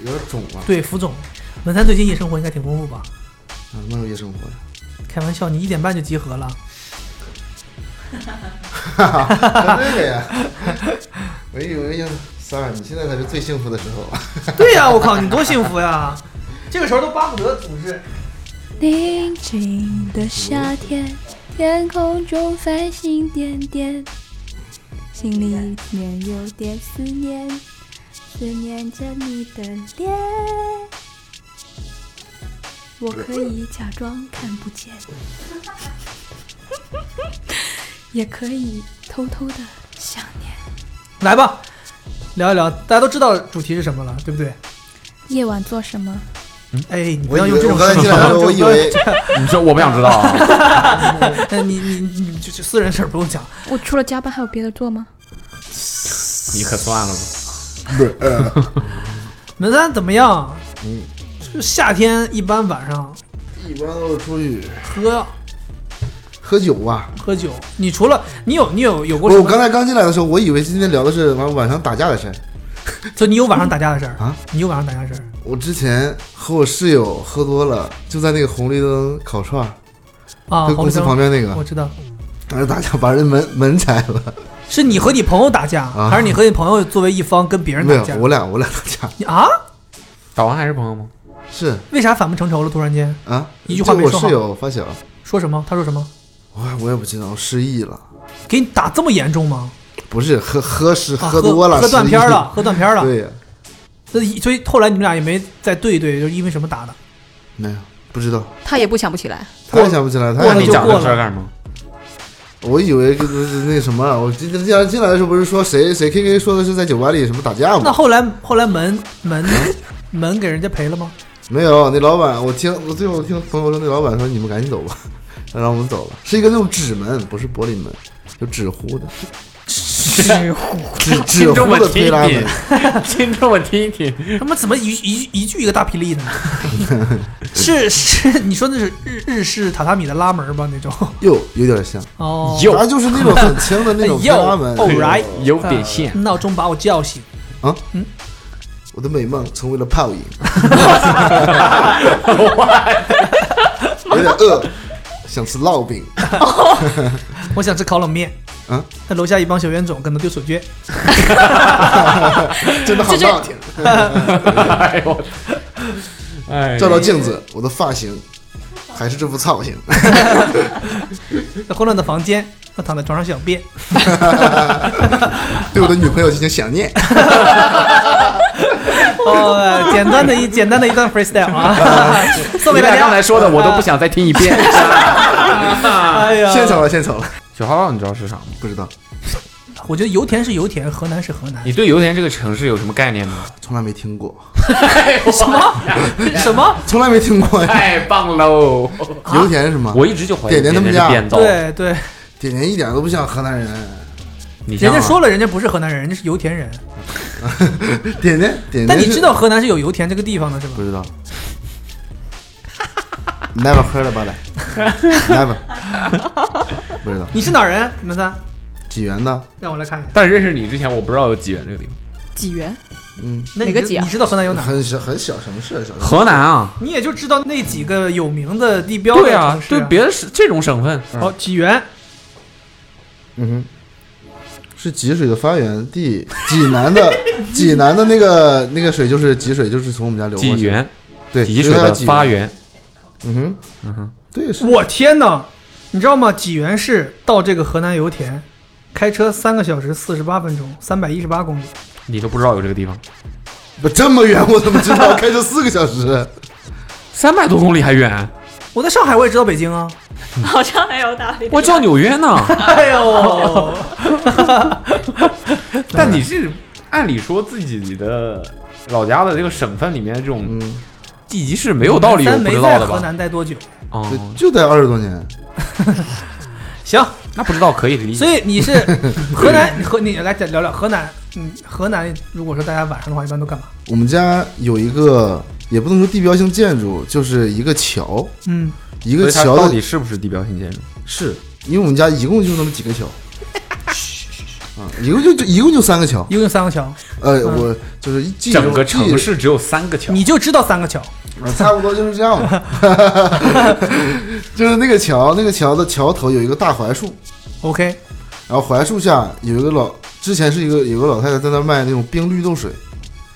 Speaker 9: 有点肿
Speaker 4: 啊
Speaker 9: 了，
Speaker 6: 对，浮肿。啊门三最近夜生活应该挺丰富吧？
Speaker 9: 哪能啊有夜生活呀？
Speaker 6: 开玩笑，你一点半就集合 了，
Speaker 9: 啊对呀，哎呦哎呀，Sir，你现在才是最幸福的时候。
Speaker 6: 对呀、我靠，你多幸福呀！这个时候都巴不得组织。
Speaker 11: 宁静的夏天，天空中繁星点点，心里面有点思念，思念着你的脸。我可以假装看不见，也可以偷偷的想念。
Speaker 6: 来吧，聊一聊，大家都知道主题是什么了，对不对？
Speaker 11: 夜晚做什 么？
Speaker 6: 哎，你
Speaker 9: 嗯
Speaker 6: 不
Speaker 9: 我
Speaker 6: 要
Speaker 9: 以
Speaker 6: 用这
Speaker 9: 为我
Speaker 6: 种
Speaker 9: 刚才进来的时候，我以 为
Speaker 3: 你说我不想知道啊？
Speaker 6: 但哎你你你你就就私人事儿不用讲。
Speaker 11: 我除了加班还有别的做吗？
Speaker 4: 你可算了吧。呃
Speaker 6: 门三怎么样？
Speaker 9: 嗯，
Speaker 6: 这夏天一般晚上
Speaker 9: 一般都是出去
Speaker 6: 喝
Speaker 9: 喝酒吧。
Speaker 6: 喝酒，你除了你有你有有过
Speaker 9: 我
Speaker 6: 什
Speaker 9: 我
Speaker 6: 么
Speaker 9: 刚才刚进来的时候，我以为今天聊的是晚晚上打架的事儿。
Speaker 6: 所以你有晚上打架的事儿啊？你有晚上打架的事儿？
Speaker 9: 我之前和我室友喝多了，就在那个红绿灯烤串儿
Speaker 6: 啊
Speaker 9: 就公司旁边那个
Speaker 6: 我，知道，
Speaker 9: 当时打架把人门门拆了，
Speaker 6: 是你和你朋友打架，
Speaker 9: 啊
Speaker 6: 还是你和你朋友作为一方跟别人
Speaker 9: 没
Speaker 6: 打
Speaker 9: 有
Speaker 6: 架？，
Speaker 9: 我俩我俩打架
Speaker 6: 你啊？
Speaker 4: 打完还是朋友吗？
Speaker 9: 是
Speaker 6: 为啥反目成仇了？突然间
Speaker 9: 啊，
Speaker 6: 一句话
Speaker 9: 就
Speaker 6: 没
Speaker 9: 我
Speaker 6: 说好
Speaker 9: 室友发小，
Speaker 6: 说什么？他说什么？
Speaker 9: 我我也不知道，我失忆了，
Speaker 6: 给你打这么严重吗？
Speaker 9: 不是喝喝失
Speaker 6: 啊
Speaker 9: 多了，
Speaker 6: 喝断
Speaker 9: 失忆
Speaker 6: 片儿了喝断片儿了
Speaker 9: 对呀，
Speaker 6: 所以所以后来你们俩也没再对一对，就是因为什么打的？
Speaker 9: 没有不知道，
Speaker 8: 他也不想不起来。
Speaker 9: 他也想不起来，他
Speaker 6: 过了
Speaker 9: 也
Speaker 6: 就过
Speaker 9: 事儿
Speaker 6: 了
Speaker 4: 干什么？
Speaker 9: 我以为就是那什么，我今天进来进来的时候不是说谁谁 K K 说的是在酒吧里什么打架
Speaker 6: 那
Speaker 9: 吗？
Speaker 6: 后来后来门门门给人家赔了吗？
Speaker 9: 没有，那老板我听我最后听朋友说，那老板说你们赶紧走吧， 然后我们走了，是一个那种纸门，不是玻璃门，就纸糊的，
Speaker 6: 纸糊
Speaker 9: 纸纸糊的推拉门，
Speaker 4: 听 着我听一听，
Speaker 6: 他妈怎么一一一句一个大霹 雳呢？是是，你说那是日日式榻榻米的拉门吧？那种
Speaker 9: 又有点像，
Speaker 6: 哦，
Speaker 9: 它就是那种很轻的那 种推
Speaker 6: 又
Speaker 9: 拉门
Speaker 6: a l right，
Speaker 4: 有点像
Speaker 6: 呃闹钟把我叫醒，
Speaker 9: 啊，我的美梦成为了 泡影，有点饿，想吃烙 饼，
Speaker 6: 我想吃烤冷面。
Speaker 9: 啊，
Speaker 6: 那楼下一帮小冤种跟他丢手绢，
Speaker 9: 真的好
Speaker 6: 这
Speaker 9: 闹 挺。 哎
Speaker 4: 呦，哎
Speaker 9: 照照镜子，我的发型还是这副造型。
Speaker 6: 在混乱的房间，他躺在床上小便。
Speaker 9: 对我的女朋友进行想念。
Speaker 6: 哦，简单的一简单的一段 freestyle 啊， 送给大
Speaker 4: 你俩
Speaker 6: 家
Speaker 4: 刚。才说的我都不想再听一 遍。
Speaker 6: 哎呀，
Speaker 9: 献丑了，献丑了，
Speaker 4: 九号你知道是啥吗？
Speaker 9: 不知道，
Speaker 6: 我觉得油田是油田，河南是河南。
Speaker 4: 你对油田这个城市有什么概念吗？
Speaker 9: 从来没听过，
Speaker 6: 什么什么？
Speaker 9: 从来没听过呀。
Speaker 4: 太棒喽！
Speaker 9: 油田是吗？
Speaker 4: 我一直就怀疑
Speaker 9: 点点他们家
Speaker 4: 是变造的。
Speaker 6: 对对，
Speaker 9: 点点一点都不像河南人。
Speaker 4: 你像啊
Speaker 6: 人家说了，人家不是河南人，人家是油田人。
Speaker 9: 点点点点是，
Speaker 6: 但你知道河南是有油田这个地方的是吧？
Speaker 9: 不知道？Never heard about it. Never，不 知道。
Speaker 6: 你是哪儿人？你们仨，
Speaker 9: 济源的，
Speaker 6: 让我来看一下。
Speaker 4: 但认识你之前，我不知道有济源这个地方。
Speaker 8: 济源
Speaker 9: 嗯，
Speaker 6: 那
Speaker 8: 哪
Speaker 6: 你
Speaker 8: 个
Speaker 6: 知
Speaker 8: 济啊
Speaker 6: 你知道河南有哪儿？
Speaker 9: 很小很小，什么事？小
Speaker 4: 河南啊，
Speaker 6: 你也就知道那几个有名的地标的
Speaker 4: 对啊
Speaker 6: 城，市
Speaker 4: 对别的省这种省份，
Speaker 6: 好哦济源，
Speaker 9: 嗯哼，是济水的发源地，济南的济南的那个那个水就是济水，就是从我们家流过去。
Speaker 4: 济，源，
Speaker 9: 对，
Speaker 4: 济
Speaker 9: 所
Speaker 4: 水
Speaker 9: 以它
Speaker 4: 的
Speaker 9: 叫济
Speaker 4: 发。源。
Speaker 9: 嗯哼，
Speaker 4: 嗯哼，
Speaker 9: 对，是
Speaker 6: 我天哪！你知道吗？济源市到这个河南油田，开车三个小时四十八分钟，三百一十八公里。
Speaker 4: 你都不知道有这个地方，
Speaker 9: 不这么远，我怎么知道？开车四个小时，
Speaker 4: 三百多公里还远，
Speaker 6: 我在上海，我也知道北京啊。
Speaker 8: 好像还有打理。
Speaker 4: 我叫纽约 呢。
Speaker 6: 哎呦，
Speaker 4: 但你是按理说自己的老家的这个省份里面这种
Speaker 9: 嗯，
Speaker 4: 地级市没有道理我
Speaker 6: 咱
Speaker 4: 不
Speaker 6: 没
Speaker 4: 知
Speaker 6: 在
Speaker 4: 道的
Speaker 6: 河
Speaker 4: 吧？
Speaker 6: 南待多久？
Speaker 4: 哦，
Speaker 9: 就待二十多年。
Speaker 6: 行，
Speaker 4: 那不知道可以理解。
Speaker 6: 所以 你是河南，你和你来讲聊聊河南。嗯，河南如果说大家晚上的话，一般都干嘛？
Speaker 9: 我们家有一个，也不能说地标性建筑，就是一个桥，
Speaker 6: 嗯，
Speaker 9: 一
Speaker 4: 所
Speaker 9: 个
Speaker 4: 以它
Speaker 9: 桥
Speaker 4: 到
Speaker 9: 的
Speaker 4: 底是不是地标性建筑？
Speaker 9: 是因为我们家一共就那么几个 桥，啊，一共就就一共就三个桥。
Speaker 6: 一共有三个桥，
Speaker 9: 呃，
Speaker 6: 嗯
Speaker 9: 我就是一记
Speaker 4: 整个
Speaker 9: 记啊
Speaker 4: 城市只有三个桥，
Speaker 6: 你就知道三个桥。
Speaker 9: 差不多就是这样 吧，就是那个桥，那个桥的桥头有一个大槐树，
Speaker 6: OK，
Speaker 9: 然后槐树下有一个老，之前是一个有个老太太在那儿卖那种冰绿豆水，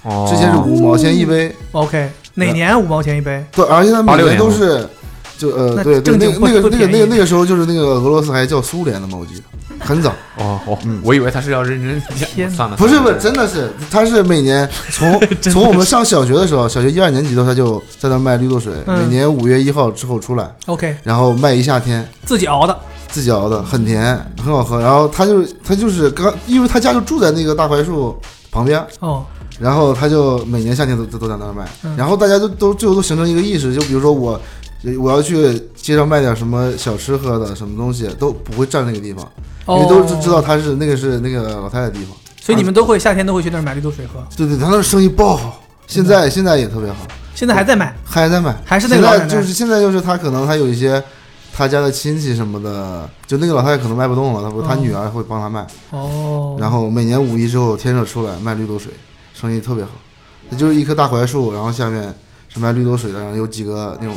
Speaker 4: 哦
Speaker 9: 之前是五毛钱一杯，
Speaker 6: 哦 OK，哪年五毛钱一杯？
Speaker 9: 对，而且它每
Speaker 4: 86
Speaker 9: 年都是，就呃
Speaker 6: 那
Speaker 9: 对对，
Speaker 6: 正
Speaker 9: 那
Speaker 6: 经
Speaker 9: 个
Speaker 6: 不
Speaker 9: 那个
Speaker 6: 不
Speaker 9: 那个
Speaker 6: 便宜
Speaker 9: 那个那个时候就是那个俄罗斯还叫苏联的嘛，我记得很早，嗯
Speaker 4: 哦哦，我以为他是要认真讲
Speaker 6: 天，哪
Speaker 4: 算了，
Speaker 9: 不是不是，真的是，它是每年 从从我们上小学的时候，小学一二年级的时候，它就在那儿卖绿豆水，
Speaker 6: 嗯
Speaker 9: 每年五月一号之后出来，
Speaker 6: OK，
Speaker 9: 然后卖一夏天。
Speaker 6: 自己熬的。
Speaker 9: 自己熬的，很甜，很好喝。然后他就他就是刚，因为他家就住在那个大槐树旁边，
Speaker 6: 哦，
Speaker 9: 然后他就每年夏天都都都在那儿卖。
Speaker 6: 嗯
Speaker 9: 然后大家都都最后都形成一个意识，就比如说我我要去街上卖点什么小吃喝的什么东西，都不会站那个地方，因
Speaker 6: 哦
Speaker 9: 为都知知道他是那个是那个老太太的地方。
Speaker 6: 所以你们都会夏天都会去那儿买绿豆水喝，
Speaker 9: 对对，他那儿生意爆好，现在现在也特别好，
Speaker 6: 现在还在买。
Speaker 9: 还在买，
Speaker 6: 嗯还是那个老
Speaker 9: 现
Speaker 6: 奶奶
Speaker 9: 在就是现在就是他可能他有一些。他家的亲戚什么的，就那个老太太可能卖不动了，他不，他
Speaker 6: 哦
Speaker 9: 女儿会帮他卖。
Speaker 6: 哦，
Speaker 9: 然后每年五一之后天热出来卖绿豆水，生意特别好。它就是一棵大槐树，然后下面是卖绿豆水的，然后有几个那种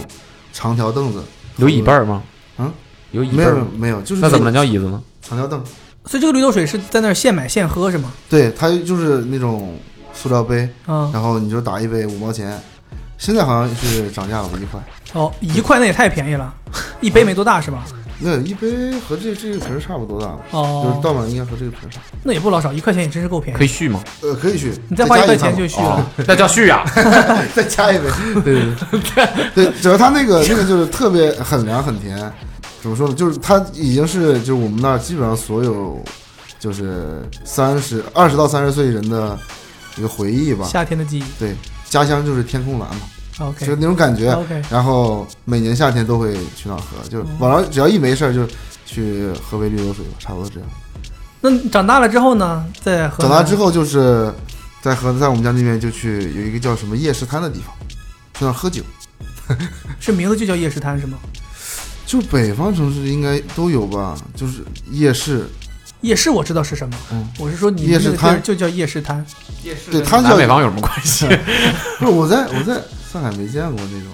Speaker 9: 长条凳子，
Speaker 3: 有椅背儿吗？
Speaker 9: 嗯，
Speaker 3: 有椅
Speaker 9: 没
Speaker 3: 背
Speaker 9: 有
Speaker 3: 儿吗
Speaker 9: 没有，就是
Speaker 3: 那怎么
Speaker 9: 那
Speaker 3: 能
Speaker 9: 种
Speaker 3: 叫椅子呢？
Speaker 9: 长条凳。
Speaker 6: 所以这个绿豆水是在那儿现买现喝是吗？
Speaker 9: 对，它就是那种塑料杯，
Speaker 6: 嗯
Speaker 9: 然后你就打一杯五毛钱，现在好像是涨价了，一块。
Speaker 6: 哦，一块那也太便宜了，一杯没多大是吧？
Speaker 9: 那一杯和这这个瓶儿差不多大，
Speaker 6: 哦
Speaker 9: 就是倒满应该和这个瓶儿差。
Speaker 6: 那也不老少，一块钱也真是够便宜。
Speaker 9: 可以
Speaker 4: 续吗？
Speaker 9: 呃，可以续，
Speaker 6: 你再花一
Speaker 9: 加
Speaker 6: 块
Speaker 9: 吧
Speaker 6: 钱就续了，
Speaker 4: 那叫续啊！
Speaker 9: 再 加一 杯，对对对，对，主要它那个那个就是特别很凉很甜，怎么说呢？就是它已经是就是我们那儿基本上所有就是三十二十到三十岁人的一个回忆吧，
Speaker 6: 夏天的记忆。哦
Speaker 9: 对，家乡就是天空蓝嘛。
Speaker 6: OK
Speaker 9: 就是那种感觉
Speaker 6: OK 哦
Speaker 9: 然后每年夏天都会去那儿喝，就是晚上只要一没事儿就去喝杯绿豆水吧，差不多这样。
Speaker 6: 那你长大了之后呢？再喝。
Speaker 9: 长大之后就是在河在我们家那边就去有一个叫什么夜市摊的地方，去那儿喝酒。
Speaker 6: 是名字就叫夜市摊是吗？
Speaker 9: 就北方城市应该都有吧，就是夜市，
Speaker 6: 夜市我知道是什么，
Speaker 9: 嗯
Speaker 6: 我是说你
Speaker 9: 夜
Speaker 6: 那
Speaker 9: 市
Speaker 6: 个地儿
Speaker 9: 摊
Speaker 6: 就叫夜市摊。
Speaker 4: 夜市
Speaker 9: 对，它叫
Speaker 4: 南北方有什么关系
Speaker 9: 不是我在我在上海没见过那种，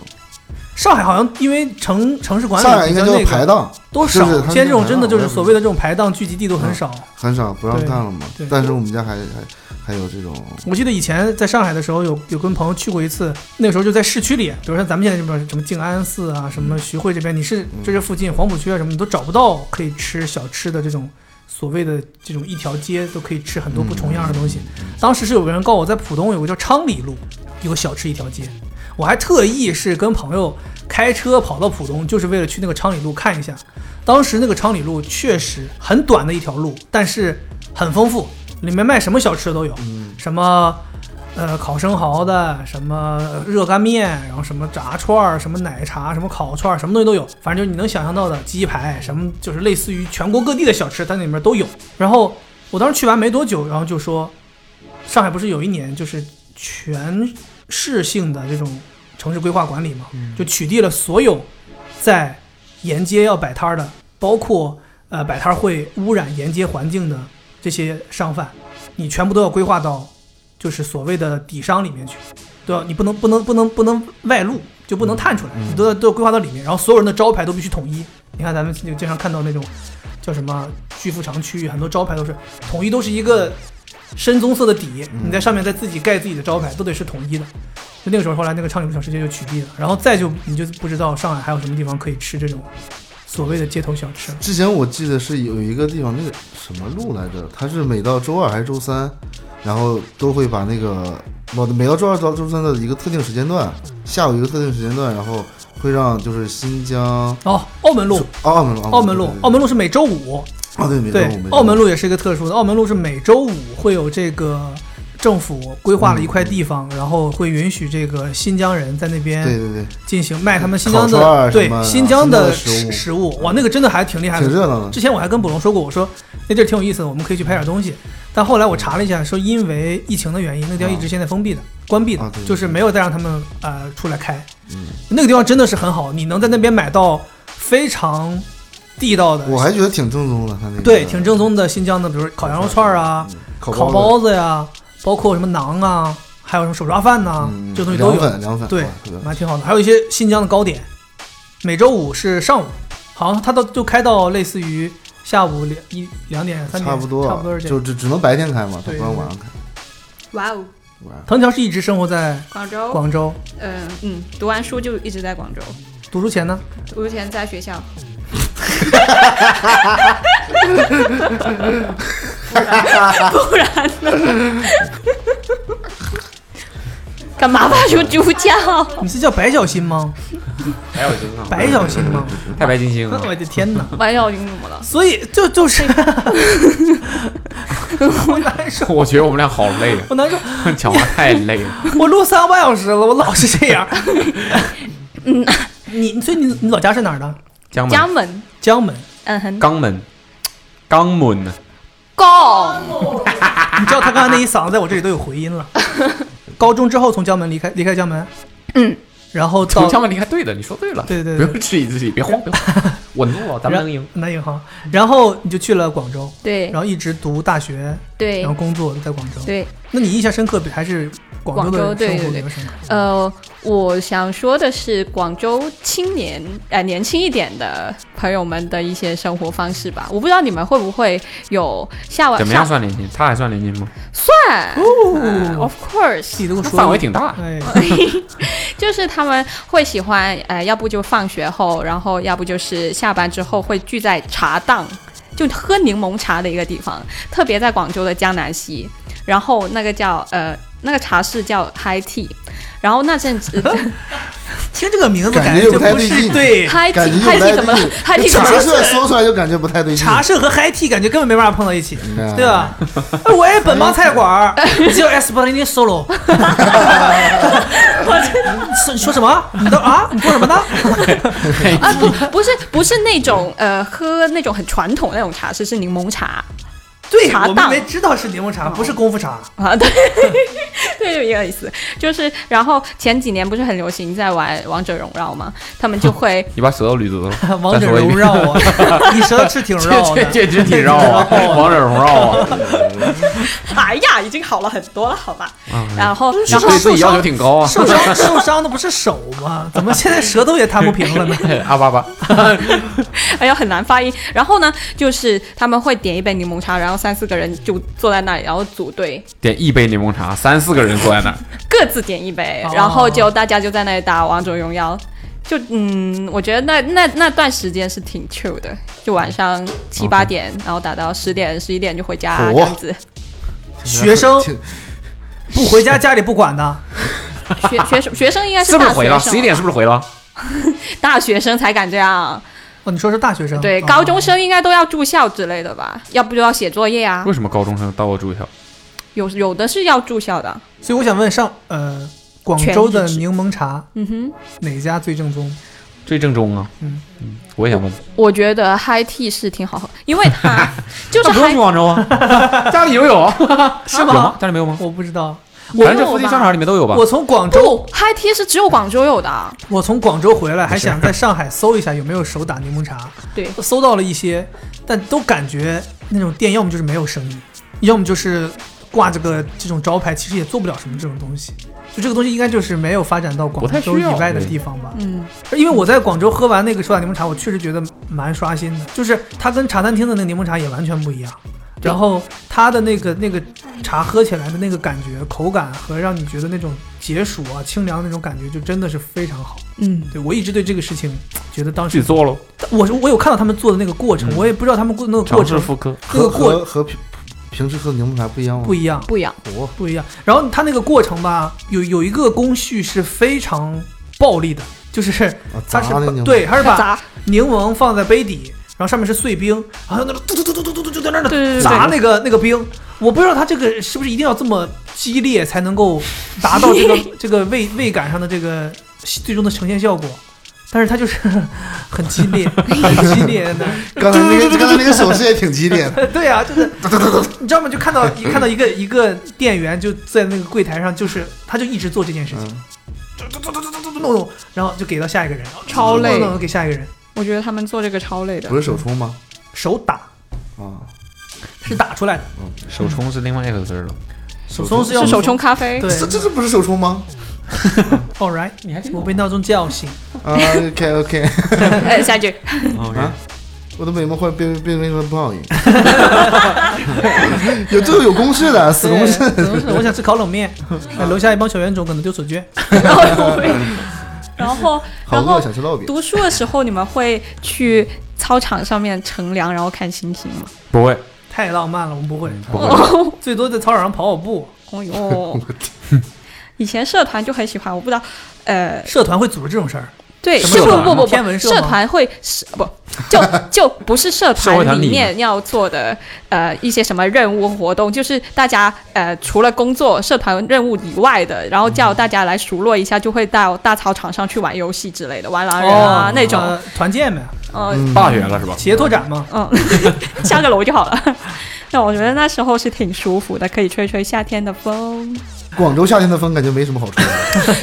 Speaker 6: 上海好像因为城城市管理
Speaker 9: 上海应该
Speaker 6: 比较
Speaker 9: 叫
Speaker 6: 那个
Speaker 9: 排档
Speaker 6: 多
Speaker 9: 就是
Speaker 6: 少
Speaker 9: 它？
Speaker 6: 现在这种
Speaker 9: 叫排
Speaker 6: 真的
Speaker 9: 档
Speaker 6: 就
Speaker 9: 我
Speaker 6: 是
Speaker 9: 也不
Speaker 6: 所谓的这种排档聚集地都很少。
Speaker 9: 很少不让
Speaker 6: 对
Speaker 9: 干了嘛
Speaker 6: 对。
Speaker 9: 但是我们家还还还有这种，
Speaker 6: 我记得以前在上海的时候有，有跟朋友去过一次，那个时候就在市区里，比如说咱们现在这边什么静安寺啊，什么徐汇这边，你是这这附近黄浦区啊什么，你都找不到可以吃小吃的这种所谓的这种一条街都可以吃很多不重样的东西。当时是有个人告诉我在浦东有个叫昌里路有个小吃一条街，我还特意是跟朋友开车跑到浦东，就是为了去那个昌里路看一下。当时那个昌里路确实很短的一条路，但是很丰富，里面卖什么小吃都有，什么呃烤生蚝的，什么热干面，然后什么炸串儿，什么奶茶，什么烤串儿，什么东西都有，反正就是你能想象到的鸡排，什么就是类似于全国各地的小吃，它那里面都有。然后我当时去完没多久，然后就说，上海不是有一年就是全市性的这种城市规划管理嘛，就取缔了所有在沿街要摆摊儿的，包括呃摆摊儿会污染沿街环境的这些商贩，你全部都要规划到就是所谓的底商里面去，对吧？你不能不能不能不能外露，就不能探出来，你都要都要规划到里面，然后所有人的招牌都必须统一。你看咱们就经常看到那种叫什么巨富长区，很多招牌都是统一，都是一个深棕色的底，你在上面再自己盖自己的招牌，都得是统一的。就那个时候，后来那个畅饮小吃街就取缔了，然后再就你就不知道上海还有什么地方可以吃这种所谓的街头小吃。
Speaker 9: 之前我记得是有一个地方，那个什么路来着？它是每到周二还是周三，然后都会把那个不每到周二到周三的一个特定时间段，下午一个特定时间段，然后会让就是新疆
Speaker 6: 哦，澳门路，
Speaker 9: 澳门路，
Speaker 6: 澳门路，澳门路是每周五。
Speaker 9: 啊对，每周
Speaker 6: 对
Speaker 9: 五，每，周
Speaker 6: 澳门
Speaker 9: 五
Speaker 6: 路也是一个特殊的，澳门路是每周五会有这个政府规
Speaker 9: 嗯
Speaker 6: 划了一块地方，然后会允许这个新疆人在那边
Speaker 9: 对对对
Speaker 6: 进行卖他们新疆
Speaker 9: 烤串
Speaker 6: 的
Speaker 9: 儿啊
Speaker 6: 对
Speaker 9: 什么
Speaker 6: 新疆的
Speaker 9: 新疆的食物
Speaker 6: 食物，哇，那个真的还挺厉害的，
Speaker 9: 挺热闹的
Speaker 6: 之前我还跟卜龙说过，我说那地儿挺有意思的，我们可以去拍点东西。但后来我查了一下，说因为疫情的原因，那个
Speaker 9: 啊
Speaker 6: 地方一直现在封闭的、关闭的，就是没有再让他们呃出来开。那个地方真的是很好，你能在那边买到非常地道的，
Speaker 9: 我还觉得挺正宗的，它那个
Speaker 6: 对，挺正宗的新疆的，比如说烤羊肉串儿啊、
Speaker 9: 嗯烤
Speaker 6: 烤
Speaker 9: 包子
Speaker 6: 子呀，包括什么馕啊，还有什么手抓饭呐、这东西都有。
Speaker 9: 嗯凉粉凉粉
Speaker 6: 对
Speaker 9: 哇这个，
Speaker 6: 蛮挺好的。还有一些新疆的糕点，每周五是上午，好像它到就开到类似于下午两一两点三点，
Speaker 9: 差不多，
Speaker 6: 差不多是这
Speaker 9: 就
Speaker 6: 样。
Speaker 9: 只只 能白天开嘛，它
Speaker 6: 对
Speaker 9: 不让晚上开。
Speaker 8: 哇哦，
Speaker 9: 晚上
Speaker 6: 藤条是一直生活在
Speaker 8: 广州，
Speaker 6: 广州，
Speaker 8: 嗯嗯，读完书就一直在广州，
Speaker 6: 读书前呢？
Speaker 8: 读前在学校。不然呢？
Speaker 6: 干
Speaker 8: 嘛发出猪叫？
Speaker 6: 你是叫白小新吗？
Speaker 4: 白小星啊，
Speaker 6: 白小星吗？
Speaker 4: 太白金星了。
Speaker 6: 哎我的天 哪！
Speaker 8: 白小军怎么了？
Speaker 6: 所以就就是，
Speaker 4: 我觉得我们俩好累啊，
Speaker 6: 我难受，
Speaker 4: 讲话太累了。
Speaker 6: 我录三个半小时了，我老是这样。嗯，你所以你你老家是哪儿的？
Speaker 4: 江门，
Speaker 8: 江门，
Speaker 6: 江门，
Speaker 8: 嗯哼，
Speaker 4: 肛门，肛门呢？
Speaker 8: 高，
Speaker 6: 你知道他刚才那一嗓子在我这里都有回 音了。高中之后从江门离开，离开江门，嗯，然后到
Speaker 4: 从江门离开，对的，你说对了，
Speaker 6: 对对
Speaker 4: 不
Speaker 6: 对
Speaker 4: 用质疑自己，别慌，别慌。稳住了，咱们能赢。
Speaker 6: 能赢哈。然后你就去了广州，
Speaker 8: 对
Speaker 6: 然后一直读大学，
Speaker 8: 对
Speaker 6: 然后工作都在广州，
Speaker 8: 对。
Speaker 6: 那你印象深刻还是广
Speaker 8: 广
Speaker 6: 州
Speaker 8: 州
Speaker 6: 的
Speaker 8: 对
Speaker 6: 生活
Speaker 8: 对
Speaker 6: 比
Speaker 8: 对
Speaker 6: 较深刻？，
Speaker 8: 呃，我想说的是，广州青年呃年轻一点的朋友们的一些生活方式吧。我不知道你们会不会有下晚
Speaker 4: 怎么样
Speaker 8: 下
Speaker 4: 算年轻？他还算年轻吗？
Speaker 8: 算、呃 o f course，
Speaker 6: 哦你都
Speaker 4: 说范围挺大哎
Speaker 8: 就是他们会喜欢，呃，要不就放学后，然后要不就是下班之后会聚在茶档，就喝柠檬茶的一个地方，特别在广州的江南西，然后那个叫呃那个茶室叫 High Tea，然后那阵子
Speaker 6: 听这个名字
Speaker 9: 感觉
Speaker 6: 就
Speaker 9: 不太
Speaker 6: 不
Speaker 9: 对
Speaker 6: 是
Speaker 9: 劲，
Speaker 6: 对
Speaker 8: 嗨
Speaker 9: 感觉
Speaker 8: 体
Speaker 9: 就不
Speaker 8: 嗨
Speaker 9: 太
Speaker 8: 体怎
Speaker 9: 对劲茶
Speaker 8: 么了嗨体。怎么了
Speaker 9: 社搜出来就感觉不太对劲。
Speaker 6: 茶社和嗨 T 感觉根本没办法碰到一起，
Speaker 9: 嗯
Speaker 6: 对吧？哎我也本帮菜馆儿，
Speaker 8: 哎
Speaker 6: 只有 S 八零 零 solo。我你说什么？你都啊？你说什么呢？
Speaker 8: 啊不不是不是那种呃喝那种很传统的那种茶室，是柠檬茶。
Speaker 6: 对，
Speaker 8: 茶
Speaker 6: 我们
Speaker 8: 档
Speaker 6: 没知道是柠檬茶，不是功夫茶。
Speaker 8: 啊，对， 对，有一个意思，就是然后前几年不是很流行在玩王者荣耀吗？他们就会
Speaker 4: 你把舌头捋直了。
Speaker 6: 王者荣耀 啊，你舌头是挺绕的，
Speaker 4: 这这这挺绕啊，王者荣耀啊，
Speaker 8: 哎呀，已经好了很多了，好吧？然后
Speaker 6: 不是
Speaker 8: 然后
Speaker 4: 啊对自己要求挺高啊。
Speaker 6: 受伤受伤的不是手吗？怎么现在舌头也摊不平 了呢？
Speaker 4: 阿巴巴，
Speaker 8: 哎呀很难发音。然后呢，就是他们会点一杯柠檬茶，然后三四个人就坐在那里，然后组队
Speaker 4: 点一杯柠檬茶，三四个人坐在
Speaker 8: 啊
Speaker 4: 那儿，
Speaker 8: 各自点一杯
Speaker 4: 哦，
Speaker 8: 然后就大家就在那里打王者荣耀。就嗯，我觉得那那那段时间是挺 chill 的，就晚上七八点然后打到十点十一点就回家、
Speaker 6: 嚯
Speaker 8: 这样子。
Speaker 6: 学生不回家，家里不管的。
Speaker 8: 学学生学生应该
Speaker 4: 是不
Speaker 8: 大
Speaker 4: 是
Speaker 8: 学
Speaker 4: 回
Speaker 8: 生
Speaker 4: 了？
Speaker 8: 啊，
Speaker 4: 十一点是不是回了？
Speaker 8: 大学生才敢这样。
Speaker 6: 哦，你说是大学生？
Speaker 8: 对，高中生应该都要住校之类的吧？要不就要写作业啊
Speaker 4: 为，什么高中生到我住校？
Speaker 8: 有有的是要住校的。
Speaker 6: 所以我想问上呃，广州的柠檬茶
Speaker 8: 嗯哼，
Speaker 6: 哪家最正宗？
Speaker 4: 最正宗啊。
Speaker 6: 嗯
Speaker 4: 嗯，我也想问，
Speaker 8: 我觉得 high tea 是挺好喝，因 为它就是
Speaker 4: 那不用
Speaker 8: high
Speaker 4: 去广州 啊，家里有有啊，
Speaker 6: 是
Speaker 4: 有吗
Speaker 6: 吗？？
Speaker 4: 家里没有吗？
Speaker 6: 我不知道，
Speaker 4: 反正这附近商场里面都有吧。
Speaker 6: 我从广州，
Speaker 8: 不 high tea 是只有广州有的。
Speaker 6: 我从广州回来，还想在上海搜一下有没有手打柠檬茶，
Speaker 8: 对，
Speaker 6: 搜到了一些，但都感觉那种店要么就是没有生意，要么就是挂着个这种招牌，其实也做不了什么这种东西。就这个东西应该就是没有发展到广
Speaker 4: 不太需
Speaker 6: 州
Speaker 4: 要
Speaker 6: 以外的地方吧？
Speaker 8: 嗯，
Speaker 6: 因为我在广州喝完那个手打柠檬茶，我确实觉得蛮刷新的，就是它跟茶餐厅的那个柠檬茶也完全不一样。然后它的那个那个茶喝起来的那个感觉、口感和让你觉得那种解暑啊、清凉那种感觉，就真的是非常好。
Speaker 8: 嗯，
Speaker 6: 对我一直对这个事情觉得当
Speaker 4: 自己
Speaker 6: 时
Speaker 4: 做喽，
Speaker 6: 我我有看到他们做的那个过程，
Speaker 4: 嗯
Speaker 6: 我也不知道他们过那个过
Speaker 4: 尝试
Speaker 6: 程
Speaker 4: 复刻。
Speaker 6: 那
Speaker 9: 和
Speaker 6: 个过
Speaker 9: 和和平平时喝柠檬茶不一样吗？
Speaker 6: 不一样，
Speaker 8: 不一样，
Speaker 6: 不一样。然后它那个过程吧，有有一个工序是非常暴力的，就是它是
Speaker 9: 砸
Speaker 6: 把
Speaker 9: 那柠檬
Speaker 6: 对，它是
Speaker 8: 砸
Speaker 6: 把柠檬放在杯底，然后上面是碎冰，然后那个嘟嘟嘟嘟嘟嘟嘟就在那
Speaker 8: 对对
Speaker 6: 儿
Speaker 8: 对
Speaker 6: 砸那个那个冰。我不知道它这个是不是一定要这么激烈才能够达到这个这个味味感上的这个最终的呈现效果。但是它就是很激烈，很激烈的。
Speaker 9: 刚才那个刚才那个手势也挺激烈的，
Speaker 6: 对啊，就是你知道吗？就看到一看到一个一个店员就在那个柜台上，就是他就一直做这件事情，就就就就就就就弄弄，然后就给到下一个人，然后
Speaker 8: 超累
Speaker 6: 弄弄弄给下一个人，
Speaker 8: 我觉得他们做这个超累的
Speaker 9: 不。是手冲吗？
Speaker 6: 手打
Speaker 9: 啊，
Speaker 6: 是打出来的，
Speaker 4: 手冲是另外一回事儿了。
Speaker 6: 手冲是要
Speaker 8: 是手冲。咖啡，
Speaker 6: 对
Speaker 9: 这这这不是手冲吗
Speaker 6: ，All right，你还我被闹钟叫醒，
Speaker 9: 啊，OK OK，
Speaker 8: 哎，下一句，
Speaker 9: 啊，我的美梦会变变成一个泡影， 有这个有公式的，死公
Speaker 6: 对
Speaker 9: 式。
Speaker 6: 怎么是我想吃烤冷面，哎楼下一帮小冤种可能丢手绢，
Speaker 8: 然后
Speaker 9: 好
Speaker 8: 然后
Speaker 9: 饿，想吃烙饼。
Speaker 8: 读书的时候你们会去操场上面乘凉然后看星星吗？
Speaker 4: 不会，
Speaker 6: 太浪漫了，我们不会，
Speaker 9: 嗯
Speaker 4: 不会，
Speaker 6: 最多在操场上跑跑步。
Speaker 8: 哦哟，以前社团就很喜欢，我不知道，呃，
Speaker 6: 社团会组织这种事儿，
Speaker 8: 对，
Speaker 6: 什么
Speaker 8: 是
Speaker 6: 社
Speaker 8: 不
Speaker 6: 团
Speaker 8: 不不
Speaker 6: 天
Speaker 8: 不，
Speaker 6: 文社
Speaker 8: 社
Speaker 6: 吗
Speaker 8: 团会是不 就就不是社
Speaker 4: 社会团
Speaker 8: 团里
Speaker 4: 里
Speaker 8: 面要做的呃一些什么任务活动，就是大家呃除了工作社团任务以外的，然后叫大家来数落一下，就会到大操场上去玩游戏之类的，玩狼人啊、
Speaker 6: 哦
Speaker 8: 那种，
Speaker 6: 呃团建呗，
Speaker 8: 嗯
Speaker 4: 大学了是吧？
Speaker 6: 企业拓展嘛。
Speaker 8: 嗯， 下个楼就好了。那我觉得那时候是挺舒服的，可以吹吹夏天的 风，
Speaker 9: 广州夏天的风感觉没什么好吹的，
Speaker 3: 嗯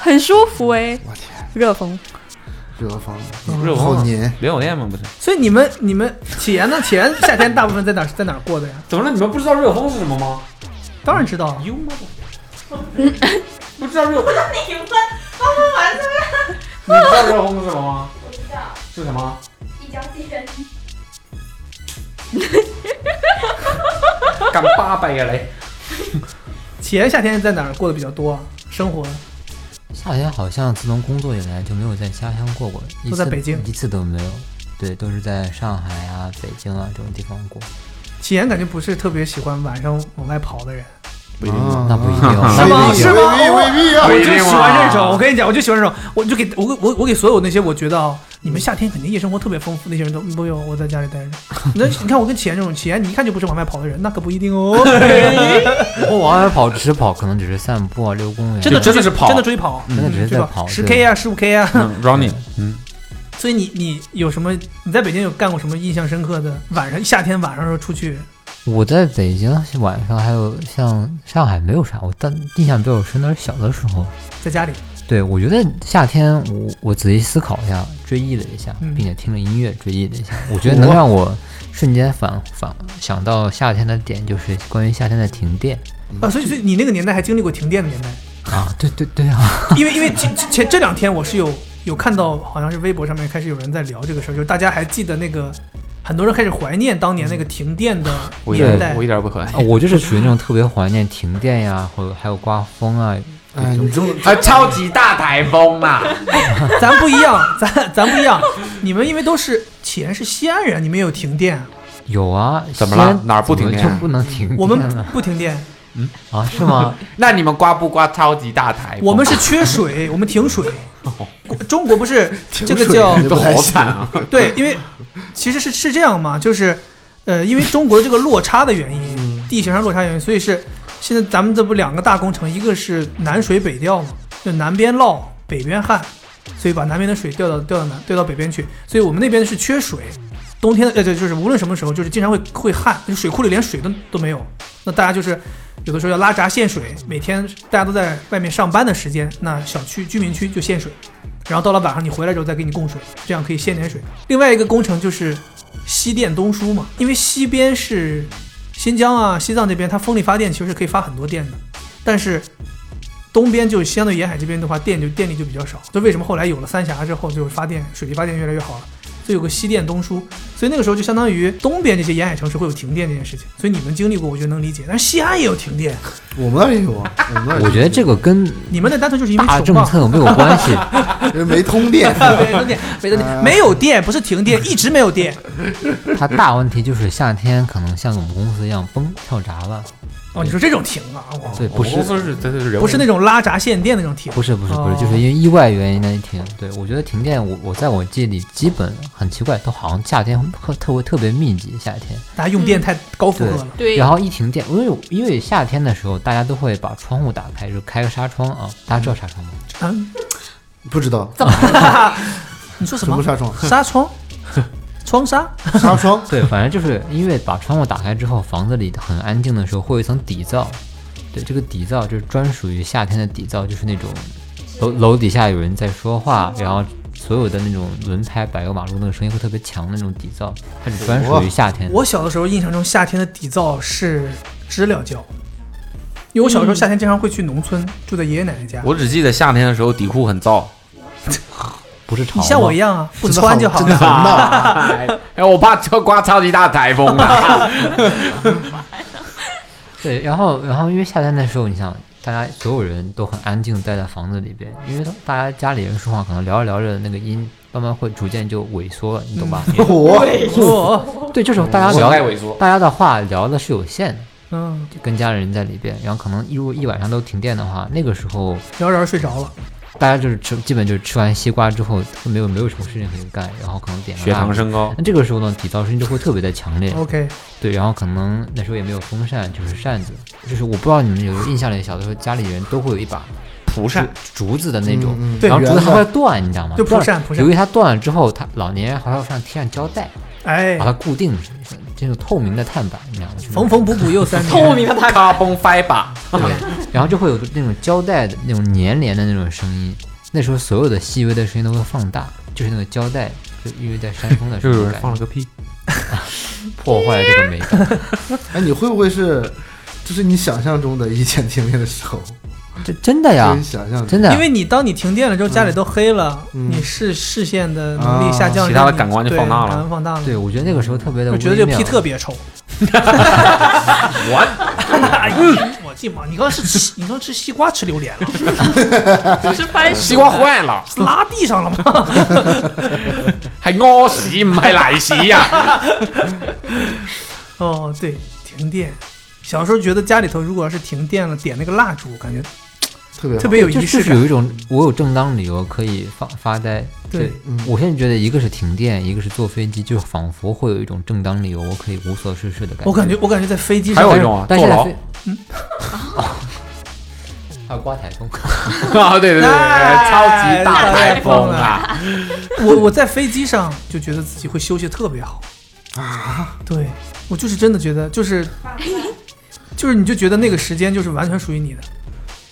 Speaker 8: 很舒服哎、
Speaker 9: 我天，
Speaker 8: 热风。
Speaker 9: 热风，
Speaker 4: 嗯热
Speaker 9: 好
Speaker 4: 风
Speaker 9: 黏，
Speaker 4: 莲藕店吗？不是，
Speaker 6: 所以你们你们起源呢？起源夏 天大部分在哪在哪儿过的呀？
Speaker 3: 怎么了？你们不知道热风是什么吗？
Speaker 6: 当然知道啊了。
Speaker 3: 不知道热，
Speaker 8: 你们帮
Speaker 5: 啊
Speaker 8: 我完成了。
Speaker 3: 你知道热风是什么吗？
Speaker 8: 我知 道，
Speaker 3: 是什么？
Speaker 8: 一家之人。
Speaker 3: 干八百个 雷。
Speaker 6: 起源夏天在哪儿过得比较多啊？生活
Speaker 12: 夏天好像自从工作以来就没有在家乡过过，一
Speaker 6: 都在
Speaker 12: 次
Speaker 6: 北京
Speaker 12: 一次都没有。对，都是在上海啊、北京啊这种地方过。
Speaker 6: 起源感觉不是特别喜欢晚上往外跑的人。
Speaker 12: 不一定，那不一定，
Speaker 6: 哦 是吗？是 吗？哦
Speaker 12: 不
Speaker 6: 我
Speaker 12: 一
Speaker 6: 就
Speaker 12: 定
Speaker 6: 喜欢这种。
Speaker 12: 啊
Speaker 6: 我跟你讲，我就喜欢这种。我就给我我我给所有那些我觉得啊，你们夏天肯定夜生活特别丰富，那些人都嗯不用我在家里 待着。那你看我跟钱这种，钱你一看就不是往外跑的人，那可不一 定哦。
Speaker 12: 我往外跑只是跑，可能只是散步啊、遛公园，
Speaker 6: 真的出去真的出去跑，
Speaker 12: 真的只是在跑。
Speaker 6: 十 K 啊，十五 K 啊。
Speaker 4: ，running，嗯，
Speaker 6: 所以你你有什么？你在北京有干过什么印象深刻的晚上夏天晚上时候出去？
Speaker 12: 我在北京晚上还有像上海没有啥，我但印象比较深的是小的时候，
Speaker 6: 在家里
Speaker 12: 对我觉得夏天我我仔细思考一下，追忆了一下，
Speaker 6: 嗯
Speaker 12: 并且听了音乐追忆了一下，我觉得能让我瞬间反反想到夏天的点就是关于夏天的停电
Speaker 6: 啊，所以所以你那个年代还经历过停电的年代。
Speaker 12: 啊，对对对啊，
Speaker 6: 因为因为前前这两天我是有有看到，好像是微博上面开始有人在聊这个事儿，就是大家还记得那个，很多人开始怀念当年那个停电的
Speaker 4: 嗯
Speaker 12: 我
Speaker 6: 年代。
Speaker 4: 点不可爱
Speaker 12: 啊我就是属于那种特别怀念停电呀，或者还有刮风啊，
Speaker 9: 哎，你这么
Speaker 4: 啊，超级大台风嘛，
Speaker 6: 咱不一样，咱咱不一样，你们因为都是起源是西安人，你们也有停电，
Speaker 12: 有啊，
Speaker 4: 怎么了
Speaker 12: 西安
Speaker 4: 哪儿不停
Speaker 12: 怎么
Speaker 4: 电
Speaker 12: 就不能停电
Speaker 6: 我们
Speaker 12: 呢
Speaker 6: 不停电，
Speaker 12: 啊是吗？
Speaker 4: 那你们刮不刮超级大台啊风？
Speaker 6: 我们是缺水，我们 停水。中国不是 这个叫
Speaker 4: 都好惨啊！
Speaker 6: 对，因为其实是是这样嘛，就是呃，因为中国这个落差的原因，地形上落差原因，所以是现在咱们这不两个大工程，一个是南水北调嘛，就南边涝，北边旱，所以把南边的水调到调到南调到北边去，所以我们那边是缺水，冬天呃对，就是无论什么时候，就是经常会会旱，就水库里连水都都没有，那大家就是。有的时候要拉闸限水，每天大家都在外面上班的时间，那小区居民区就限水，然后到了晚上你回来之后再给你供水，这样可以限点水。另外一个工程就是西电东输嘛，因为西边是新疆啊、西藏这边，它风力发电其实是可以发很多电的，但是东边就相对沿海这边的话，电就电力就比较少。所以为什么后来有了三峡之后，就发电水力发电越来越好了，所以有个西电东输，所以那个时候就相当于东边这些沿海城市会有停电这件事情，所以你们经历过，我觉得能理解。但是西安也有停电，
Speaker 9: 我们那也有啊，我们那儿也有
Speaker 12: 我觉得这个跟
Speaker 6: 你们那单纯就是因为
Speaker 12: 大
Speaker 6: 穷
Speaker 12: 政
Speaker 6: 嘛
Speaker 12: 策有没有关 系？
Speaker 9: 没通电
Speaker 6: 没通电，没通电，没有电不是停 电，一直没有电。
Speaker 12: 它大问题就是夏天可能像我们公司一样崩跳闸了，
Speaker 6: 哦，你说这种停啊？我
Speaker 12: 对，不是
Speaker 6: 不是那种拉闸限电那种停，
Speaker 12: 不是不是不是，
Speaker 6: 哦
Speaker 12: 就是因为意外原因那一停。对我觉得停电，我我在我记忆里基本很奇怪，都好像夏天特特别特别密集，夏天
Speaker 6: 大家用电太高负荷了
Speaker 12: 对。然后一停电，因为因为夏天的时候大家都会把窗户打开，就开个纱窗啊，大家知道纱窗吗？
Speaker 6: 嗯，
Speaker 9: 不知道，
Speaker 6: 你说什么？
Speaker 9: 什么纱窗
Speaker 6: 纱窗， 窗纱，
Speaker 9: 纱窗。
Speaker 12: 对，反正就是因为把窗户打开之后，房子里很安静的时候，会有一层底噪。对，这个底噪就是专属于夏天的底噪，就是那种楼楼底下有人在说话，然后所有的那种轮胎柏油马路那个声音会特别强的那种底噪，它是 专属于夏天的。
Speaker 6: 我小的时候印象中夏天的底噪是知了叫，因为我小时
Speaker 12: 嗯
Speaker 6: 候夏天经常会去农村，住在爷爷奶奶家。
Speaker 4: 我只记得夏天的时候底裤很 燥，
Speaker 12: 不是
Speaker 6: 你像我一样啊，不穿就好
Speaker 4: 真的好
Speaker 6: 了。
Speaker 4: 哎，我怕车刮超级大台风啊！
Speaker 12: 对，然后然后因为夏天的时候，你想大家所有人都很安静地待在房子里边，因为大家家里人说话，可能聊着聊着那个音慢慢会逐渐就萎缩了，你懂吧？
Speaker 9: 我
Speaker 12: 对，这时候大家聊
Speaker 4: 嗯我在萎缩
Speaker 12: 大家的话聊的是有限的，
Speaker 6: 嗯，
Speaker 12: 就跟家人在里边，然后可能一如一晚上都停电的话，那个时候
Speaker 6: 聊着聊着睡着了。
Speaker 12: 大家就是吃，基本就是吃完西瓜之后，没有没有什么事情可以干，然后可能点个
Speaker 4: 血糖
Speaker 12: 蜡烛
Speaker 4: 升高
Speaker 12: 那这个时候呢，底噪声就会特别的强烈。
Speaker 6: OK
Speaker 12: 对，然后可能那时候也没有风扇，就是扇子，就是我不知道你们有没有印象里，小的时候家里人都会有一把
Speaker 4: 蒲
Speaker 12: 扇，竹子的那种，
Speaker 6: 嗯嗯对
Speaker 12: 然后竹子
Speaker 6: 圆的
Speaker 12: 它会断，你知道吗？
Speaker 6: 就蒲
Speaker 12: 断
Speaker 6: 扇蒲扇
Speaker 12: 由于它断了之后，它老年人还要上贴上胶带，
Speaker 6: 哎
Speaker 12: 把它固定，这种透明的碳板，你知道吗？就是
Speaker 6: 缝缝补补又三年
Speaker 4: carbon fiber，
Speaker 12: 然后就会有那种胶带的那种粘连的那种声音，那时候所有的细微的声音都会放大，就是那个胶带，就因为在山峰的时
Speaker 4: 又
Speaker 12: 候
Speaker 4: 有人
Speaker 12: 感
Speaker 4: 放了个屁，
Speaker 12: 破坏了这个美感。
Speaker 9: 哎，你会不会是，这是你想象中的一剪停电的时候？
Speaker 12: 这真的呀
Speaker 9: 你想象中
Speaker 12: 真的
Speaker 6: 因为你当你停电了之后，家里都黑了，
Speaker 9: 嗯
Speaker 6: 你视视线的能力下降，
Speaker 12: 啊其他的
Speaker 6: 让你
Speaker 12: 感官就
Speaker 6: 对
Speaker 12: 放大了
Speaker 6: 感官放大了。
Speaker 12: 对，我觉得那个时候特别的
Speaker 6: 我
Speaker 12: 微
Speaker 6: 觉
Speaker 12: 妙，
Speaker 6: 得这个屁特别臭。
Speaker 12: 我
Speaker 6: 我的妈！你刚是吃，你刚吃西瓜吃榴莲了？
Speaker 12: 是番 薯西瓜坏了
Speaker 6: 拉地上了吗？
Speaker 4: 还屙屎唔系奶屎呀、
Speaker 6: 哦，对，停电。小时候觉得家里头如果要是停电了，点那个蜡烛，感觉
Speaker 9: 特
Speaker 6: 特别有仪
Speaker 12: 就
Speaker 6: 式
Speaker 12: 是有
Speaker 6: 感
Speaker 12: 一。种我有正当理由可以发发呆。
Speaker 6: 对
Speaker 9: 嗯
Speaker 12: 我现在觉得一个是停电，一个是坐飞机，就仿佛会有一种正当理由，我可以无所事事的感觉。
Speaker 6: 我感觉，我感觉在飞机上
Speaker 12: 但是在飞
Speaker 6: 嗯，
Speaker 12: 还有刮台风
Speaker 4: 啊，对对对对，
Speaker 6: 哎
Speaker 4: 超级大台
Speaker 6: 台
Speaker 4: 风啊
Speaker 6: 啊！！我我在飞机上就觉得自己会休息特别好啊，对我就是真的觉得就是就是你就觉得那个时间就是完全属于你的。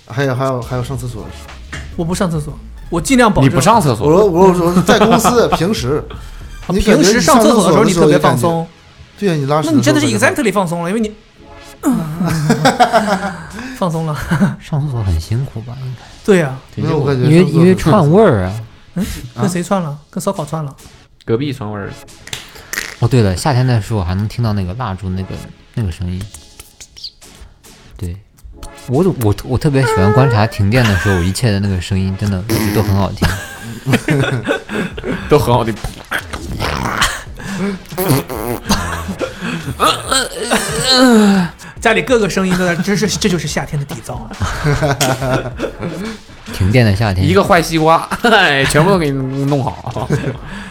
Speaker 9: 还有还有还有上厕所的时候，
Speaker 6: 我不上厕所，我尽量保证
Speaker 9: 我说我说我说在公司平 时，你感觉
Speaker 6: 啊平时
Speaker 9: 你
Speaker 6: 上
Speaker 9: 上
Speaker 6: 厕
Speaker 9: 厕时
Speaker 6: 所的时候
Speaker 9: 候
Speaker 6: 你特别放松，
Speaker 9: 就感觉，对呀，你拉屎的时候感觉，
Speaker 6: 那你真的是 exactly 放松了，因为你放松了。
Speaker 12: 上厕所很辛苦吧？应该
Speaker 6: 对呀
Speaker 4: 没有我感觉
Speaker 12: 因为
Speaker 4: 上厕所
Speaker 12: 因为串味儿啊。
Speaker 6: 嗯，跟谁串了？跟烧 烤串了。
Speaker 4: 隔壁村味儿，
Speaker 12: 哦，对了，夏天的时候还能听到那个蜡烛那个那个声音。对，我总我我特别喜欢观察停电的时候，一切的那个声音真的都很好听，
Speaker 4: 都很好听。
Speaker 6: 家里各个声音都在，这是这就是夏天的底 噪。啊
Speaker 12: 停电的夏天，
Speaker 4: 一个坏西瓜，哎全部都给你弄 好。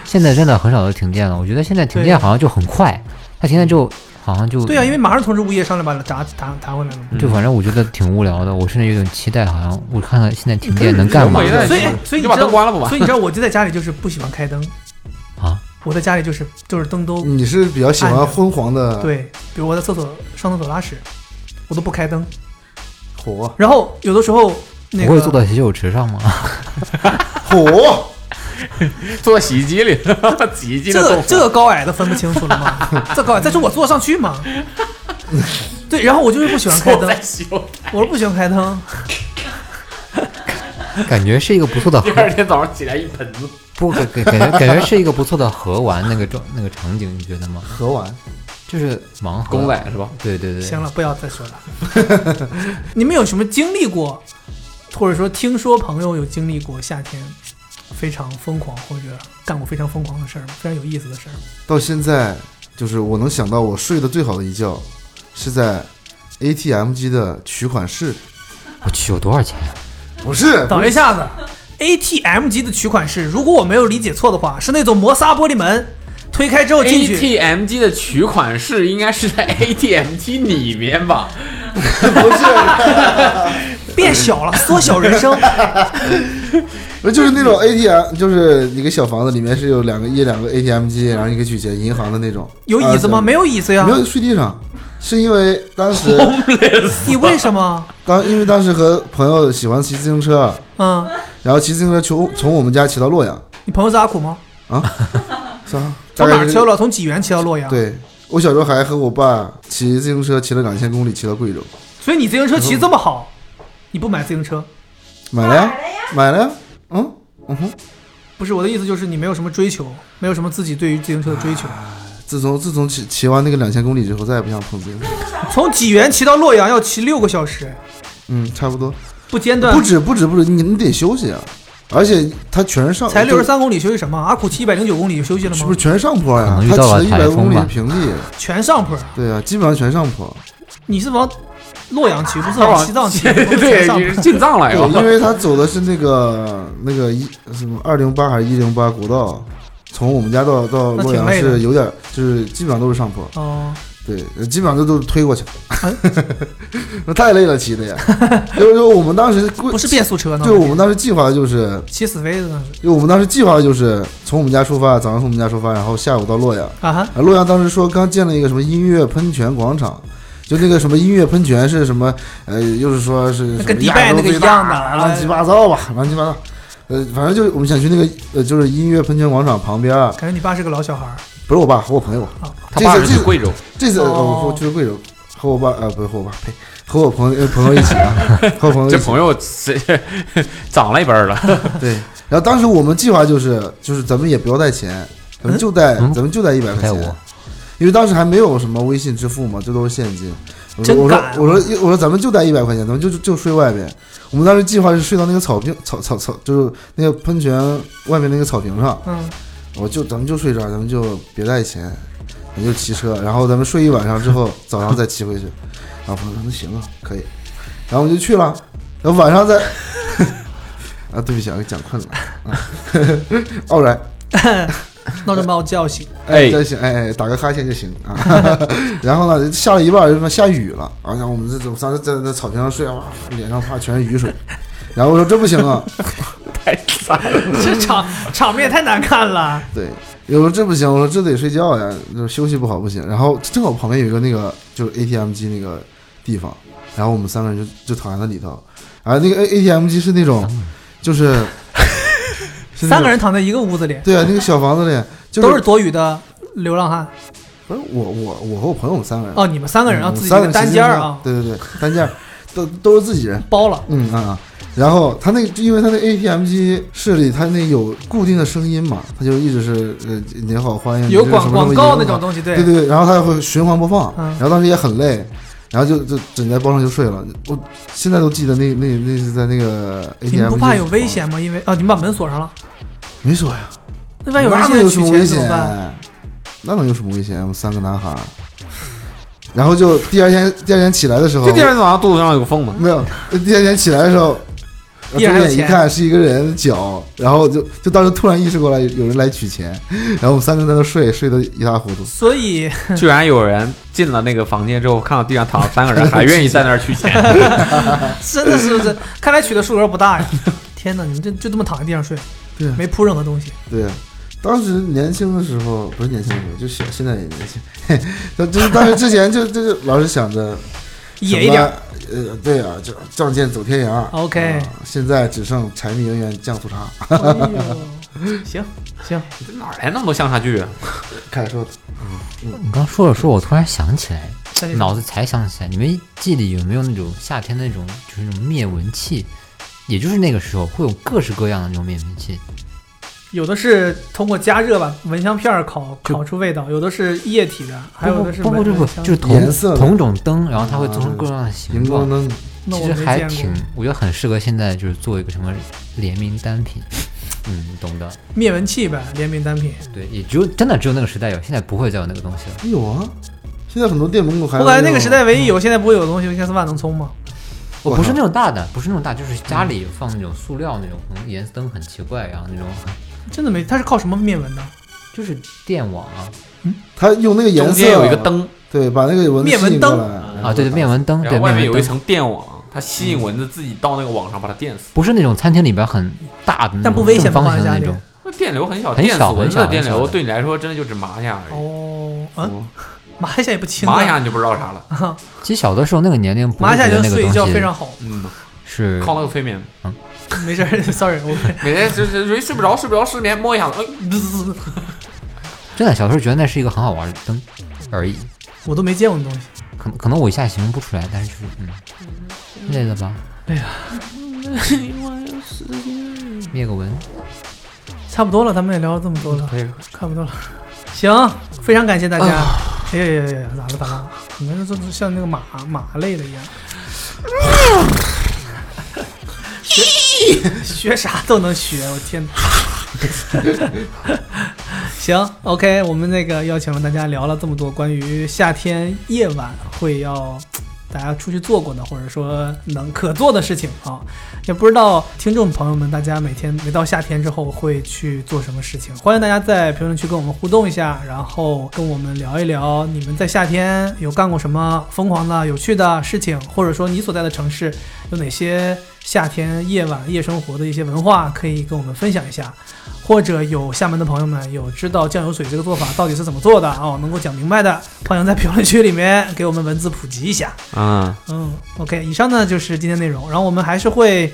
Speaker 12: 现在真的很少有停电了，我觉得现在停
Speaker 6: 对
Speaker 12: 电好像就很快，它停电之后好像就
Speaker 6: 对啊呀、因为马上通知物业上来把闸弹弹回来了嘛。
Speaker 12: 嗯就反正我觉得挺无聊的，我甚至有点期待，好像我看看现在停电能干嘛。
Speaker 6: 所以哎所以你知
Speaker 4: 就把
Speaker 6: 道
Speaker 4: 灯关了不完
Speaker 6: 所以你知道我就在家里就是不喜欢开灯
Speaker 12: 啊。
Speaker 6: 我在家里就是就是灯都
Speaker 9: 你是比较喜
Speaker 6: 暗
Speaker 9: 欢
Speaker 6: 着
Speaker 9: 昏黄的
Speaker 6: 对，比如我在厕所上厕所拉屎，我都不开灯。
Speaker 9: 火
Speaker 6: 然后有的时候那
Speaker 12: 不会
Speaker 6: 个
Speaker 12: 坐到洗手池上吗？
Speaker 9: 火，
Speaker 4: 坐到洗衣机里， 洗衣机的
Speaker 6: 这
Speaker 4: 动
Speaker 6: 这高矮都分不清楚 了吗？这高矮，但是我坐得上去嘛。对，然后我就是不喜欢开灯
Speaker 4: 坐在洗手，
Speaker 6: 我都不喜欢开灯。
Speaker 12: 感觉是一个不错的
Speaker 4: 第
Speaker 12: 河，
Speaker 4: 二天早上起来一盆子，
Speaker 12: 不感感感觉感觉是一个不错的河玩那个状那个场景，你觉得吗？
Speaker 9: 河玩
Speaker 12: 就是盲盒
Speaker 4: 公仔是吧
Speaker 12: 对对对，嗯
Speaker 6: 行了，不要再说了。 你们有什么经历过，或者说听说朋友有经历过夏天非常疯狂，或者干过非常疯狂的事儿吗？非常有意思的事儿吗？
Speaker 9: 到现在，就是我能想到我睡的最好的一觉是在 ATM 机的取款室。
Speaker 12: 我去，有多少钱、
Speaker 9: 不是，
Speaker 6: 等一下子，ATM 机的取款室，如果我没有理解错的话，是那种磨砂玻璃门，推开之后进去。
Speaker 4: ATM 机的取款室应该是在 ATM 机里面 吧？
Speaker 6: 变小了，缩小人生。
Speaker 9: 不是，呃就是那种 ATM，就是一个小房子里面是有两个一两个 ATM 机，然后你可以取钱，银行的那种。
Speaker 6: 有椅子吗
Speaker 9: 啊
Speaker 6: 没有椅子呀
Speaker 9: 没有，睡地上。 是因为当时
Speaker 6: 你为什么？
Speaker 9: 当因为当时和朋友喜欢骑自行车，
Speaker 6: 嗯，
Speaker 9: 然后骑自行车从从我们家骑到洛阳
Speaker 6: 你朋友是阿苦吗？
Speaker 9: 啊，是啊，
Speaker 6: 从
Speaker 9: 大概
Speaker 6: 哪儿
Speaker 9: 是
Speaker 6: 骑到洛？从济源骑到洛阳？，
Speaker 9: 对，我小时候还和我爸骑自行车骑了两千公里，骑到贵州，
Speaker 6: 所以你自行车骑这么好，你不买自行车？
Speaker 9: 买了呀，买了呀，嗯嗯哼。
Speaker 6: 不是我的意思，就是你没有什么追求，没有什么自己对于自行车的追求。
Speaker 9: 自从自从骑骑完那个两千公里之后，再也不想碰自行车。
Speaker 6: 从济源骑到洛阳要骑六个小时，
Speaker 9: 嗯，差不多。
Speaker 6: 不间断
Speaker 9: 不止不止不止，你你得休息啊！而且它全是上，
Speaker 6: 才六十三公里，休息什么？阿苦骑一百零九公里就休息了吗？
Speaker 9: 是不是全是上坡呀、
Speaker 12: 可能遇
Speaker 9: 它
Speaker 12: 到了
Speaker 9: 骑了一百
Speaker 12: 台风
Speaker 9: 公里
Speaker 12: 吧
Speaker 9: 是平地。
Speaker 6: 全上坡？
Speaker 9: 对啊，基本上全上坡。
Speaker 6: 你是往洛阳骑，不是
Speaker 4: 他
Speaker 6: 往
Speaker 4: 往
Speaker 6: 西藏骑？
Speaker 4: 对
Speaker 6: 全上坡
Speaker 4: 你是进藏了呀
Speaker 9: 对因为他走的是那个那个一什么二零八还是一零八国道，从我们家到到
Speaker 6: 那挺
Speaker 9: 洛阳
Speaker 6: 累的
Speaker 9: 是有点，就是基本上都是上坡。
Speaker 6: 哦，哎
Speaker 9: 对，基本上都都推过去了， 那太累了骑的呀。 就是说我们当时不
Speaker 6: 是变速车呢
Speaker 9: 对，我们当时计划的就是
Speaker 6: 骑死飞的那是
Speaker 9: 因为我们当时计划的就是从我们家出发，早上从我们家出发，然后下午到洛阳。
Speaker 6: 啊哈，
Speaker 9: 啊，洛阳当时说刚建了一个什么音乐喷泉广场，就那个什么音乐喷泉是什么？呃，又是说是
Speaker 6: 跟
Speaker 9: 什么亚
Speaker 6: Dubai
Speaker 9: 洲
Speaker 6: 那个
Speaker 9: 最
Speaker 6: 一样的
Speaker 9: 大乱七八糟吧，乱七八糟。呃，反正就是我们想去那个呃，就是音乐喷泉广场旁边儿，
Speaker 6: 感觉你爸是个老小孩儿，
Speaker 9: 不是我爸，和我朋友。
Speaker 4: 他爸
Speaker 9: 这
Speaker 4: 是
Speaker 9: 次
Speaker 4: 去贵州
Speaker 9: 这次呃
Speaker 6: 哦
Speaker 9: 我我去了贵州，和我爸呃不是和我爸，呸，和我朋友朋友一起啊， 和我朋友一起
Speaker 4: 这朋友谁 长了一辈儿 了，
Speaker 9: 对。然后当时我们计划就是就是咱们也不要带钱，
Speaker 6: 嗯
Speaker 9: 咱们就带、咱们就带一百块钱，因为当时还没有什么微信支付嘛，这都是现金。我说
Speaker 6: 真
Speaker 9: 我说
Speaker 6: 敢啊
Speaker 9: 我说我说咱们就带一百块钱，咱们就就就睡外边。我们当时计划是睡到那个草坪草草草，就是那个喷泉外面那个草坪上。
Speaker 6: 嗯，
Speaker 9: 我就咱们就睡这儿，咱们就别带钱，咱就骑车，然后咱们睡一晚上之后，早上再骑回去。然后朋友说那行啊，可以，然后我们就去了，然后晚上再，啊，对不起啊，给讲困了，啊、 傲然，
Speaker 6: 闹着把我叫醒。
Speaker 9: 哎，真行，哎哎，打个哈欠就行啊。 然后呢，下了一半儿就他妈下雨了，啊，然后我们这种咱在在草坪上睡，哇，脸上啪全是雨水。然后我说这不行啊，
Speaker 6: 这场场面太难看了。
Speaker 9: 对，有时候这不行，我说这得睡觉呀，就是休息不好不行。然后正好旁边有一个那个就是 ATM 机那个地方，然后我们三个人就就躺在那里头，啊，那个 A ATM 机是那种，就是是那种
Speaker 6: 三个人躺在一个屋子里，
Speaker 9: 对啊，那个小房子里就是
Speaker 6: 都是躲雨的流浪汉。
Speaker 9: 不是呃我我我和我朋友我们三个人
Speaker 6: 哦你们三个人啊
Speaker 9: 嗯
Speaker 6: 自己
Speaker 9: 三个人
Speaker 6: 单
Speaker 9: 骑自
Speaker 6: 间
Speaker 9: 行
Speaker 6: 儿
Speaker 9: 车
Speaker 6: 啊
Speaker 9: 对对对，单间儿都都是自己人
Speaker 6: 包了，
Speaker 9: 嗯啊啊。然后他那个，因为他那 ATM 机室里，他那有固定的声音嘛，他就一直是呃您好欢迎，就
Speaker 6: 有
Speaker 9: 是什么
Speaker 6: 广
Speaker 9: 什么
Speaker 6: 广告
Speaker 9: 您好
Speaker 6: 那种东西对
Speaker 9: 对对对，然后他会循环播放，
Speaker 6: 嗯
Speaker 9: 然后当时也很累，然后就就枕在包上就睡了。我现在都记得那那那是在那个 ATM，
Speaker 6: 你们不怕
Speaker 9: 机
Speaker 6: 有危险吗？因为啊，你们把门锁上了，
Speaker 9: 没锁呀？
Speaker 6: 那万一有人
Speaker 9: 那能
Speaker 6: 现在
Speaker 9: 有什
Speaker 6: 取
Speaker 9: 么危
Speaker 6: 钱
Speaker 9: 险
Speaker 6: 怎
Speaker 9: 啊
Speaker 6: 么办？？
Speaker 9: 那能有什么危险？我们三个男孩儿，然后就第二天第二天起来的时候，
Speaker 4: 就第二天早上肚子上有个缝嘛，
Speaker 9: 嗯没有，第二天起来的时候，
Speaker 4: 依
Speaker 9: 睁
Speaker 4: 然还有
Speaker 9: 眼一
Speaker 4: 钱
Speaker 9: 看是一个人的脚，然后就就当时突然意识过来有有人来取钱，然后我们三个人在那睡，睡得一塌糊涂。
Speaker 6: 所以
Speaker 4: 居然有人进了那个房间之后，看到地上躺了三个人，还愿意在那儿 取钱，
Speaker 6: 真的是这，看来取的数额不大呀！天哪，你们就就这么躺在地上睡，
Speaker 9: 对
Speaker 6: 没铺任何东西，
Speaker 9: 对，啊当时年轻的时候不是年轻的时候，就小现在也年轻， 嘿就就是当时之前就就是老是想着
Speaker 6: 野一点儿，
Speaker 9: 什么呃，对啊，就仗剑走天涯。
Speaker 6: OK
Speaker 9: 啊现在只剩柴米油盐酱醋茶。
Speaker 6: 哎行行，
Speaker 4: 哪来那么多乡下剧啊？
Speaker 9: 开始说的，
Speaker 12: 你刚说着说着，我突然想起来
Speaker 6: 但，是
Speaker 12: 嗯脑子才想起来，你们记得有没有那种夏天那种就是那种灭蚊器？也就是那个时候会有各式各样的那种灭蚊器，
Speaker 6: 有的是通过加热把蚊香片儿烤烤出味道，有的是液体的，还有的是
Speaker 12: 不不
Speaker 6: 蚊
Speaker 12: 不不
Speaker 6: 蚊
Speaker 12: 不，
Speaker 6: 香，
Speaker 12: 就是同同种灯，然后它会做成各种各样的形
Speaker 9: 荧
Speaker 12: 状
Speaker 9: 光灯，
Speaker 6: 啊那
Speaker 12: 其
Speaker 6: 我
Speaker 12: 实
Speaker 6: 没
Speaker 12: 还
Speaker 6: 见过
Speaker 12: 挺，我觉得很适合现在就是做一个什么联名单品，嗯，懂的。
Speaker 6: 灭蚊器呗，联名单品。
Speaker 12: 对，也只有真的只有那个时代有，现在不会再有那个东西了。
Speaker 9: 有啊，现在很多店门口还有嗯
Speaker 6: 我感觉那
Speaker 9: 种
Speaker 6: 个
Speaker 12: 啊
Speaker 6: 时代唯一有现在不会有的东西，应该是万能葱嘛。
Speaker 12: 我不是那种大的，不是那种大，就是家里有放那种塑料那种，可能颜色灯很奇怪，然后那种很
Speaker 6: 真的没，它是靠什么灭蚊的？
Speaker 12: 就是电网啊，
Speaker 9: 他用那个颜
Speaker 4: 中
Speaker 9: 色
Speaker 4: 间有一个灯，
Speaker 9: 对，把那个 蚊子
Speaker 6: 嗯灭蚊
Speaker 9: 吸引过
Speaker 6: 灯
Speaker 9: 来
Speaker 12: 啊，对对，灭蚊灯，
Speaker 4: 然
Speaker 12: 对，灭
Speaker 4: 后外面
Speaker 12: 蚊
Speaker 4: 有一
Speaker 12: 灯，
Speaker 4: 层电网，它吸引
Speaker 6: 嗯
Speaker 4: 蚊子自己到那个网上把它电死。
Speaker 12: 不是那种餐厅里边很大的那种
Speaker 6: 嗯但不危险
Speaker 12: 正方
Speaker 6: 吗
Speaker 12: 形的
Speaker 6: 家
Speaker 12: 那
Speaker 6: 里
Speaker 12: 种，
Speaker 4: 那电流很小，
Speaker 12: 很
Speaker 4: 电死
Speaker 12: 小
Speaker 4: 蚊
Speaker 12: 很
Speaker 4: 子
Speaker 12: 小
Speaker 4: 的电
Speaker 12: 很小
Speaker 4: 流
Speaker 12: 的
Speaker 4: 对你来说真的就只麻一下而已，
Speaker 6: 哦，啊嗯，麻一下也不轻啊。
Speaker 4: 麻一下你就不知道啥了。
Speaker 12: 其实小的时候那个年龄不
Speaker 6: 麻
Speaker 12: 会
Speaker 6: 一下
Speaker 12: 觉得
Speaker 6: 就
Speaker 12: 那个
Speaker 6: 睡
Speaker 12: 东
Speaker 6: 一觉
Speaker 12: 西
Speaker 6: 非常好，
Speaker 4: 嗯，
Speaker 12: 是
Speaker 4: 靠那个催眠，
Speaker 6: 嗯没事儿，sorry，我
Speaker 4: 每天就是就是睡不着，睡不着失眠，摸一下子，哎，
Speaker 6: 滋
Speaker 12: 真的小时候觉得那是一个很好玩的灯而已，
Speaker 6: 我都没见过那东西。
Speaker 12: 可能可能我一下形容不出来，但是就是嗯，累了吧，灭个蚊。
Speaker 6: 差不多了，咱们也聊了这么多了，
Speaker 4: 可以啊
Speaker 6: 差不多了。行，非常感谢大家。哎呀呀呀呀，咋了咋了？你们这这像那个马马累了一样。学学啥都能学，我天哪！行，OK，我们那个邀请了大家聊了这么多关于夏天夜晚会要大家出去做过的，或者说能可做的事情啊。也不知道听众朋友们，大家每天每到夏天之后会去做什么事情？欢迎大家在评论区跟我们互动一下，然后跟我们聊一聊你们在夏天有干过什么疯狂的、有趣的事情，或者说你所在的城市有哪些夏天夜晚夜生活的一些文化，可以跟我们分享一下。或者有厦门的朋友们有知道酱油水这个做法到底是怎么做的啊、能够讲明白的，欢迎在评论区里面给我们文字普及一下。
Speaker 4: 嗯，
Speaker 6: 嗯，OK，以上呢就是今天内容，然后我们还是会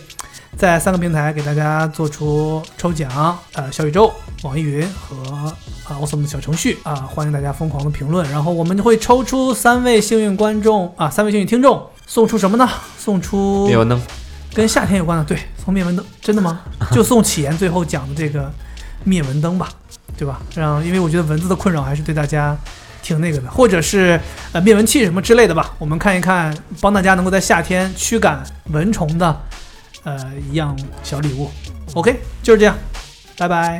Speaker 6: 在三个平台给大家做出抽奖，呃，小宇宙、网易云和啊 awesome 的小程序啊、欢迎大家疯狂的评论，然后我们会抽出三位幸运观众啊、三位幸运听众，送出什么呢？送出
Speaker 4: 灭蚊灯，
Speaker 6: 跟夏天有关的，对，送灭蚊灯，真的吗？就送启言最后讲的这个灭蚊灯吧，对吧？让因为我觉得蚊子的困扰还是对大家挺那个的，或者是呃灭蚊器什么之类的吧，我们看一看，帮大家能够在夏天驱赶蚊虫的呃一样小礼物。OK，就是这样，拜拜。